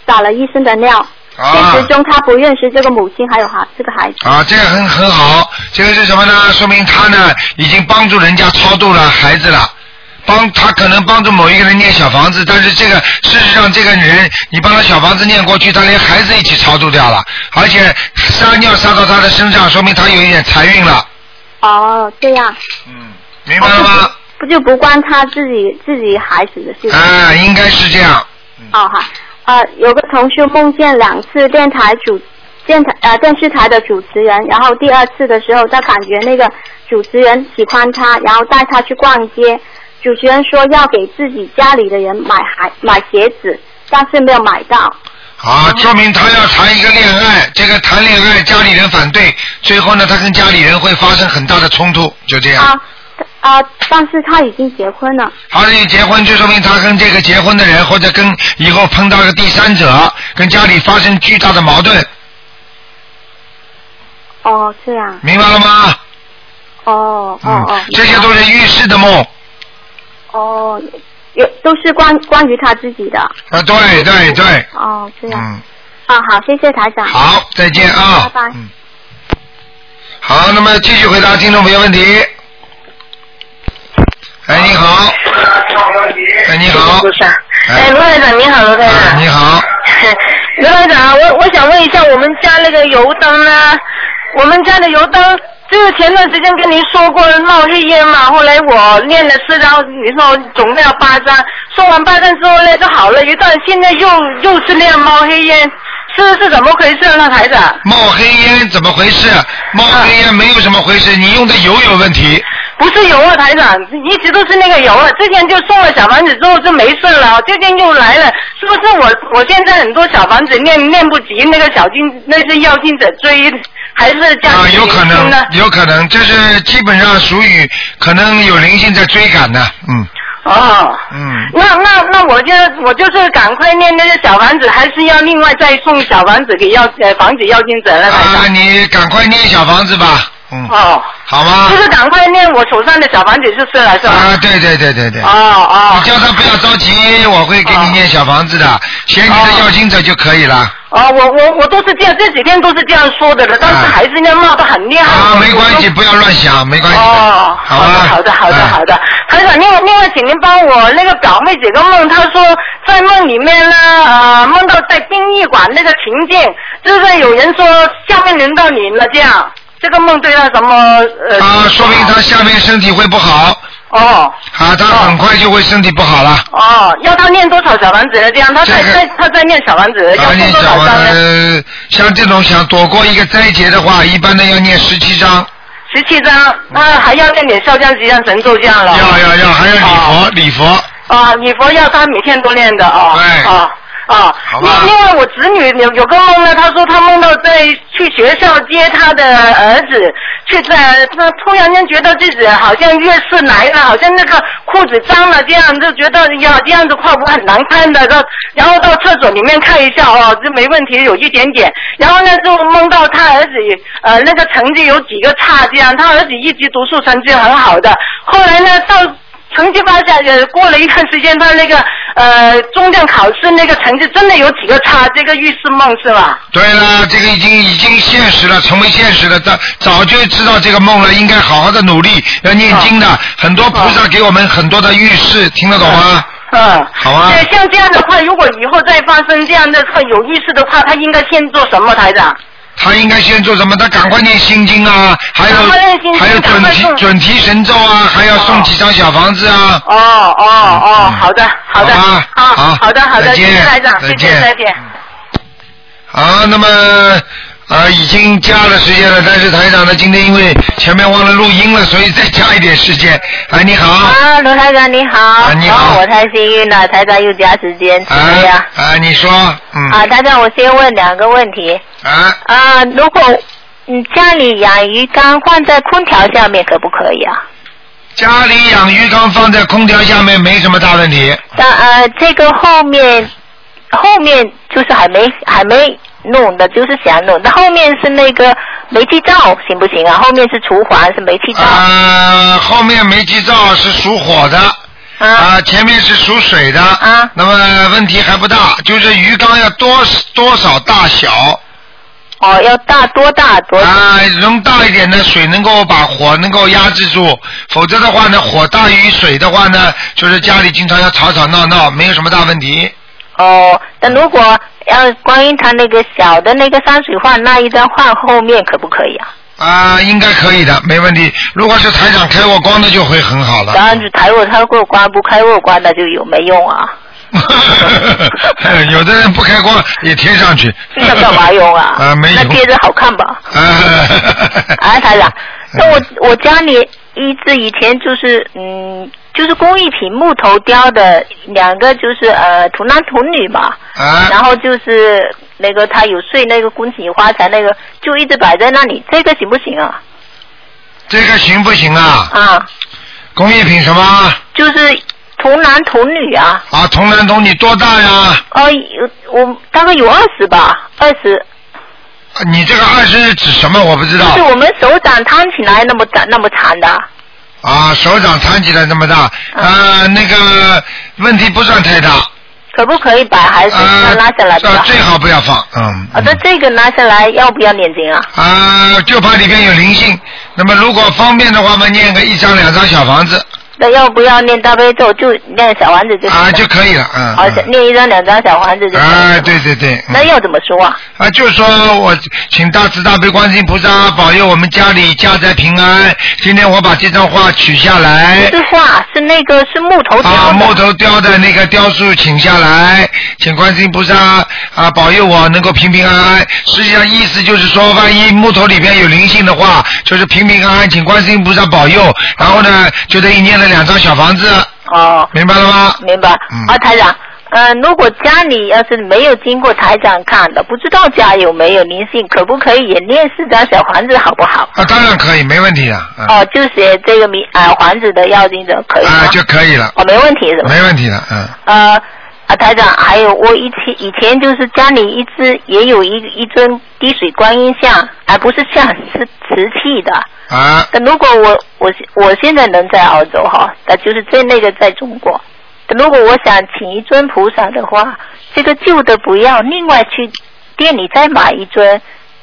Speaker 11: 撒了一身的尿。现实中他不认识这个母亲还有孩这个孩子。
Speaker 8: 啊，这个很很好，这个是什么呢？说明他呢已经帮助人家超度了孩子了，帮他可能帮助某一个人念小房子，但是这个事实上这个人你帮他小房子念过去，他连孩子一起超度掉了，而且撒尿撒到他的身上，说明他有一点财运了，
Speaker 11: 哦，这样。
Speaker 8: 嗯
Speaker 11: 哦
Speaker 8: 明白了吗？
Speaker 11: 不就不关他自己自己孩子的事情。
Speaker 8: 啊，应该是这样。嗯
Speaker 11: 哦好，呃，有个同事梦见两次电台主电台呃电视台的主持人，然后第二次的时候，他感觉那个主持人喜欢他，然后带他去逛街。主持人说要给自己家里的人买鞋买鞋子，但是没有买到。
Speaker 8: 啊，说明他要谈一个恋爱，这个谈恋爱家里人反对，最后呢，他跟家里人会发生很大的冲突，就这样。
Speaker 11: 啊啊、但是他已经结婚了。
Speaker 8: 而且结婚就说明他跟这个结婚的人，或者跟以后碰到个第三者，跟家里发生巨大的矛盾，
Speaker 11: 哦，这样。
Speaker 8: 明白了吗？嗯
Speaker 11: 哦哦哦。
Speaker 8: 这些都是预示的梦。
Speaker 11: 哦，有都是关关于他自己的。
Speaker 8: 啊，对对对，
Speaker 11: 哦，这样。
Speaker 8: 嗯。
Speaker 11: 啊，好，谢谢台长。
Speaker 8: 好，再见啊。
Speaker 11: 拜拜。
Speaker 8: 好，那么继续回答听众朋友问题。哎，你好。哎，你好。啊
Speaker 12: 哎，罗台长你好，罗台长。
Speaker 8: 你 好。
Speaker 12: 罗台长，我我想问一下，我们家那个油灯呢？我们家的油灯，就是前段时间跟您说过冒黑烟嘛，后来我念了四张以后，总共要八张，说完八张之后呢就好了一段，现在又又是那样冒黑烟，是是怎么回事呢，台长？
Speaker 8: 冒黑烟怎么回事？冒黑烟没有什么回事，你用的油有问题。
Speaker 12: 不是油啊，台长，一直都是那个油啊。之前就送了小房子之后就没事了，最近又来了，是不是我我现在很多小房子念念不及那个小金那些要金者追，还是家
Speaker 8: 啊，
Speaker 12: 里
Speaker 8: 有可
Speaker 12: 灵性呢
Speaker 8: 能，有可能，这是基本上属于可能有灵性在追赶的，嗯
Speaker 12: 哦，
Speaker 8: 嗯，
Speaker 12: 那那那我就我就是赶快念那个小房子，还是要另外再送小房子给要呃房子要金者了，台长。
Speaker 8: 啊，你赶快念小房子吧，嗯，
Speaker 12: 哦，
Speaker 8: 好吗
Speaker 12: 就？是赶快念我手上的小房子就是了，是吧？
Speaker 8: 啊，对对对对对，
Speaker 12: 哦哦
Speaker 8: 你叫他不要着急，我会给你念小房子的，写你的要经者就可以了。
Speaker 12: 哦，我我我都是这样，这几天都是这样说的了，但是
Speaker 8: 啊
Speaker 12: 还是那骂的很厉害。啊，没关
Speaker 8: 系，不要乱想，没关
Speaker 12: 系。哦，好的，好的，好的，
Speaker 8: 啊
Speaker 12: 好的。台长，另外另外，请您帮我那个表妹解个梦，她说在梦里面呢，呃，梦到在殡仪馆那个情境，就是有人说下面轮到您了，这样，这个梦对她什么呃？
Speaker 8: 啊，说明他下面身体会不好，
Speaker 12: 哦
Speaker 8: 啊，他很快就会身体不好了。
Speaker 12: 哦，要她念多少小房子呢？这样，她在在她在念小房子，要
Speaker 8: 啊，
Speaker 12: 念
Speaker 8: 你
Speaker 12: 多
Speaker 8: 想
Speaker 12: 少张呢？
Speaker 8: 呃，像这种想躲过一个灾劫的话，一般的要念十七章，
Speaker 12: 十七张，那还要念点烧香、吉祥神咒这样了。
Speaker 8: 要要要，还要礼佛礼佛。
Speaker 12: 啊，礼佛要他每天都练的啊。对。啊，
Speaker 10: 啊，另另外我侄女有有个梦呢，她说她梦到在去学校接她的儿子，去在她突然间觉得自己好像月事来了，好像那个裤子脏了这样，就觉得呀这样子胯骨很难看的，然后然后到厕所里面看一下哦，这没问题，有一点点，然后呢就梦到她儿子呃那个成绩有几个差这样，她儿子一直读书成绩很好的，后来呢到。成绩发下，呃，过了一段时间，他那个呃中间考试那个成绩真的有几个差，这个预示梦是吧？
Speaker 8: 对了，这个已经已经现实了，成为现实了。早早就知道这个梦了，应该好好的努力，要念经的。很多菩萨给我们很多的预示，听得懂吗？
Speaker 10: 嗯，
Speaker 8: 好啊。
Speaker 10: 对，像这样的话，如果以后再发生这样的话有意识的话，他应该先做什么，台长？
Speaker 8: 他应该先做什么？他赶快念心经啊，还有
Speaker 10: 赶快念心经
Speaker 8: 还有准提准提神咒啊，还要送几张小房子啊。嗯
Speaker 10: 哦哦哦，好的好的啊，好的好的，
Speaker 8: 再见
Speaker 10: 谢谢台长，
Speaker 8: 嗯再
Speaker 10: 谢
Speaker 8: 见
Speaker 10: 谢再见。
Speaker 8: 好，那么呃已经加了时间了，但是台长呢，今天因为前面忘了录音了，所以再加一点时间。哎，你好，啊
Speaker 13: 啊，卢台长你好，
Speaker 8: 你好
Speaker 13: 哦我太幸运了，台长又加时间，谢谢啊。
Speaker 8: 哎，你说，嗯，
Speaker 13: 啊，台长，我先问两个问题。
Speaker 8: 啊。
Speaker 13: 啊，如果嗯家里养鱼缸放在空调下面，可不可以啊？
Speaker 8: 家里养鱼缸放在空调下面没什么大问题。
Speaker 13: 但呃，这个后面后面就是还没还没弄的，就是想弄，那后面是那个煤气灶行不行啊？后面是厨房是煤气灶。
Speaker 8: 呃，后面煤气灶是属火的。
Speaker 13: 啊、
Speaker 8: 前面是属水的，啊，那么问题还不大，就是鱼缸要多多少大小。
Speaker 13: 哦，要大多大多
Speaker 8: 啊，能大一点的水能够把火能够压制住，否则的话呢，火大于水的话呢，就是家里经常要吵吵闹闹，没有什么大问题。
Speaker 13: 哦，那如果要关于它那个小的那个山水画那一张画后面可不可以啊？
Speaker 8: 啊，应该可以的，没问题。如果是台长开过光的，就会很好了。
Speaker 13: 当 然只抬过开过关，不开过关那就有没 用啊？
Speaker 8: 有的人不开光也贴上去。
Speaker 13: 那干嘛用啊？
Speaker 8: 啊，没
Speaker 13: 那
Speaker 8: 用。
Speaker 13: 贴着好 看吧？啊，台长，那我我家里一直以前就是嗯，就是工艺品木头雕的两个就是呃童男童女嘛，
Speaker 8: 啊
Speaker 13: 然后就是那个他有睡那个宫廷花材那个就一直摆在那里，这个行不行啊？
Speaker 8: 这个行不行啊？
Speaker 13: 啊，
Speaker 8: 工业品什么？
Speaker 13: 就是童男童女啊。
Speaker 8: 啊，童男童女多大呀？
Speaker 13: 哦，有我大概有二十吧，二十，
Speaker 8: 啊你这个二是指什么？我不知
Speaker 13: 就
Speaker 8: 道
Speaker 13: 是。我们手掌摊起来那么长那么长的。
Speaker 8: 啊，手掌摊起来这么
Speaker 13: 啊
Speaker 8: 大，呃，那个问题不算太大，
Speaker 13: 可不可以把孩子拉下来？
Speaker 8: 呃，最好不要放，嗯，
Speaker 13: 好的，啊这个拿下来要不要念经啊？
Speaker 8: 啊，就怕里边有灵性。那么如果方便的话嘛，念个一张两张小房子
Speaker 13: 那要不要念大悲咒？就念小丸子就行
Speaker 8: 啊
Speaker 13: 了。
Speaker 8: 就可以了，嗯，
Speaker 13: 好，念一张两张小丸子就行了。
Speaker 8: 哎，对对对，嗯
Speaker 13: 那要怎么说啊？
Speaker 8: 啊，就说我请大慈大悲观世音菩萨保佑我们家里家宅平安。今天我把这张画取下来
Speaker 13: 不，是画，是那个是木头雕的。
Speaker 8: 啊，木头雕的那个雕塑请下来，请观世音菩萨啊保佑我能够平平安安。实际上意思就是说，万一木头里边有灵性的话，就是平平安安，请观世音菩萨保佑。然后呢，就等于念了两张小房子。
Speaker 13: 哦，
Speaker 8: 明白了吗？嗯
Speaker 13: 明白。啊，台长，呃，如果家里要是没有经过台长看的，不知道家有没有灵性，可不可以也念四张小房子，好不好？
Speaker 8: 啊，当然可以，没问题的，啊，
Speaker 13: 哦，就写这个名啊，房子的要经者可以吗？
Speaker 8: 就可以了，
Speaker 13: 哦，没问题是吧？
Speaker 8: 没问题的，嗯。
Speaker 13: 呃，啊，台长，还有我以前以前就是家里一直也有一一尊滴水观音像，而不是像是瓷器的。
Speaker 8: 啊。
Speaker 13: 那如果我我我现在能在澳洲哈，那就是在那个在中国。如果我想请一尊菩萨的话，这个旧的不要，另外去店里再买一尊，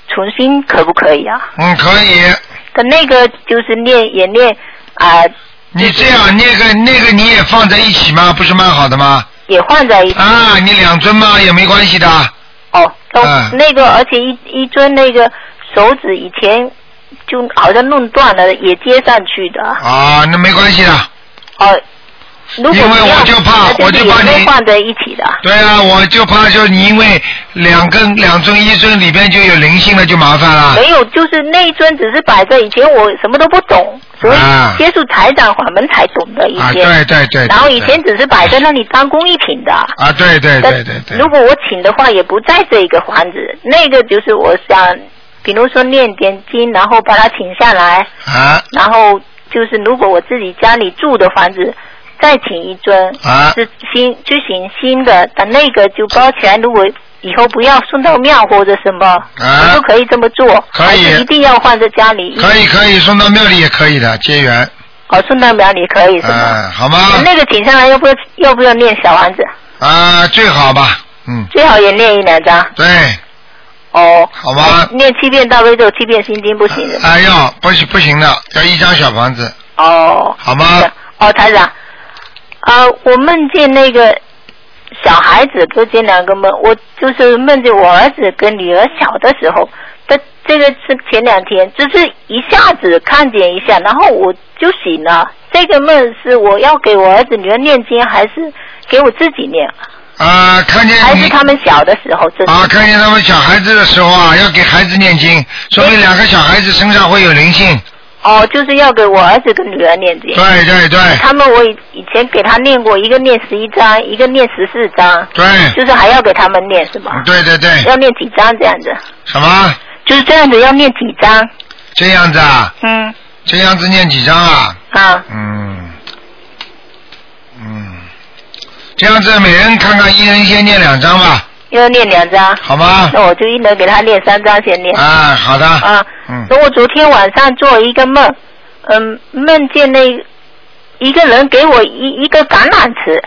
Speaker 13: 重新可不可以啊？
Speaker 8: 嗯，可以。
Speaker 13: 的那个就是念也念啊、
Speaker 8: 你这样，那个那个你也放在一起吗？不是蛮好的吗？
Speaker 13: 也放在一起。
Speaker 8: 啊，你两尊嘛也没关系的。
Speaker 13: 哦，那、
Speaker 8: 嗯
Speaker 13: 那个，而且一一尊那个手指以前就好像弄断了，也接上去的。
Speaker 8: 啊，那没关系的。
Speaker 13: 哦，如果
Speaker 8: 因为
Speaker 13: 不要
Speaker 8: 我就怕
Speaker 13: 那
Speaker 8: 我就是怕
Speaker 13: 也会
Speaker 8: 你
Speaker 13: 放在一起的。
Speaker 8: 对啊，我就怕就是你因为两根两尊一尊里边就有灵性了，就麻烦了。
Speaker 13: 没有，就是那一尊只是摆在以前我什么都不懂，所以
Speaker 8: 啊
Speaker 13: 接触财长法门才懂得一
Speaker 8: 啊，
Speaker 13: 些。
Speaker 8: 对对对对。
Speaker 13: 然后以
Speaker 8: 对
Speaker 13: 前只是摆在那里当工艺品的。
Speaker 8: 啊，对对对对对。
Speaker 13: 如果我请的话，也不在这一个房子，那个就是我想，比如说念点经，然后把它请下来，
Speaker 8: 啊
Speaker 13: 然后就是如果我自己家里住的房子，再请一尊，
Speaker 8: 啊
Speaker 13: 是新就请新的，但那个就包起来，如果以后不要送到庙或者什么，
Speaker 8: 啊
Speaker 13: 我不可以这么做，
Speaker 8: 可以
Speaker 13: 还是一定要放在家里，
Speaker 8: 可以可以送到庙里也可以的，结缘。
Speaker 13: 哦，送到庙里可以是吗？
Speaker 8: 嗯，好吗？
Speaker 13: 那个请上来要不要要不要念小王子？
Speaker 8: 啊，最好吧，嗯，
Speaker 13: 最好也念一两张。
Speaker 8: 对。
Speaker 13: 哦。
Speaker 8: 好啊吧。
Speaker 13: 念七遍大悲咒，七遍心经不行的。
Speaker 8: 哎要不行不行的，要一张小房子，
Speaker 13: 哦。
Speaker 8: 好吗？
Speaker 13: 哦，台长，啊、我梦见那个小孩子，不是这两个梦，我就是梦见我儿子跟女儿小的时候，这这个是前两天，只是一下子看见一下，然后我就醒了。这个梦是我要给我儿子女儿念经，还是给我自己念？
Speaker 8: 啊，看见
Speaker 13: 还是他们小的时候，这
Speaker 8: 啊，看见他们小孩子的时候啊，要给孩子念经，说明两个小孩子身上会有灵性。
Speaker 13: 哦，就是要给我儿子跟女儿念经。
Speaker 8: 对对对
Speaker 13: 他们我以以前给他念过，一个念十一章，一个念十四章。
Speaker 8: 对
Speaker 13: 就是还要给他们念是吗？
Speaker 8: 对对对，
Speaker 13: 要念几章这样子？
Speaker 8: 什么？
Speaker 13: 就是这样子，要念几章？
Speaker 8: 这样子啊？
Speaker 13: 嗯。
Speaker 8: 这样子念几张啊？
Speaker 13: 啊，
Speaker 8: 嗯，嗯，这样子每人看看，一人先念两张吧。
Speaker 13: 要念两章。
Speaker 8: 好吗
Speaker 13: 那我就一人给他念三章，先念。
Speaker 8: 啊，好的。
Speaker 13: 啊，
Speaker 8: 嗯
Speaker 13: 那我昨天晚上做一个梦，嗯，梦见那一个人给我一一个橄榄枝，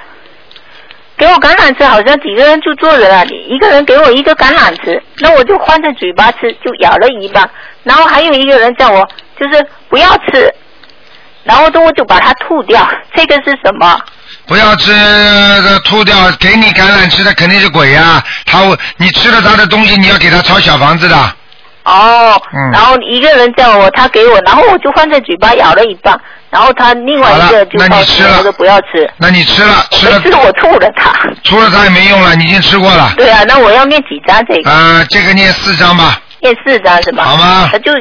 Speaker 13: 给我橄榄枝，好像几个人就坐着那里，一个人给我一个橄榄枝，那我就换着嘴巴吃，就咬了一半，然后还有一个人叫我就是不要吃，然后我就把它吐掉，这个是什么？
Speaker 8: 不要吃的吐掉，给你橄榄吃的肯定是鬼呀、啊他会你吃了他的东西，你要给他抄小房子的。
Speaker 13: 哦，
Speaker 8: 嗯
Speaker 13: 然后一个人叫我，他给我，然后我就换在嘴巴咬了一半，然后他另外一个就
Speaker 8: 那
Speaker 13: 告
Speaker 8: 你吃
Speaker 13: 诉我
Speaker 8: 了
Speaker 13: 说不要吃，
Speaker 8: 那你吃了吃
Speaker 13: 没
Speaker 8: 了
Speaker 13: 吃我吐了他。
Speaker 8: 除了它也没用了，你已经吃过了。
Speaker 13: 对啊，那我要念几张这个？
Speaker 8: 啊、这个念四张吧。
Speaker 13: 念四张是吧？
Speaker 8: 好吗
Speaker 13: 他就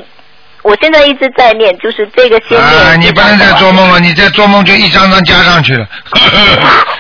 Speaker 13: 我现在一直在念，就是这个先
Speaker 8: 啊、
Speaker 13: 念。
Speaker 8: 你不能再做梦了，你再做梦就一张张加上去了。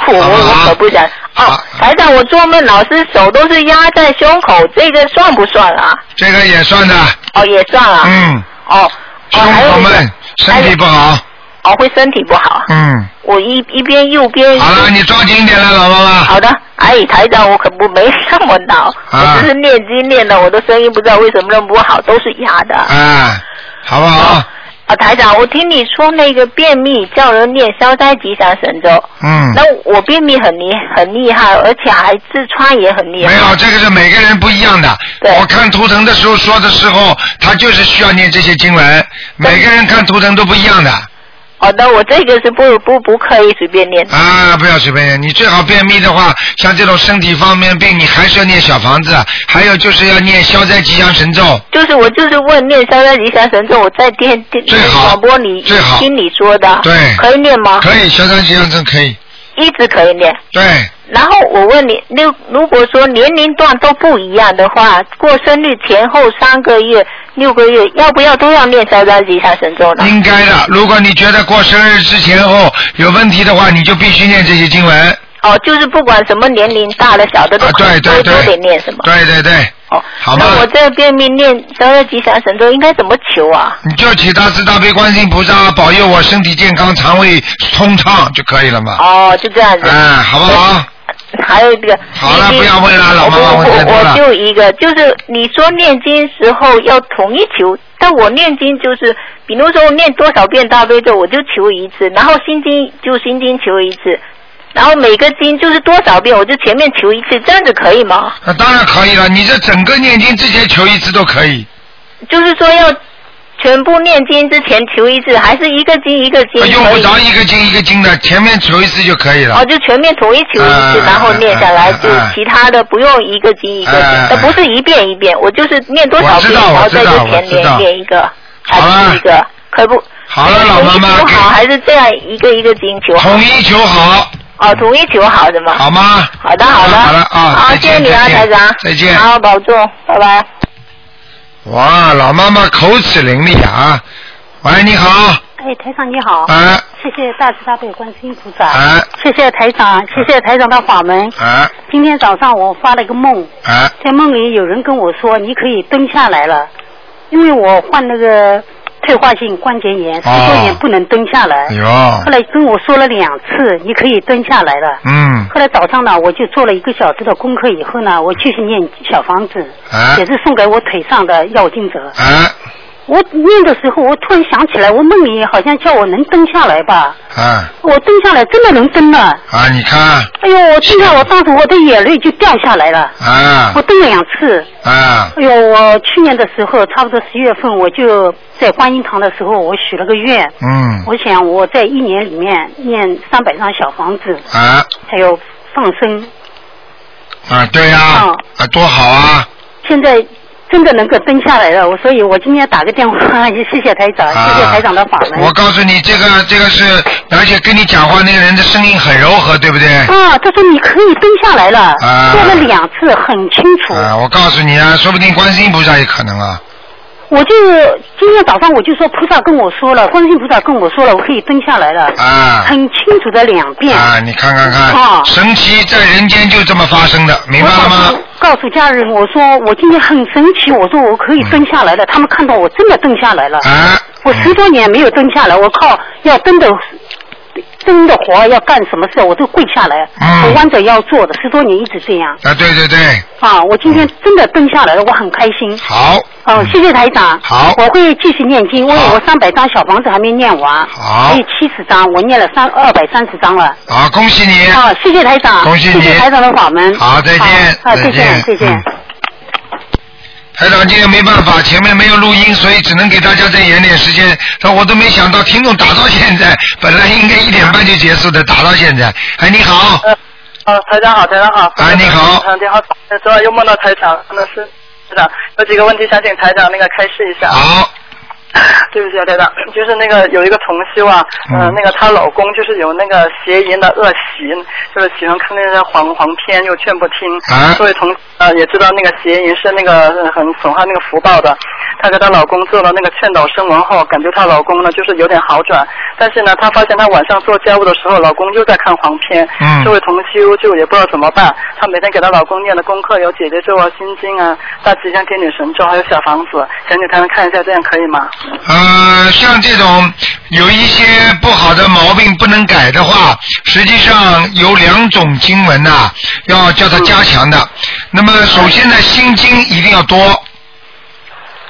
Speaker 13: 我我可不想。哦，台长，我做梦老是手都是压在胸口，这个算不算啊？
Speaker 8: 这个也算的，
Speaker 13: 哦，也算啊。
Speaker 8: 嗯，
Speaker 13: 哦，哦，还有
Speaker 8: 我
Speaker 13: 一个
Speaker 8: 们身体不好，
Speaker 13: 哦，会身体不好。
Speaker 8: 嗯，
Speaker 13: 我一一边右边。
Speaker 8: 好了，你抓紧一点了，老妈妈。
Speaker 13: 好的，哎，台长，我可不没那么恼，
Speaker 8: 啊
Speaker 13: 我只是念经念的，我的声音不知道为什么那么不好，都是哑的。
Speaker 8: 啊，好不好？
Speaker 13: 啊，台长，我听你说那个便秘叫人念消灾吉祥神咒，
Speaker 8: 嗯
Speaker 13: 那我便秘很厉很厉害，而且还痔疮也很厉害。
Speaker 8: 没有，这个是每个人不一样的。我看图腾的时候说的时候，他就是需要念这些经文，每个人看图腾都不一样的。
Speaker 13: 好的，哦我这个是不不不可以随便念的。
Speaker 8: 啊，不要随便念。你最好便秘的话，像这种身体方面病，你还是要念小房子，还有就是要念消灾吉祥神咒。
Speaker 13: 就是我就是问念消灾吉祥神咒，我在电电广播里听你说的，
Speaker 8: 对
Speaker 13: 可以念吗？
Speaker 8: 可以，消灾吉祥神可以。
Speaker 13: 一直可以念。
Speaker 8: 对，
Speaker 13: 然后我问你，那如果说年龄段都不一样的话，过生日前后三个月、六个月，要不要都要念消灾吉祥神咒呢？
Speaker 8: 应该的。如果你觉得过生日之前后有问题的话，你就必须念这些经文。
Speaker 13: 哦，就是不管什么年龄，大的小的都、可以
Speaker 8: 啊对对
Speaker 13: 都都得念什么。
Speaker 8: 对对对。
Speaker 13: 哦，
Speaker 8: 好吗？
Speaker 13: 那我这便秘念消灾吉祥神咒应该怎么求啊？
Speaker 8: 你就请大慈大悲观世音菩萨保佑我身体健康、肠胃通畅就可以了嘛。
Speaker 13: 哦，就这样子。
Speaker 8: 哎，好不好？
Speaker 13: 还有一个，
Speaker 8: 好了
Speaker 13: 你
Speaker 8: 不要问了老妈妈
Speaker 13: 我
Speaker 8: 问太多了
Speaker 13: 我我就一个，就是你说念经时候要统一求，但我念经就是，比如说我念多少遍大悲咒，我就求一次，然后心经就心经求一次，然后每个经就是多少遍，我就前面求一次，这样子可以吗？
Speaker 8: 那当然可以了，你这整个念经之前求一次都可以，
Speaker 13: 就是说要全部念经之前求一次，还是一个经一个经？
Speaker 8: 用
Speaker 13: 可
Speaker 8: 不
Speaker 13: 以
Speaker 8: 着一个经一个经的，前面求一次就可以了
Speaker 13: 哦，。就全面统一求一次，
Speaker 8: 嗯
Speaker 13: 然后念下来，
Speaker 8: 嗯
Speaker 13: 就
Speaker 8: 嗯
Speaker 13: 其他的不用一个经一个经，
Speaker 8: 嗯
Speaker 13: 呃，不是一遍一遍，我就是念多少
Speaker 8: 我
Speaker 13: 遍，
Speaker 8: 知道
Speaker 13: 然后
Speaker 8: 我知
Speaker 13: 在
Speaker 8: 道
Speaker 13: 这前
Speaker 8: 我知道
Speaker 13: 面念一个，还是一个，可不？
Speaker 8: 好了，老妈妈
Speaker 13: 求
Speaker 8: 给
Speaker 13: 好还是这样一个一个经求好？
Speaker 8: 统一求好。
Speaker 13: 哦，统一求好的嘛。
Speaker 8: 好吗？
Speaker 13: 好的，好的。
Speaker 8: 好了啊
Speaker 13: 好，
Speaker 8: 再
Speaker 13: 谢谢
Speaker 8: 见
Speaker 13: 你
Speaker 8: 再
Speaker 13: 啊，
Speaker 8: 见
Speaker 13: 台长。
Speaker 8: 再见
Speaker 13: 好，保重，拜拜。
Speaker 8: 哇，老妈妈口齿伶俐啊！喂，你好，
Speaker 14: 哎，台长你好。
Speaker 8: 哎。
Speaker 14: 谢谢大慈大悲观世音菩萨。
Speaker 8: 哎。
Speaker 14: 谢谢台长，谢谢台长的法门。
Speaker 8: 哎
Speaker 14: 今天早上我发了一个梦，
Speaker 8: 哎
Speaker 14: 在梦里有人跟我说你可以蹲下来了，因为我患那个退化性关节炎，十多年不能蹲下来。
Speaker 8: 哦哎呦
Speaker 14: 后来跟我说了两次，你可以蹲下来了。
Speaker 8: 嗯，
Speaker 14: 后来早上呢，我就做了一个小时的功课，以后呢，我继续念小房子，
Speaker 8: 哎
Speaker 14: 也是送给我腿上的药精者。
Speaker 8: 哎
Speaker 14: 我念的时候，我突然想起来，我梦里好像叫我能蹲下来吧，
Speaker 8: 啊
Speaker 14: 我蹲下来真的能蹲了。
Speaker 8: 啊，你看
Speaker 14: 哎呦，我蹲下，我当时我的眼泪就掉下来了。
Speaker 8: 啊
Speaker 14: 我蹲了两次。
Speaker 8: 啊
Speaker 14: 哎呦，我去年的时候，差不多十月份，我就在观音堂的时候，我许了个愿，
Speaker 8: 嗯
Speaker 14: 我想我在一年里面念三百张小房子，
Speaker 8: 啊
Speaker 14: 还有放生。
Speaker 8: 啊，对呀
Speaker 15: 嗯
Speaker 8: 啊多好啊
Speaker 14: 现在真的能够蹲下来了，我所以我今天打个电话， 也谢谢台长，谢谢台长的法门。
Speaker 8: 啊我告诉你，这个这个是，而且跟你讲话那个人的声音很柔和，对不对？
Speaker 14: 啊，他说你可以蹲下来了，
Speaker 8: 啊
Speaker 14: 做了两次，很清楚。
Speaker 8: 啊，我告诉你啊，说不定观世音菩萨也可能啊。
Speaker 14: 我就今天早上我就说菩萨跟我说了，观世音菩萨跟我说了，我可以蹲下来了，
Speaker 8: 啊
Speaker 14: 很清楚的两遍。
Speaker 8: 啊，你看看看，
Speaker 14: 啊
Speaker 8: 神奇在人间就这么发生的，明白了吗？
Speaker 14: 告诉家人，我说我今天很神奇，我说我可以蹲下来了，他们看到我真的蹲下来了。
Speaker 8: 啊，
Speaker 14: 我十多年没有蹲下来，我靠，要蹲的蹲的活，要干什么事我都跪下来，
Speaker 8: 嗯
Speaker 14: 我弯着腰做的，十多年一直这样。
Speaker 8: 啊，对对对，
Speaker 14: 啊，我今天真的蹲下来了，我很开心。
Speaker 8: 好。
Speaker 14: 哦，谢谢台长。
Speaker 8: 嗯好
Speaker 14: 我会继续念经，因为我三百张小房子还没念完。
Speaker 8: 好
Speaker 14: 还有七十张，我念了三二百三十张了。
Speaker 8: 好，啊恭喜你。
Speaker 14: 好，谢谢台长。
Speaker 8: 恭喜你
Speaker 14: 谢谢台长的法门。
Speaker 8: 好，再见，
Speaker 14: 好啊，
Speaker 8: 再
Speaker 14: 再见，再见。
Speaker 8: 嗯台长今天没办法，前面没有录音，所以只能给大家再延点时间。那我都没想到听众打到现在，本来应该一点半就结束的，打到现在。哎，你好，
Speaker 16: 哦，台长好，台长好。
Speaker 8: 哎你好
Speaker 16: 嗯，你好，昨晚又梦到台长，那是台长有几个问题想请台长那个开示一下。
Speaker 8: 好。
Speaker 16: 对不起啊，台长，就是那个有一个同修啊，呃，
Speaker 8: 嗯
Speaker 16: 那个她老公就是有那个邪淫的恶习，就是喜欢看那些黄黄片，又劝不听。
Speaker 8: 啊
Speaker 16: 作为同呃也知道那个邪淫是那个呃很损害那个福报的，她给她老公做了那个劝导声闻后，感觉她老公呢就是有点好转，但是呢，她发现她晚上做家务的时候，老公又在看黄片。
Speaker 15: 嗯
Speaker 16: 这位同修就也不知道怎么办，她每天给她老公念的功课有姐姐咒啊、心经啊、大吉祥天女神咒，还有小房子，想请台上看一下，这样可以吗？
Speaker 8: 呃，像这种有一些不好的毛病不能改的话，实际上有两种经文呐、要叫它加强的。那么首先呢，心经一定要多。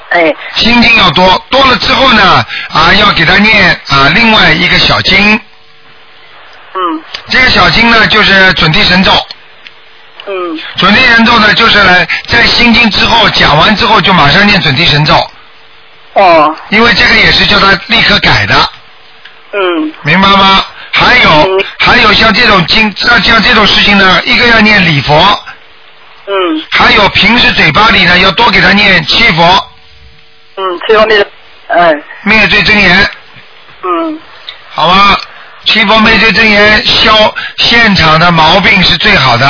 Speaker 16: 哎，
Speaker 8: 心经要多，多了之后呢，啊，要给他念啊，另外一个小经。
Speaker 16: 嗯。
Speaker 8: 这个小经呢，就是准提神咒。
Speaker 16: 嗯。
Speaker 8: 准提神咒呢，就是来在心经之后讲完之后，就马上念准提神咒。
Speaker 16: 哦。
Speaker 8: 因为这个也是叫他立刻改的。
Speaker 16: 嗯。
Speaker 8: 明白吗？还有还有像这种经，像像这种事情呢，一个要念礼佛。
Speaker 16: 嗯。
Speaker 8: 还有平时嘴巴里呢，要多给他念七佛
Speaker 16: 嗯，这方面，哎，
Speaker 8: 灭罪真言。
Speaker 16: 嗯，
Speaker 8: 好吧，七佛灭罪真言消现场的毛病是最好的。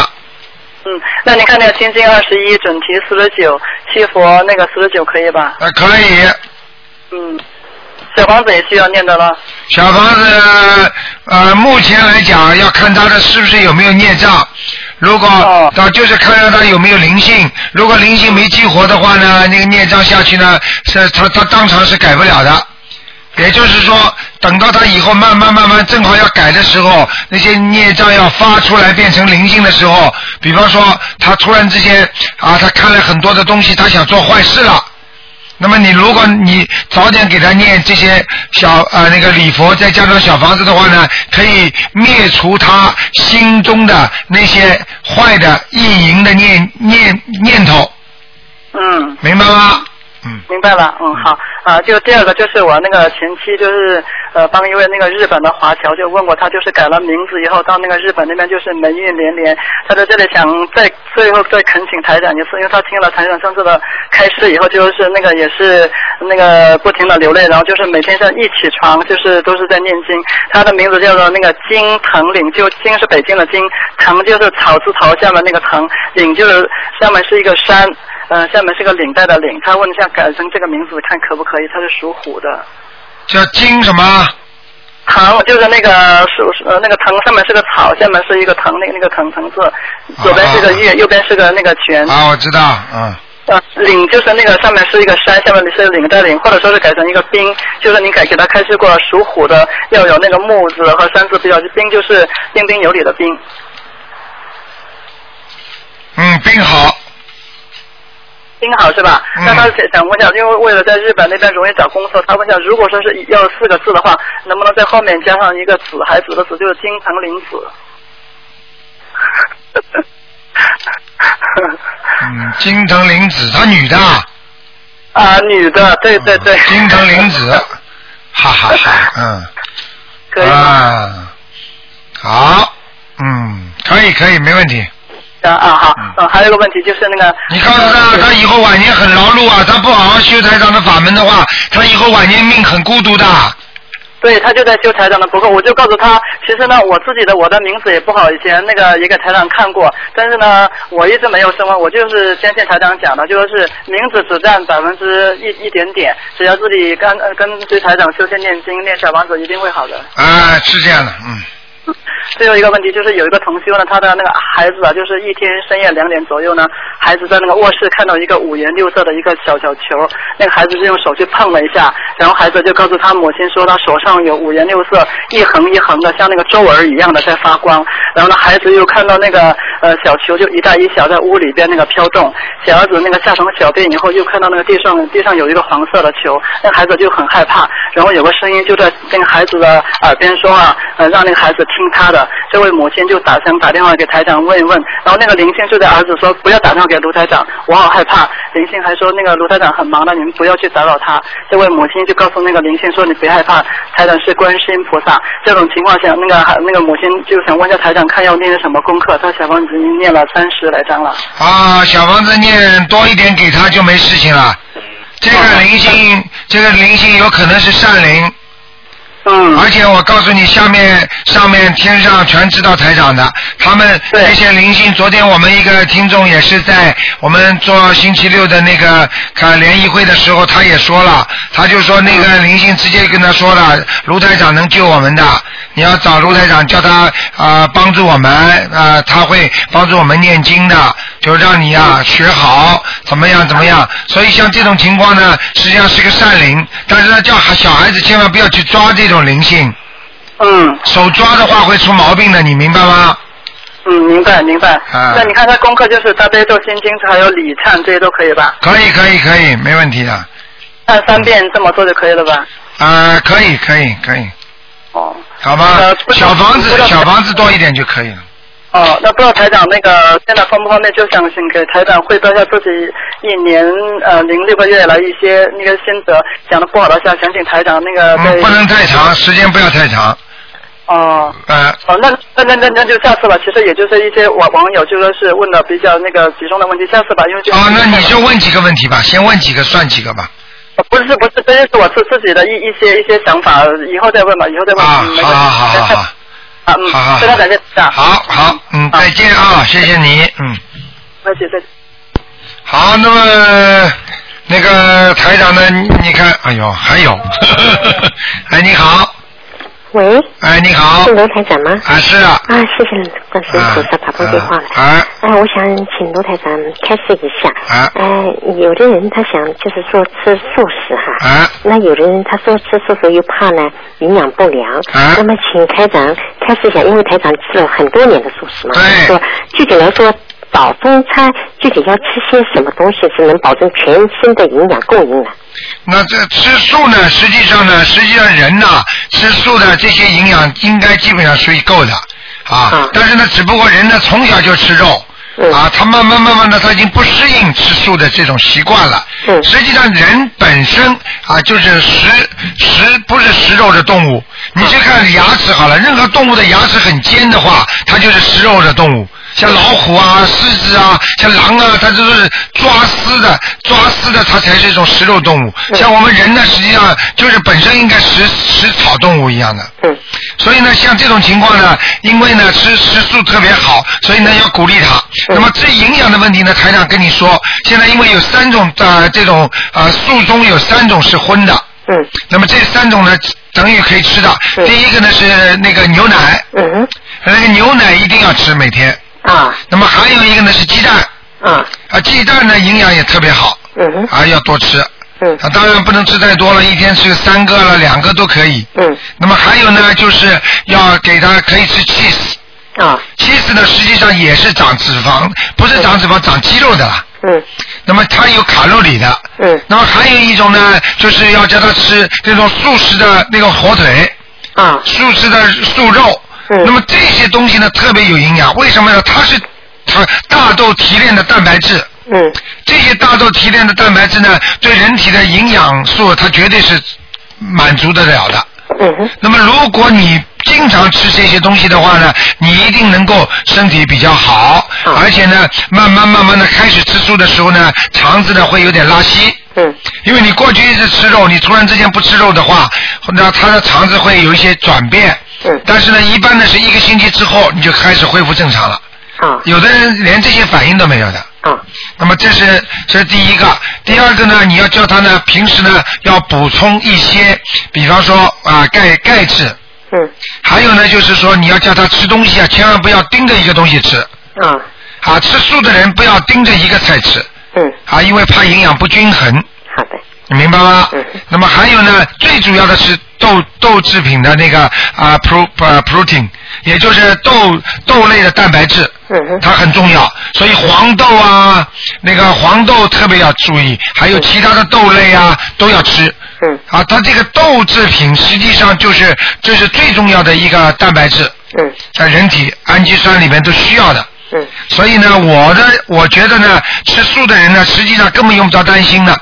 Speaker 16: 嗯，那你看那个心经二十一，准提四十九，七佛那个四十九可以吧？
Speaker 8: 啊，可以。
Speaker 16: 嗯，小房子也需要念的了。
Speaker 8: 小房子，呃，目前来讲要看他的是不是有没有孽障，如果
Speaker 16: 哦
Speaker 8: 到、就是看看他有没有灵性，如果灵性没激活的话呢，那个孽障下去呢，是他他当场是改不了的。也就是说，等到他以后慢慢慢慢正好要改的时候，那些孽障要发出来变成灵性的时候，比方说他突然之间啊，他看了很多的东西，他想做坏事了。那么你如果你早点给他念这些小呃那个礼佛，再加上小房子的话呢，可以灭除他心中的那些坏的意淫的念念念头，
Speaker 16: 嗯，
Speaker 8: 明白吗？嗯，
Speaker 16: 明白了，嗯，好，啊，就第二个就是我那个前妻，就是呃帮一位那个日本的华侨就问过他，就是改了名字以后到那个日本那边就是霉运连连，他在这里想再最后再恳请台长一次，因为他听了台长上次的开示以后，就是呃那个也是那个不停的流泪，然后就是每天像一起床就是都是在念经，他的名字叫做那个金藤岭，就金是北京的金，藤就是草字头下面那个藤，岭就是上面是一个山。嗯，下面是个领带的领，他问一下改成这个名字看可不可以？他是属虎的。
Speaker 8: 叫金什么？
Speaker 16: 藤就是那个属呃那个藤上面是个草，下面是一个藤那个那个藤藤字，左边是个月，右边是个那个泉。
Speaker 8: 啊，我知道，嗯，
Speaker 16: 呃，领就是那个上面是一个山，下面是领带领，或者说是改成一个冰，就是你改给他开示过属虎的要有那个木字和山字比较，冰就是彬彬有礼的彬。
Speaker 8: 嗯，病好，
Speaker 16: 挺好是吧？那他想问一下，因为为了在日本那边容易找工作，他问一下，如果说是要四个字的话，能不能在后面加上一个子孩子的子，就是金藤林子？
Speaker 8: 嗯，金藤玲子，她女的啊，
Speaker 16: 啊，女的，对对对。
Speaker 8: 金藤玲子，哈哈哈，嗯，
Speaker 16: 可以
Speaker 8: 啊，好，嗯，可以可以，没问题。
Speaker 16: 啊啊好，嗯，还有一个问题就是那个，
Speaker 8: 你告诉他，他以后晚年很劳碌啊，他不好好修台长的法门的话，他以后晚年命很孤独的。
Speaker 16: 对他就在修台长的博客，我就告诉他，其实呢，我自己的我的名字也不好，以前那个也给台长看过，但是呢，我一直没有升温，我就是坚信台长讲的，就是名字只占百分之一一点点，只要自己跟呃跟随台长修仙念经念小王子，一定会好的。
Speaker 8: 啊，是这样的，嗯。
Speaker 16: 最后一个问题就是有一个同修呢，他的那个孩子啊，就是一天深夜两点左右呢，孩子在那个卧室看到一个五颜六色的一个小小球，那个孩子就用手去碰了一下，然后孩子就告诉他母亲说他手上有五颜六色一横一横的像那个周儿一样的在发光，然后呢孩子又看到那个呃小球就一大一小在屋里边那个飘动，小儿子那个吓成了小便以后又看到那个地上地上有一个黄色的球，那个孩子就很害怕，然后有个声音就在跟孩子的耳边说啊，呃让那个孩子听他的，这位母亲就打想打电话给台长问一问，然后那个林星就对儿子说不要打电话给卢台长，我好害怕。林星还说那个卢台长很忙的，你们不要去打扰他。这位母亲就告诉那个林星说你别害怕，台长是观世音菩萨。这种情况下，那个那个母亲就想问一下台长看要念什么功课，他小房子已经念了三十来章了。
Speaker 8: 啊，小房子念多一点给他就没事情了。这个灵性，这个灵性有可能是善灵。
Speaker 16: 嗯。
Speaker 8: 而且我告诉你，下面上面天上全知道台长的，他们那些灵性，昨天我们一个听众也是在我们做星期六的那个看联谊会的时候，他也说了，他就说那个灵性直接跟他说了，卢台长能救我们的，你要找卢台长叫他啊、呃帮助我们啊、呃他会帮助我们念经的，就让你啊学好怎么样怎么样。所以像这种情况呢，实际上是个善灵，但是呢叫小孩子千万不要去抓这种灵性。
Speaker 16: 嗯。
Speaker 8: 手抓的话会出毛病的，你明白吗？
Speaker 16: 嗯，明白明白。
Speaker 8: 啊
Speaker 16: 那你看他功课就是大悲咒、心经还有礼忏这些都可以吧？
Speaker 8: 可以可以可以，没问题的。
Speaker 16: 按三遍这么做就可以了吧？
Speaker 8: 啊，可以可以可以。
Speaker 16: 哦。
Speaker 8: 好吧
Speaker 16: 呃不，知道
Speaker 8: 小房
Speaker 16: 不
Speaker 8: 子
Speaker 16: 知道
Speaker 8: 小房子多一点就可以了。
Speaker 16: 哦，那不知道台长那个现在方不方便，就想请给台长汇报一下自己一年呃零六个月来一些那个心得，讲的不好的话，想请台长那个在、
Speaker 8: 嗯，不能太长，时间不要太长。
Speaker 16: 哦。
Speaker 8: 呃，
Speaker 16: 哦，那那那那那就下次吧。其实也就是一些网网友就说是问的比较那个集中的问题，下次吧，因为就
Speaker 8: 哦，那你就问几个问题吧，先问几个算几个吧。
Speaker 16: 不是不是，这就是我自自己的一一些一些想法，以后再问吧，以后再问。啊，
Speaker 8: 好好好好好，
Speaker 16: 啊嗯，
Speaker 8: 好好
Speaker 16: 非常感谢台长。
Speaker 8: 好好，嗯，再见啊，谢谢你，嗯。
Speaker 16: 而且再见。
Speaker 8: 好，那么那个台长呢？你你看， 哎呦，还有，哎，你好，
Speaker 15: 喂。
Speaker 8: 哎，你好。
Speaker 15: 是卢台长吗？
Speaker 8: 啊，是啊。
Speaker 15: 啊，谢谢观世音菩萨打通电话了。
Speaker 8: 啊。
Speaker 15: 哎，我想请卢台长开示一下。
Speaker 8: 啊。
Speaker 15: 哎，有的人他想就是说吃素食哈。
Speaker 8: 啊。
Speaker 15: 那有的人他说吃素食又怕呢营养不良。
Speaker 8: 啊。
Speaker 15: 那么请台长开示一下，因为台长吃了很多年的素食嘛。对。说具体来说。早中餐具体要吃些什么东西是能保证全身的营养供应的？
Speaker 8: 那这吃素呢？实际上呢，实际上人呐、吃素的这些营养应该基本上属于够的啊。但是呢，只不过人呢从小就吃肉，啊，他慢慢慢慢的，他已经不适应吃素的这种习惯了。实际上人本身啊，就是食食不是食肉的动物。你去看牙齿好了，任何动物的牙齿很尖的话，它就是食肉的动物。像老虎啊、狮子啊、像狼啊，它都是抓丝的，抓丝的它才是一种食肉动物。像我们人呢，实际上就是本身应该食食草动物一样的。嗯。所以呢，像这种情况呢，因为呢吃吃素特别好，所以呢要鼓励他。那么至于营养的问题呢，台长跟你说，现在因为有三种呃这种呃素中有三种是荤的。嗯。那么这三种呢，等于可以吃的。第一个呢是那个牛奶。嗯。那个牛奶一定要吃每天。啊。那么还有一个呢是鸡蛋。啊。啊，鸡蛋呢营养也特别好。嗯啊，要多吃。嗯。啊，当然不能吃太多了，一天吃三个了，两个都可以。嗯。那么还有呢，就是要给他可以吃 cheese。啊。cheese 呢，实际上也是长脂肪，不是长脂肪，长肌肉的啦。嗯。那么它有卡路里的。嗯。那么还有一种呢，就是要叫他吃那种素食的那种火腿。啊。嗯素食的素肉。那么这些东西呢，特别有营养。为什么呢？它是它大豆提炼的蛋白质。嗯。这些大豆提炼的蛋白质呢，对人体的营养素，它绝对是满足得了的。嗯。那么，如果你经常吃这些东西的话呢，你一定能够身体比较好，而且呢，慢慢慢慢的开始吃素的时候呢，肠子呢会有点拉稀。嗯，因为你过去一直吃肉，你突然之间不吃肉的话，那它的肠子会有一些转变。嗯，但是呢，一般呢是一个星期之后你就开始恢复正常了。啊，有的人连这些反应都没有的。啊，那么这是这是第一个，第二个呢，你要叫他呢平时呢要补充一些，比方说啊钙钙质。嗯。还有呢，就是说你要叫他吃东西啊，千万不要盯着一个东西吃。啊。啊，吃素的人不要盯着一个菜吃。嗯。啊，因为怕营养不均衡。好的。你明白吗？嗯。那么还有呢，最主要的是豆豆制品的那个啊 pro 呃 protein，也就是豆豆类的蛋白质。嗯。它很重要，所以黄豆啊，那个黄豆特别要注意，还有其他的豆类啊都要吃。嗯。啊，它这个豆制品实际上就是这是最重要的一个蛋白质。嗯。在人体氨基酸里面都需要的。所以呢，我的我觉得呢，吃素的人呢，实际上根本用不着担心的。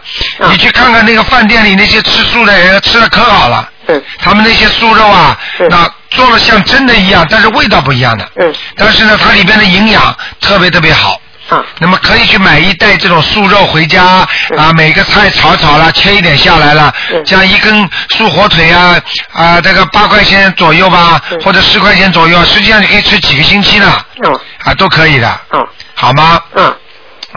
Speaker 8: 你去看看那个饭店里那些吃素的人，吃的可好了。他们那些素肉啊，那做了像真的一样，但是味道不一样的。但是呢，它里边的营养特别特别好。那么可以去买一袋这种素肉回家啊，每个菜炒炒了，切一点下来了，像一根素火腿啊啊，这个八块钱左右吧，或者十块钱左右，实际上你可以吃几个星期呢，啊，都可以的，好吗？
Speaker 15: 啊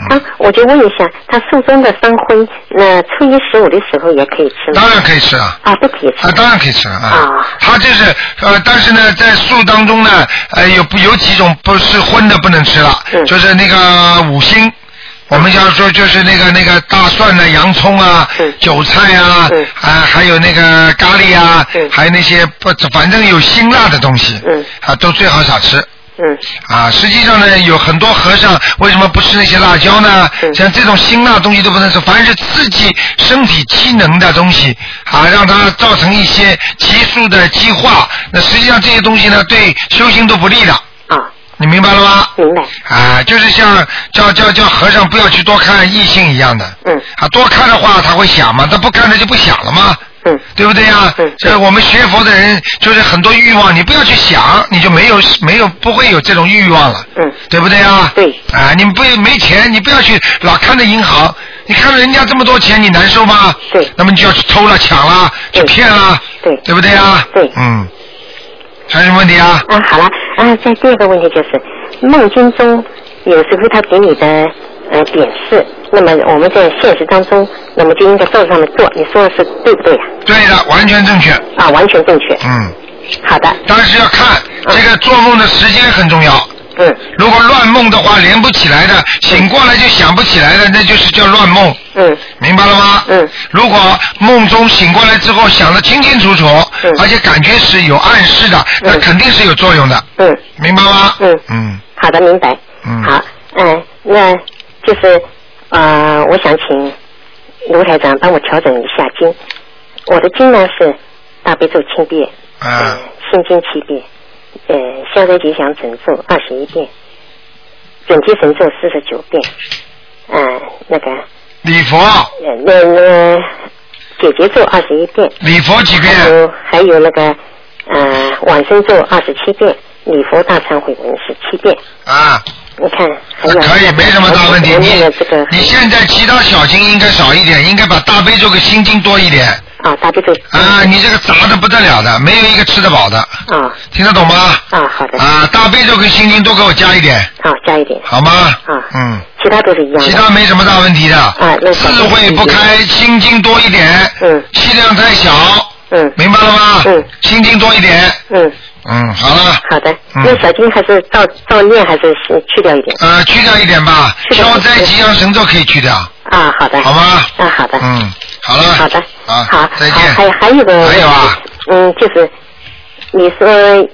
Speaker 15: 啊，我就问一下，他素贞的三荤，那初一十五的时候也可以吃吗？
Speaker 8: 当然可以吃啊。
Speaker 15: 啊，不可以吃。
Speaker 8: 啊，当然可以吃了啊。它就是呃，但是呢，在素当中呢，呃，有不有几种不是荤的不能吃了，就是那个五星。我们要说就是那个那个大蒜呐、洋葱啊、韭菜啊，啊，还有那个咖喱啊，还有那些不，反正有辛辣的东西，啊，都最好少吃。嗯。啊，实际上呢，有很多和尚为什么不吃那些辣椒呢？像这种辛辣东西都不能吃，凡是刺激身体机能的东西啊，让它造成一些激素的激化，那实际上这些东西呢，对修行都不利的。啊。你明白了吗？
Speaker 15: 明白。
Speaker 8: 啊，就是像叫叫叫和尚不要去多看异性一样的。嗯。啊，多看的话他会想嘛，他不看他就不想了嘛。嗯。对不对呀？嗯。这我们学佛的人就是很多欲望，你不要去想，你就没有没有不会有这种欲望了。嗯。对不对呀？对。啊，你不没钱，你不要去老看着银行，你看着人家这么多钱，你难受吗？对。那么你就要去偷了、抢了、去骗了。对。对不对呀？对。嗯。还有什么问题啊？
Speaker 15: 啊，好了，啊，在第二个问题就是梦境中有时候他给你的呃点示，那么我们在现实当中，那么就应该照着他们做，你说的是对不对呀、
Speaker 8: 对的，完全正确。
Speaker 15: 啊，完全正确。
Speaker 8: 嗯。
Speaker 15: 好的。
Speaker 8: 但是要看这个做梦的时间很重要。
Speaker 15: 嗯。
Speaker 8: 如果乱梦的话，连不起来的，醒过来就想不起来的，那就是叫乱梦。
Speaker 15: 嗯。
Speaker 8: 明白了吗？嗯。如果梦中醒过来之后想得清清楚楚，
Speaker 15: 嗯
Speaker 8: 而且感觉是有暗示的，那肯定是有作用的。
Speaker 15: 嗯。
Speaker 8: 明白吗？
Speaker 15: 嗯。
Speaker 8: 嗯。
Speaker 15: 好的，明白。
Speaker 8: 嗯。
Speaker 15: 好，嗯，那就是呃，我想请卢台长帮我调整一下经。我的经呢是大悲咒七遍，
Speaker 8: 嗯，
Speaker 15: 心经七遍，呃，消灾吉祥神咒二十一遍，准提神咒四十九遍，嗯，那个
Speaker 8: 礼佛
Speaker 15: 呃那那解结咒二十一遍，
Speaker 8: 礼佛几遍？啊
Speaker 15: 还有还有那个呃往生咒二十七遍，礼佛大忏悔文十七遍。
Speaker 8: 啊。
Speaker 15: 你看，还有
Speaker 8: 可以，没什么大问题。
Speaker 15: 还有
Speaker 8: 你
Speaker 15: 还有那个这个
Speaker 8: 你现在其他小经应该少一点，应该把大悲咒跟心经多一点。
Speaker 15: 啊，大悲咒。
Speaker 8: 啊，你这个杂的不得了的，没有一个吃得饱的。
Speaker 15: 啊。
Speaker 8: 听得懂吗？
Speaker 15: 啊，好的。
Speaker 8: 啊，大悲咒跟心经都给我加一点，
Speaker 15: 好，加一点。
Speaker 8: 好吗？
Speaker 15: 啊，
Speaker 8: 嗯。
Speaker 15: 其他都是一样的。
Speaker 8: 其他没什么大问题的。
Speaker 15: 啊，那
Speaker 8: 智慧不开，心经多一点。
Speaker 15: 嗯。
Speaker 8: 气量太小。
Speaker 15: 嗯。
Speaker 8: 明白了吗？
Speaker 15: 嗯。
Speaker 8: 心经多一点。
Speaker 15: 嗯。
Speaker 8: 嗯，好了。
Speaker 15: 好的，
Speaker 8: 嗯
Speaker 15: 那小金还是照照念还是先去掉一点
Speaker 8: 呃，去掉一点吧，消灾吉祥神咒可以去掉。
Speaker 15: 啊？好的，
Speaker 8: 好吗？
Speaker 15: 那好的，
Speaker 8: 嗯，好了。
Speaker 15: 好的，
Speaker 8: 啊，
Speaker 15: 好，
Speaker 8: 再
Speaker 15: 好
Speaker 8: 见。
Speaker 15: 还还有个
Speaker 8: 还有啊，
Speaker 15: 嗯，就是你说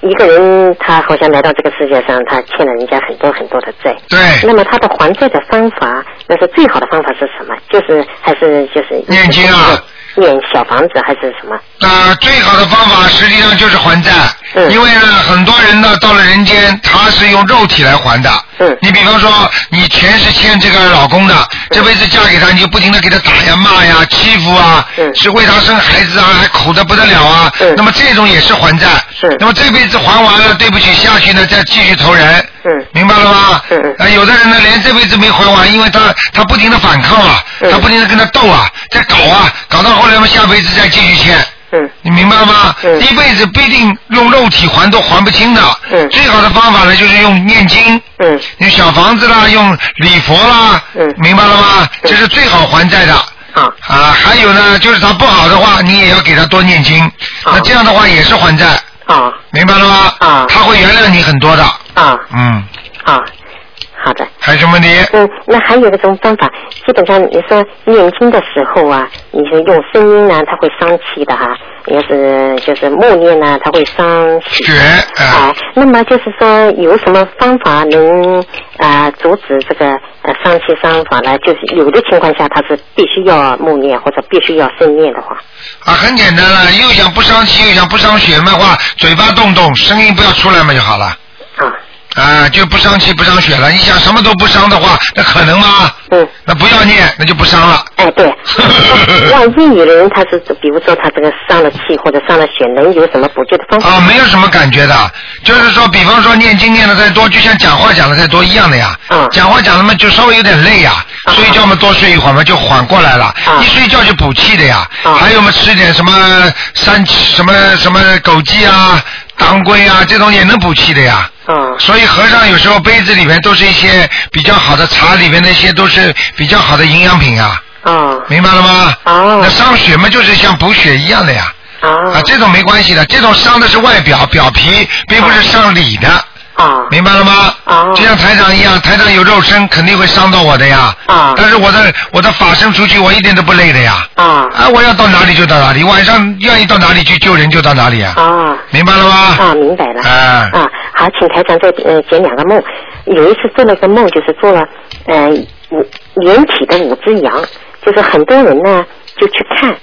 Speaker 15: 一个人他好像来到这个世界上，他欠了人家很多很多的债。
Speaker 8: 对。
Speaker 15: 那么他的还债的方法，那是最好的方法是什么？就是还是就是
Speaker 8: 念经啊，
Speaker 15: 念小房子还是什么？
Speaker 8: 那最好的方法实际上就是还债，因为呢，啊很多人呢到了人间，他是用肉体来还的。你比方说，你前世欠这个老公的，这辈子嫁给他，你就不停的给他打呀、骂呀、欺负啊，是为他生孩子啊，还苦的不得了啊。那么这种也是还债。那么这辈子还完了，对不起，下去呢再继续投人。明白了吗？啊，有的人呢连这辈子没还完，因为他他不停的反抗啊，他不停的跟他斗啊，在搞啊，搞到后来嘛，下辈子再继续欠。你明白了吗？一辈子不一定用肉体还都还不清的。最好的方法呢，就是用念经。用小房子啦，用礼佛啦。明白了吗？这是最好还债的。
Speaker 15: 啊
Speaker 8: 还有呢，就是他不好的话，你也要给他多念经。那这样的话也是还债。
Speaker 15: 啊。
Speaker 8: 明白了吗？
Speaker 15: 啊。
Speaker 8: 他会原谅你很多的。
Speaker 15: 啊
Speaker 8: 嗯。
Speaker 15: 啊，好的。
Speaker 8: 还有什么问题？
Speaker 15: 嗯，那还有一种方法，基本上你说念经的时候啊，你是用声音呢、它会伤气的哈、也是就是默念呢、它会伤气。
Speaker 8: 血
Speaker 15: 啊、那么就是说有什么方法能啊、阻止这个呃伤气伤法呢？就是有的情况下它是必须要默念或者必须要声念的话。
Speaker 8: 啊，很简单了，又想不伤气，又想不伤血的话，嘴巴动动，声音不要出来嘛就好了。啊。啊，就不伤气不伤血了。你想什么都不伤的话，那可能吗？
Speaker 15: 嗯。
Speaker 8: 那不要念，那就不伤了。
Speaker 15: 哎， 对，让业余人他是比如说他这个伤了气或者伤了血，能有什么补救的方法？
Speaker 8: 啊，没有什么感觉的，就是说，比方说念经念的太多，就像讲话讲的太多一样的呀。讲话讲的嘛，就稍微有点累呀，睡觉嘛多睡一会儿嘛就缓过来了，一睡觉就补气的呀。还有嘛，吃点什么山什么什么枸杞啊、当归啊，这种也能补气的呀。所以和尚有时候杯子里面都是一些比较好的茶，里面那些都是比较好的营养品啊。
Speaker 15: 啊，
Speaker 8: 明白了吗？
Speaker 15: 哦。
Speaker 8: 那伤血嘛，就是像补血一样的呀。
Speaker 15: 啊，
Speaker 8: 这种没关系的，这种伤的是外表表皮，并不是伤里的。
Speaker 15: 啊，
Speaker 8: 明白了吗？
Speaker 15: 啊，
Speaker 8: 就像台长一样，台长有肉身肯定会伤到我的呀。
Speaker 15: 啊，
Speaker 8: 但是我的我的法身出去，我一点都不累的呀。
Speaker 15: 啊，
Speaker 8: 啊，我要到哪里就到哪里，晚上愿意到哪里去救人就到哪里啊。
Speaker 15: 啊，
Speaker 8: 明白了吗？
Speaker 15: 啊，明白了。
Speaker 8: 啊
Speaker 15: 啊，好，请台长再呃解两个梦。有一次做了个梦，就是做了呃五连体的五只羊，就是很多人呢就去看，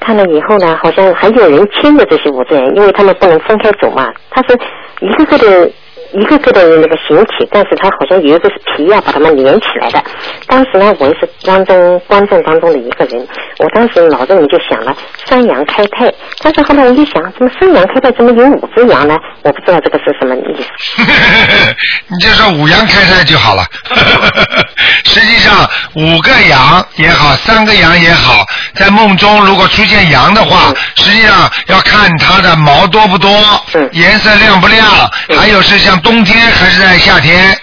Speaker 15: 看了以后呢，好像还有人牵着这些五只羊，因为他们不能分开走嘛，它是一个个的。一个个的那个形体，但是它好像有一个是皮呀、把它们连起来的。当时呢，我也是当中观众当中的一个人，我当时脑子里就想了山羊开泰，但是后来我就想，怎么山羊开泰怎么有五只羊呢？我不知道这个是什么意思。
Speaker 8: 你就说五羊开泰就好了。 实际上，五个羊也好，三个羊也好，在梦中如果出现羊的话，实际上要看它的毛多不多，颜色亮不亮，还有是像冬天还是在夏天，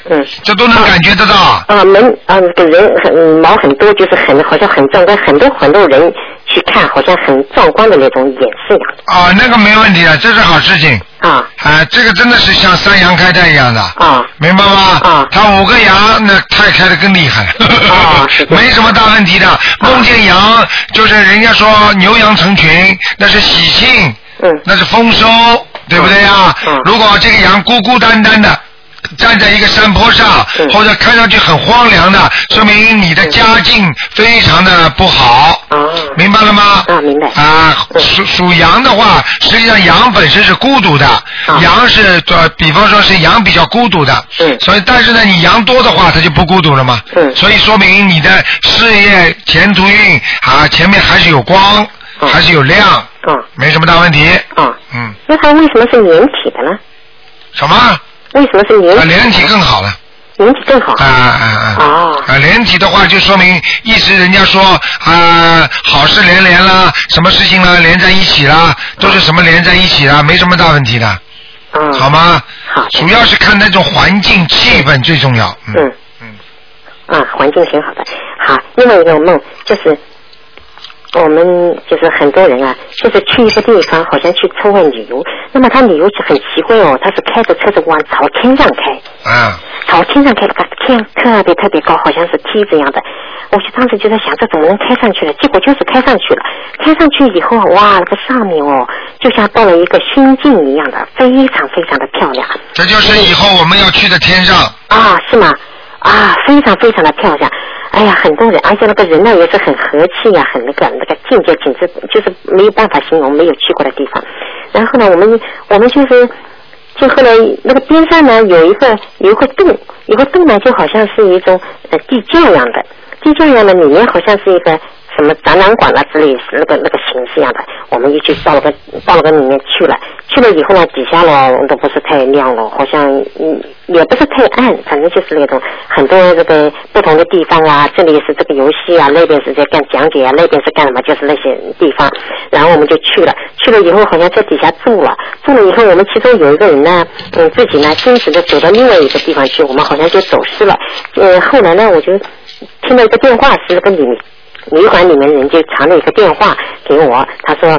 Speaker 8: 这都能感觉得到。
Speaker 15: 啊，门啊，这个人很嗯毛很多，就是很好像很壮观，很多很多人去看，好像很壮观的那种演示一样。
Speaker 8: 啊，那个没问题的，这是好事情。
Speaker 15: 啊。
Speaker 8: 啊，这个真的是像三羊开泰一样的。啊。明白吗？啊。他五个羊，那泰开的更厉害。 啊，没什么大问题的。梦见羊，就是人家说牛羊成群，那是喜庆，
Speaker 15: 嗯，
Speaker 8: 嗯那是丰收，对不对呀？嗯。如果这个羊孤孤单单的。站在一个山坡上，
Speaker 15: 嗯
Speaker 8: 或者看上去很荒凉的，说明你的家境非常的不好。明白了吗？啊，
Speaker 15: 啊明白。嗯
Speaker 8: 啊，属属羊的话，实际上羊本身是孤独的，羊是呃，比方说是羊比较孤独的。
Speaker 15: 啊嗯。
Speaker 8: 所以，但是呢，你羊多的话，它就不孤独了嘛。
Speaker 15: 嗯。
Speaker 8: 所以说明你的事业前途运啊，前面还是有光，还是有亮，
Speaker 15: 嗯，
Speaker 8: 没什么大问题。
Speaker 15: 嗯
Speaker 8: 嗯，
Speaker 15: 那它为什么是连体的呢？
Speaker 8: 什么？
Speaker 15: 为什么是连体的呢？
Speaker 8: 啊，连体更好了。
Speaker 15: 连体更好。
Speaker 8: 啊啊啊！
Speaker 15: 哦。
Speaker 8: 啊，连体的话就说明一直人家说啊，好事连连啦，什么事情啦连在一起啦，都是什么连在一起啦，没什么大问题的。
Speaker 15: 嗯。
Speaker 8: 好吗？好。主要是看那种环境气氛最重要。嗯。
Speaker 15: 嗯嗯。啊，环境挺好的。好，另外一个梦就是，我们就是很多人啊，就是去一个地方，好像去出外旅游，那么他旅游就很奇怪哦，他是开着车子往朝天上开，
Speaker 8: 啊。
Speaker 15: 朝天上开，把天特别特别高，好像是梯子一样的。我就当时就在想，这怎么能开上去了？结果就是开上去了。开上去以后，哇，这上面哦，就像到了一个仙境一样的，非常非常的漂亮。
Speaker 8: 这就是以后我们要去的天上。
Speaker 15: 啊，是吗？啊，非常非常的漂亮。哎呀，很多人，而且那个人呢也是很和气呀、很那个那个境界，简直就是没有办法形容，没有去过的地方。然后呢，我们我们就是，就后来那个边上呢有一个有一个洞，有个洞呢就好像是一种呃地窖一样的，地窖一样的里面好像是一个什么展览馆啦啊之类是那个那个形式一样的，我们就去到了个到了个里面去了，去了以后呢，底下呢都不是太亮了，好像嗯也不是太暗，反正就是那种很多这个不同的地方啊，这里是这个游戏啊，那边是在干讲解啊，那边是干什么，就是那些地方，然后我们就去了，去了以后好像在底下住了，住了以后我们其中有一个人呢，嗯自己呢坚持的走到另外一个地方去，我们好像就走失了，呃后来呢我就听到一个电话是那个女旅馆里面人就传了一个电话给我，他说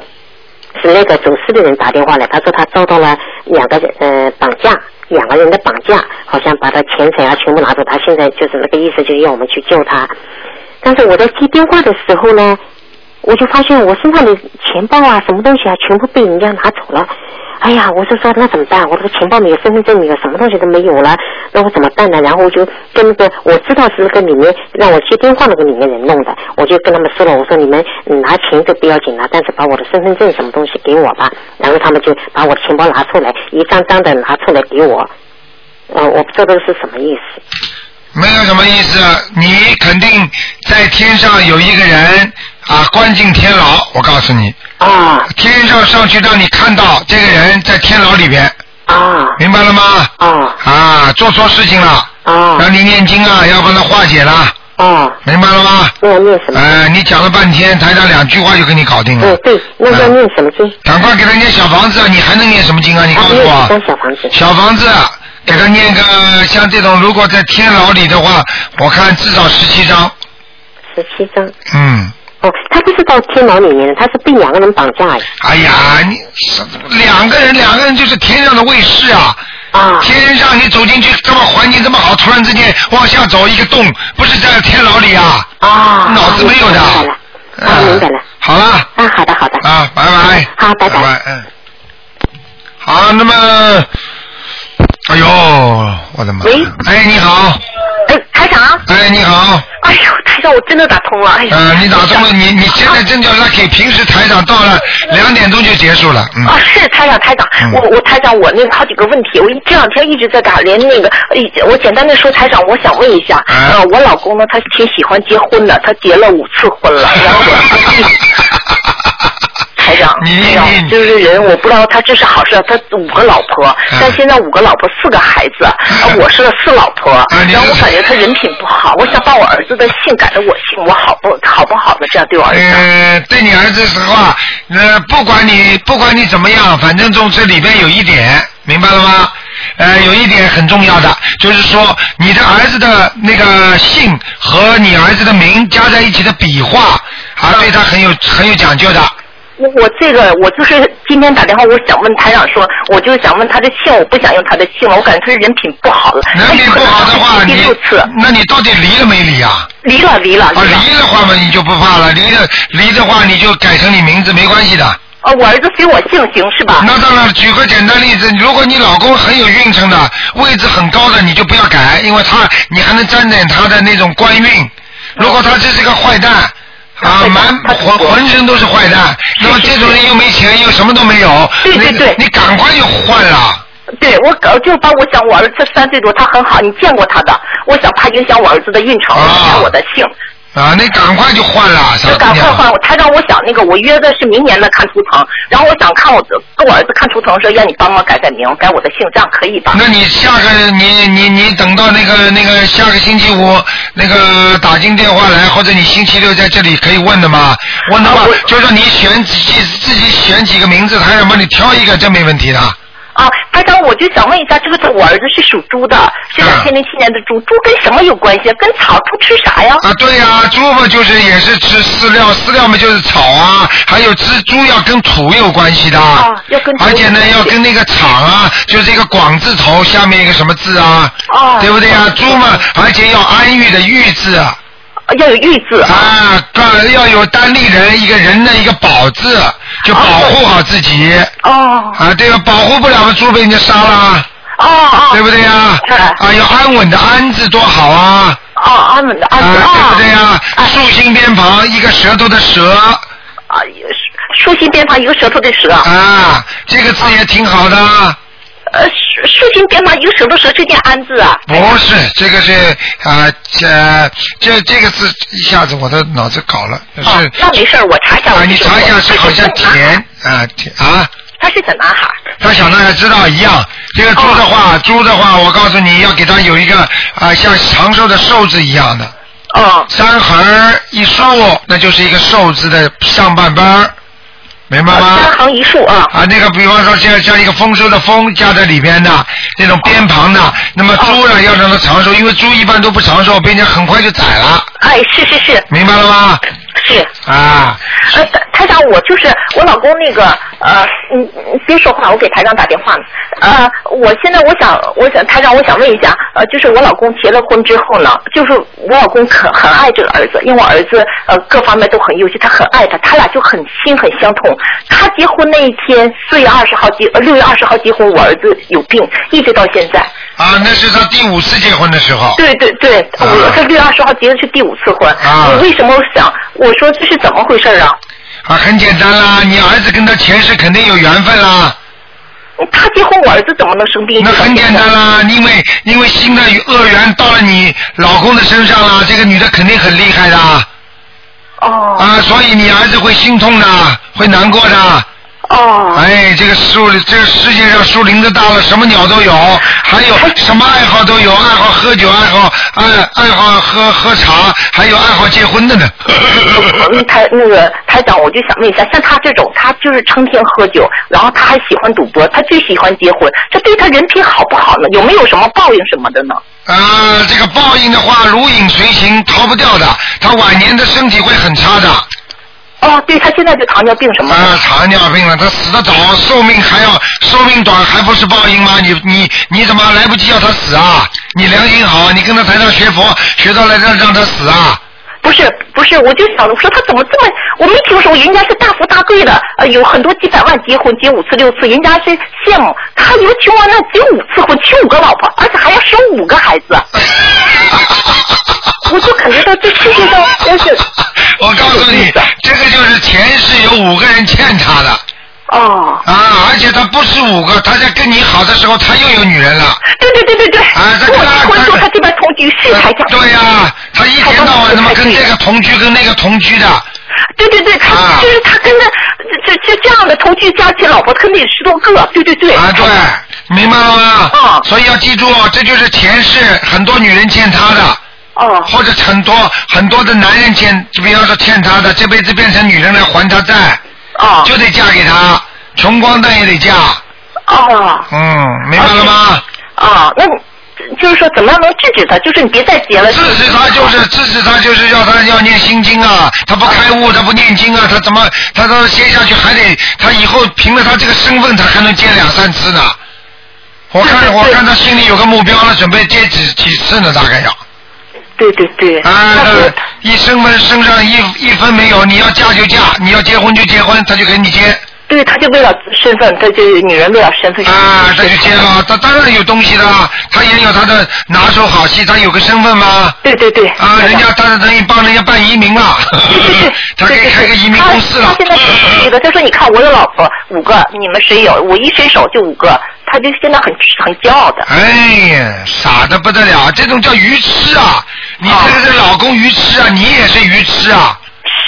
Speaker 15: 是那个走失的人打电话来，他说他遭到了两个人呃绑架，两个人的绑架，好像把他钱财啊全部拿走，他现在就是那个意思就是要我们去救他。但是我在接电话的时候呢，我就发现我身上的钱包啊什么东西啊全部被人家拿走了。哎呀，我就说那怎么办？我这个钱包没有，身份证没有，什么东西都没有了，那我怎么办呢？然后我就跟那个我知道是那个里面让我接电话那个里面人弄的，我就跟他们说了，我说你们嗯拿钱都不要紧拿，但是把我的身份证什么东西给我吧。然后他们就把我的钱包拿出来，一张张的拿出来给我。呃，我不知道这是什么意思。
Speaker 8: 没有什么意思，你肯定在天上有一个人啊，关进天牢。我告诉你，
Speaker 15: 啊，
Speaker 8: 天上上去让你看到这个人在天牢里边。
Speaker 15: 啊，
Speaker 8: 明白了吗？
Speaker 15: 啊，
Speaker 8: 啊，做错事情了。
Speaker 15: 啊，
Speaker 8: 让你念经啊，要帮他化解了。
Speaker 15: 啊，
Speaker 8: 明白了吗？
Speaker 15: 要念什
Speaker 8: 么？哎，你讲了半天，台长两句话就给你搞定了。哎
Speaker 15: 对对，那要念什么经？
Speaker 8: 赶快给他念小房子，你还能念什么经啊？你告诉我。
Speaker 15: 张小房子。
Speaker 8: 小房子，啊给他念个像这种，如果在天牢里的话，我看至少十七章。
Speaker 15: 十七张。
Speaker 8: 嗯。
Speaker 15: 哦，他不是到天牢里面的，他是被两个人绑架的。
Speaker 8: 哎呀，你什两个人，两个人就是天上的卫士啊。
Speaker 15: 啊。
Speaker 8: 天上你走进去，这么环境这么好，突然之间往下走一个洞，不是在天牢里啊。
Speaker 15: 啊。
Speaker 8: 脑子没有的。嗯
Speaker 15: 啊，明白了。
Speaker 8: 好了。
Speaker 15: 啊，好的，好的。
Speaker 8: 啊，拜拜。
Speaker 15: 好，拜拜。
Speaker 8: 嗯。好，那么，哎呦，我的妈！喂。哎，你好。
Speaker 6: 哎，台长。
Speaker 8: 哎，你好。
Speaker 6: 哎呦，台长，我真的打通了。哎呀，
Speaker 8: 呃，你打通了，你你
Speaker 6: 啊
Speaker 8: 现在真叫 lucky，平时台长到了两点钟就结束了，嗯。
Speaker 6: 啊，是台长，台长，我我台长，我那个好几个问题，我这两天一直在打，连那个，呃我简单的说，台长，我想问一下，
Speaker 8: 啊
Speaker 6: 呃，我老公呢，他挺喜欢结婚的，他结了五次婚了，然后 我。台长，台长，就是人，我不知道他这是好事，啊他五个老婆，
Speaker 8: 嗯
Speaker 6: 但现在五个老婆四个孩子，啊我是四老婆，
Speaker 8: 啊
Speaker 6: 然后我感觉他人品不好，我想把我儿子的性改到我姓，我好不好不好的这样对我儿子？
Speaker 8: 呃，对你儿子实话，呃，不管你不管你怎么样，反正总这里边有一点，明白了吗？呃，有一点很重要的，就是说你的儿子的那个姓和你儿子的名加在一起的笔画，啊，对他很有很有讲究的。
Speaker 6: 我我这个我就是今天打电话，我想问台长说，我就想问他的姓，我不想用他的姓了，我感觉他人品不好了。人品不好的话，第六次
Speaker 8: 那你到底离了没离啊？
Speaker 6: 离了，离了，
Speaker 8: 啊，离的话嘛，你就不怕了。离了，离的话，你就改成你名字没关系的。
Speaker 6: 呃，我儿子随我姓行是吧？
Speaker 8: 那当然，举个简单例子，如果你老公很有运程的，位置很高的，你就不要改，因为他你还能沾点他的那种官运。如果他这是个坏蛋，
Speaker 6: 嗯
Speaker 8: 啊，满浑浑身都是坏蛋，那么这种人又没钱又什么都没有，对对对，你赶快就换了。
Speaker 6: 对，我搞就把我想我儿子三岁多，他很好，你见过他的，我想怕影响我儿子的运程，影响我的姓。
Speaker 8: 啊，那赶快就换了，
Speaker 6: 就赶快换。我他让我想那个，我约的是明年的看图腾，然后我想看我的跟我儿子看图腾，说让你帮忙改改名，改我的姓，这样可以吧？
Speaker 8: 那你下个你你你等到那个那个下个星期五那个打进电话来，或者你星期六在这里可以问的嘛？问的话、就说你选几自己选几个名字，他想帮你挑一个，这没问题的。
Speaker 6: 啊，班长，我就想问一下，这个我儿子是属猪的，是
Speaker 8: 啊
Speaker 6: 两千零七年的猪，猪跟什么有关系？啊跟草，猪吃啥呀？
Speaker 8: 啊，对呀、猪嘛就是也是吃饲料，饲料嘛就是草啊，还有蜘蛛要跟土有关系的，啊、
Speaker 6: 要跟
Speaker 8: 而且呢要跟那个厂啊，就是一个广字头下面一个什么字啊，
Speaker 6: 哦
Speaker 8: 对不对啊？猪嘛，而且要安玉的玉字啊，
Speaker 6: 要有玉字
Speaker 8: 啊，干要有单立人一个人的一个宝字，就保护好自己。
Speaker 6: 哦。
Speaker 8: 啊，这个保护不了的猪被人家杀了。
Speaker 6: 哦哦。
Speaker 8: 对不对呀、啊？要安稳的安字多好啊。
Speaker 6: 哦，哎安稳的安
Speaker 8: 字。啊，对不对呀、竖心边旁一个舌头的舌。
Speaker 6: 啊，竖心边旁一个舌头的舌。
Speaker 8: 啊，这个字也挺好的。
Speaker 6: 呃，竖竖心边旁一个舌头舌是念安字啊。
Speaker 8: 不是，这个是啊，这、这这个字一下子我的脑子搞了，是
Speaker 6: 哦，那没事儿，我查一下。
Speaker 8: 啊，你查一下是好像甜啊甜啊。
Speaker 6: 他是小男孩。
Speaker 8: 他小男孩知道一样，这个猪的
Speaker 6: 哦
Speaker 8: 话，猪的话，我告诉你要给他有一个啊、像长寿的寿字一样的。
Speaker 6: 哦。
Speaker 8: 三横儿一竖，那就是一个寿字的上半边儿明白吗？三
Speaker 6: 横一竖啊。
Speaker 8: 啊，那个比方说像像一个丰收的丰加在里边的那种边旁的，那么猪
Speaker 6: 哦
Speaker 8: 呢要让它长寿，因为猪一般都不长寿，被人家很快就宰了。
Speaker 6: 哎，是是是。
Speaker 8: 明白了吗？
Speaker 6: 是。
Speaker 8: 啊。
Speaker 6: 呃，台长，我就是我老公那个呃，嗯，嗯别说话，我给台长打电话呢。呃，我现在我想，我想台长，我想问一下，呃，就是我老公结了婚之后呢，就是我老公很很爱这个儿子，因为我儿子呃各方面都很优秀，他很爱他，他俩就很心很相通。他结婚那一天，四月二十号结，呃六月二十号结婚，我儿子有病，一直到现在。
Speaker 8: 啊，那是他第五次结婚的时候。
Speaker 6: 对对对，我这六月二十号结的是第五次婚。
Speaker 8: 嗯啊
Speaker 6: 我为什么想？我说这是怎么回事儿啊？
Speaker 8: 啊，很简单啦，你儿子跟他前世肯定有缘分啦。
Speaker 6: 他结婚，我儿子怎么能生病？
Speaker 8: 那很简单啦，因为因为新的恶缘到了你老公的身上啦，这个女的肯定很厉害的。
Speaker 6: 哦。
Speaker 8: 啊，所以你儿子会心痛的，会难过的。
Speaker 6: 哦。
Speaker 8: 哎，这个树，这个世界上树林子大了，什么鸟都有，还有什么爱好都有，爱好喝酒，爱好爱爱好喝喝茶，还有爱好结婚的呢。
Speaker 6: 嗯台那个台长，我就想问一下，像他这种，他就是成天喝酒，然后他还喜欢赌博，他最喜欢结婚，这对他人品好不好呢？有没有什么报应什么的呢？
Speaker 8: 啊，这个报应的话，如影随形，逃不掉的。他晚年的身体会很差的。
Speaker 6: 哦，对，他现在就糖尿病什么？
Speaker 8: 啊，糖尿病了，他死得早，寿命还要寿命短，还不是报应吗？你你你怎么来不及要他死啊？你良心好，你跟他台上学佛，学到了让让他死啊？
Speaker 6: 不是不是，我就想我说他怎么这么，我没听说过人家是大富大贵的，呃，有很多几百万结婚，结五次六次，人家是羡慕他有穷完那结五次婚，娶五个老婆，而且还要生五个孩子。我就感觉到这世界上真是
Speaker 8: 我告诉 你，这个就是前世有五个人欠他的。
Speaker 6: 哦。
Speaker 8: 啊，而且他不是五个，他在跟你好的时候，他又有女人了。
Speaker 6: 对对对对对。
Speaker 8: 啊，他跟他他他
Speaker 6: 这边同居是
Speaker 8: 台长。对呀、他一天到晚他妈跟这个同居，跟那个同居的。啊
Speaker 6: 对对对，他、就是他跟着这这这样的同居加起老婆，他得十多个，对对对。嗯
Speaker 8: 啊，对，明白了吗？啊。所以要记住，这就是前世很多女人欠他的。
Speaker 6: 哦。
Speaker 8: 或者很多很多的男人欠，比方说欠他的，这辈子变成女人来还他债。
Speaker 6: 哦。
Speaker 8: 就得嫁给他，穷光蛋也得嫁。
Speaker 6: 哦。
Speaker 8: 嗯，明白了吗？
Speaker 6: 啊，那就是说怎么样能制止他？就是你别再结了。
Speaker 8: 制止他就是制止他就是要他要念心经啊，他不开悟，他不念经啊，他怎么他他接下去还得他以后凭着他这个身份，他还能见两三次呢。我看我看他心里有个目标了，准备接几几次呢，大概要。
Speaker 6: 对对对。
Speaker 8: 啊，他一身份身上一一分没有，你要嫁就嫁，你要结婚就结婚，他就给你结。
Speaker 6: 对，他就为了身份，他就是女人为了身份去
Speaker 8: 啊，他就接了，他当然有东西啦，他也有他的拿手好戏，他有个身份嘛。
Speaker 6: 对对对。
Speaker 8: 啊，人家他等于帮人家办移民啊了。对对对。他可以开个移民公司了。
Speaker 6: 他现在是一个，他说你看我有老婆五个，你们谁有？我一伸手就五个，他就现在很很骄傲的。
Speaker 8: 哎呀，傻的不得了，这种叫愚痴啊！你这个是老公愚痴啊，你也是愚痴啊。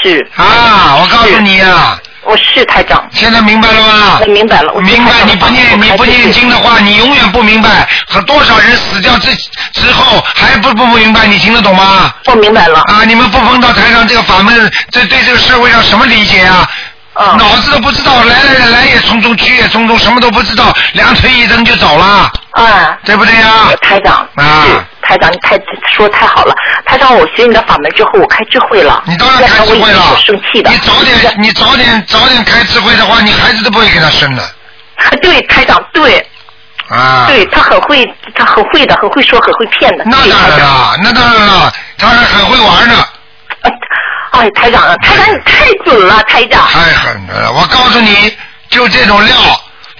Speaker 6: 是。
Speaker 8: 啊，我告诉你啊。
Speaker 6: 我是台长。
Speaker 8: 现在明白了吗？
Speaker 6: 明白了。
Speaker 8: 明白，你不念你不念经的话，你永远不明白。和多少人死掉之之后还不不明白，你听得懂吗？
Speaker 6: 我明白了。
Speaker 8: 啊，你们不碰到台上这个法门，这对这个社会上什么理解啊？脑子都不知道，来来来也匆匆，去也匆匆，什么都不知道，两腿一蹬就走了。
Speaker 6: 啊，
Speaker 8: 对不对呀、
Speaker 6: 台长，
Speaker 8: 啊
Speaker 6: 是台长，你太说得太好了。台长，我学你的法门之后，我开智慧了。
Speaker 8: 你当然开智慧了
Speaker 6: 我生气的。
Speaker 8: 你早点你早点早点开智慧的话，你孩子都不会给他生的
Speaker 6: 对，台长，对，
Speaker 8: 啊。
Speaker 6: 对他很会，他很会的，很会说，很会骗的。
Speaker 8: 那当然了，那当然了，他还很会玩呢。
Speaker 6: 哎，台长，台长你太准了，台长。
Speaker 8: 太狠了，我告诉你，就这种料，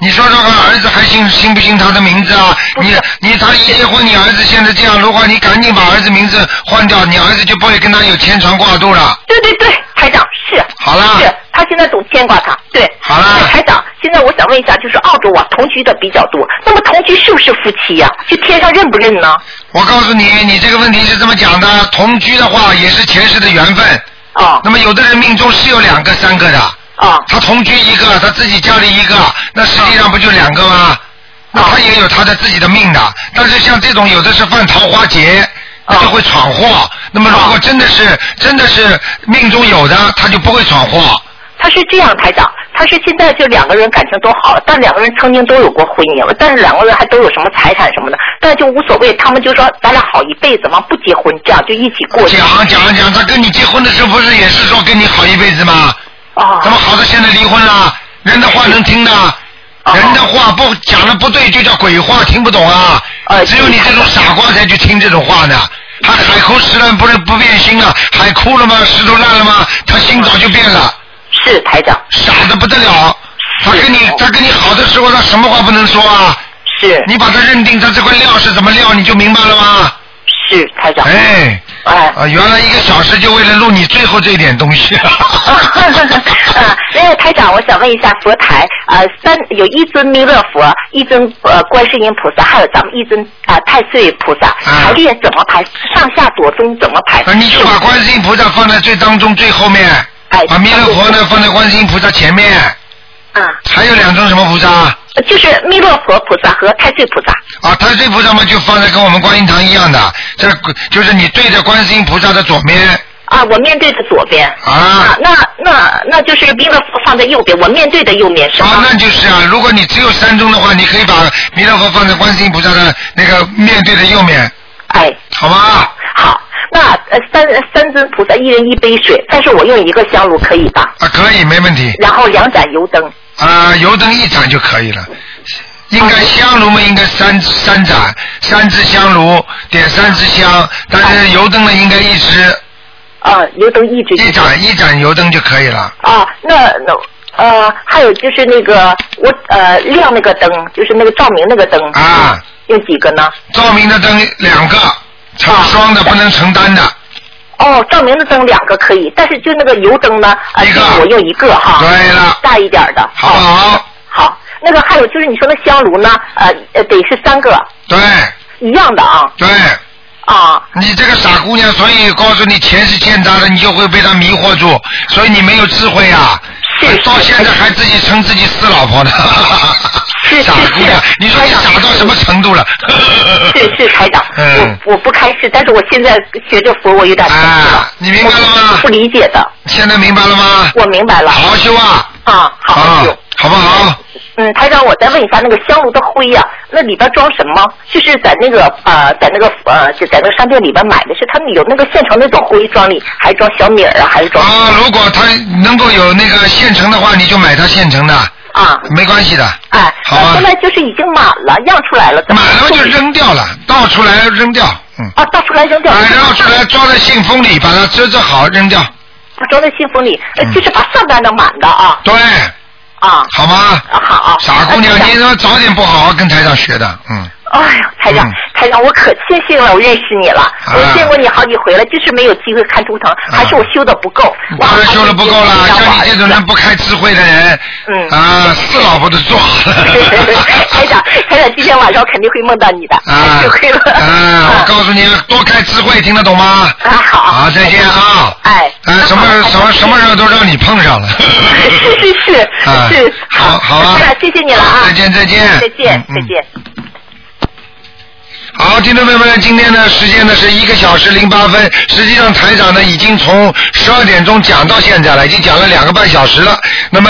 Speaker 8: 你说这个儿子还信信不信他的名字啊？你你他一结婚，你儿子现在这样，如果你赶紧把儿子名字换掉，你儿子就不会跟他有牵肠挂肚了。
Speaker 6: 对对对，台长是。
Speaker 8: 好啦。
Speaker 6: 是他现在总牵挂他，对。
Speaker 8: 好啦。
Speaker 6: 台长，现在我想问一下，就是澳洲啊，同居的比较多，那么同居是不是夫妻呀、就天上认不认呢？
Speaker 8: 我告诉你，你这个问题是这么讲的：同居的话也是前世的缘分。
Speaker 6: 哦。
Speaker 8: 那么有的人命中是有两个、三个的。
Speaker 6: 哦。
Speaker 8: 他同居一个，他自己家里一个，那实际上不就两个吗？
Speaker 6: 哦
Speaker 8: 那他也有他的自己的命的。但是像这种有的是犯桃花劫，
Speaker 6: 哦
Speaker 8: 那就会闯祸。那么如果真的是真的是命中有的，他就不会闯祸。
Speaker 6: 他是这样，台长，他是现在就两个人感情都好了，但两个人曾经都有过婚姻，但是两个人还都有什么财产什么的，但就无所谓。他们就说咱俩好一辈子嘛，不结婚，这样就一起过。
Speaker 8: 讲讲讲，他 跟你结婚的时候不是也是说跟你好一辈子吗？
Speaker 6: 啊。
Speaker 8: 怎么好到现在离婚了？人的话能听的，
Speaker 6: 啊
Speaker 8: 人的话不讲的不对就叫鬼话，听不懂啊。
Speaker 6: 哎
Speaker 8: 只有你这种傻瓜才去听这种话呢。还海枯石烂不是不变心了，海枯了吗？石头烂了吗？他心早就变了。
Speaker 6: 是台长。
Speaker 8: 傻的不得了，他跟你他跟你好的时候，他什么话不能说啊？
Speaker 6: 是。
Speaker 8: 你把他认定他这块料是怎么料，你就明白了吗？
Speaker 6: 是台长。
Speaker 8: 哎。
Speaker 6: 哎。
Speaker 8: 啊，原来一个小时就为了录你最后这一点东西。
Speaker 6: 啊，那个台长，我想问一下佛台，呃，三有一尊弥勒佛，一尊呃观世音菩萨，还有咱们一尊啊、呃太岁菩萨，排列怎么排？上下左中怎么排？
Speaker 8: 啊，你就把观世音菩萨放在最当中最后面，
Speaker 6: 哎
Speaker 8: 把弥勒佛呢放在观世音菩萨前面。
Speaker 6: 啊。
Speaker 8: 还有两种什么菩萨？
Speaker 6: 呃就是弥勒佛菩萨和太岁菩萨。
Speaker 8: 啊，太岁菩萨嘛，就放在跟我们观音堂一样的，这就是你对着观世音菩萨的左面。
Speaker 6: 啊，我面对着左边。
Speaker 8: 啊。
Speaker 6: 那那那就是弥勒佛放在右边，我面对着右面是吗？
Speaker 8: 啊，那就是啊，如果你只有三中的话，你可以把弥勒佛放在观世音菩萨的那个面对的右面。
Speaker 6: 哎。
Speaker 8: 好吗？
Speaker 6: 那呃三三尊菩萨一人一杯水，但是我用一个香炉可以吧？
Speaker 8: 啊，可以，没问题。
Speaker 6: 然后两盏油灯。
Speaker 8: 啊，油灯一盏就可以了。应该香炉嘛，应该三三盏，三支香炉点三支香，但是油灯呢，应该一支。
Speaker 6: 啊，油灯一支。
Speaker 8: 一盏一盏油灯就可以了。
Speaker 6: 啊，那那呃，还有就是那个我呃亮那个灯，就是那个照明那个灯
Speaker 8: 啊，
Speaker 6: 用几个呢？
Speaker 8: 照明的灯两个，
Speaker 6: 啊
Speaker 8: 成双的不能成单的。
Speaker 6: 哦，照明的灯两个可以，但是就那个油灯呢，啊，就是我用一个哈，
Speaker 8: 对了，
Speaker 6: 大一点的，哦
Speaker 8: 好不好？
Speaker 6: 好，那个还有就是你说那香炉呢，呃呃，得是三个
Speaker 8: 对
Speaker 6: 一样的啊，
Speaker 8: 对。
Speaker 6: 啊。
Speaker 8: 你这个傻姑娘，所以告诉你钱是欠她的，你就会被她迷惑住，所以你没有智慧啊。到现在还自己称自己是老婆呢，傻姑娘，你说你傻到什么程度了？
Speaker 6: 哎是是台长，
Speaker 8: 嗯
Speaker 6: 我我不开示，但是我现在学着佛，我有点开示了。
Speaker 8: 啊你明白了吗？
Speaker 6: 不理解的。
Speaker 8: 现在明白了吗？
Speaker 6: 我明白了。
Speaker 8: 好好修啊！
Speaker 6: 啊，好好修。
Speaker 8: 好不好？
Speaker 6: 嗯，台长，我再问一下，那个香炉的灰呀、那里边装什么？就是在那个呃，在那个呃，就在那个商店里边买的是他们有那个现成那种灰装里，还装小米儿啊，还是装？
Speaker 8: 啊，如果他能够有那个现成的话，你就买它现成的。
Speaker 6: 啊。
Speaker 8: 没关系的。
Speaker 6: 哎，
Speaker 8: 好啊
Speaker 6: 呃现在就是已经满了，样出来了，怎么？
Speaker 8: 然后就扔掉了，倒出来扔掉，嗯。
Speaker 6: 啊，倒出来扔掉。
Speaker 8: 啊，倒出来装在信封里，把它遮遮好扔掉。嗯
Speaker 6: 装在信封里，呃就是把上半的满的啊。
Speaker 8: 对。
Speaker 6: 啊，
Speaker 8: 好吗？
Speaker 6: 好。
Speaker 8: 傻姑娘，
Speaker 6: 啊
Speaker 8: 你说早点不好好跟台长学的，嗯，
Speaker 6: 哎呦，台长，台长，我可庆幸了，我认识你了，
Speaker 8: 啊
Speaker 6: 我见过你好几回了，就是没有机会看图腾，还是我修的不够。
Speaker 8: 当然啊修的不够了，像你这种人不开智慧的人，
Speaker 6: 嗯，
Speaker 8: 啊，四老婆都做好了。
Speaker 6: 台长，台长，今天晚上肯定会梦到你的，
Speaker 8: 啊
Speaker 6: 就会了。
Speaker 8: 啊，我告诉你，多开智慧，听得懂吗？
Speaker 6: 啊，好。
Speaker 8: 好，再见啊。
Speaker 6: 哎。
Speaker 8: 啊，什么什么什么时候都让你碰 上了。
Speaker 6: 是是是
Speaker 8: 啊
Speaker 6: 是，
Speaker 8: 好好啊
Speaker 6: 台长，谢谢你了啊！
Speaker 8: 再见再见
Speaker 6: 再见
Speaker 8: 嗯
Speaker 6: 再见。
Speaker 8: 好，听众朋友们，今天的时间呢是一个小时零八分。实际上，台长呢已经从十二点钟讲到现在了，已经讲了两个半小时了。那么，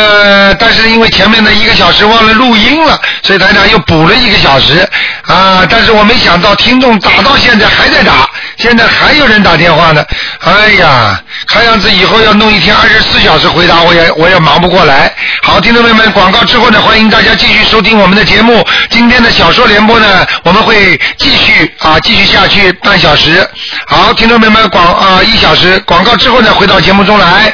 Speaker 8: 但是因为前面的一个小时忘了录音了，所以台长又补了一个小时啊。但是我没想到听众打到现在还在打，现在还有人打电话呢。哎呀，看样子以后要弄一天二十四小时回答，我也我也忙不过来。好，听众朋友们，广告之后呢，欢迎大家继续收听我们的节目。今天的小说联播呢，我们会继续啊，继续下去半小时。好，听众朋友们，广啊一小时广告之后呢，回到节目中来。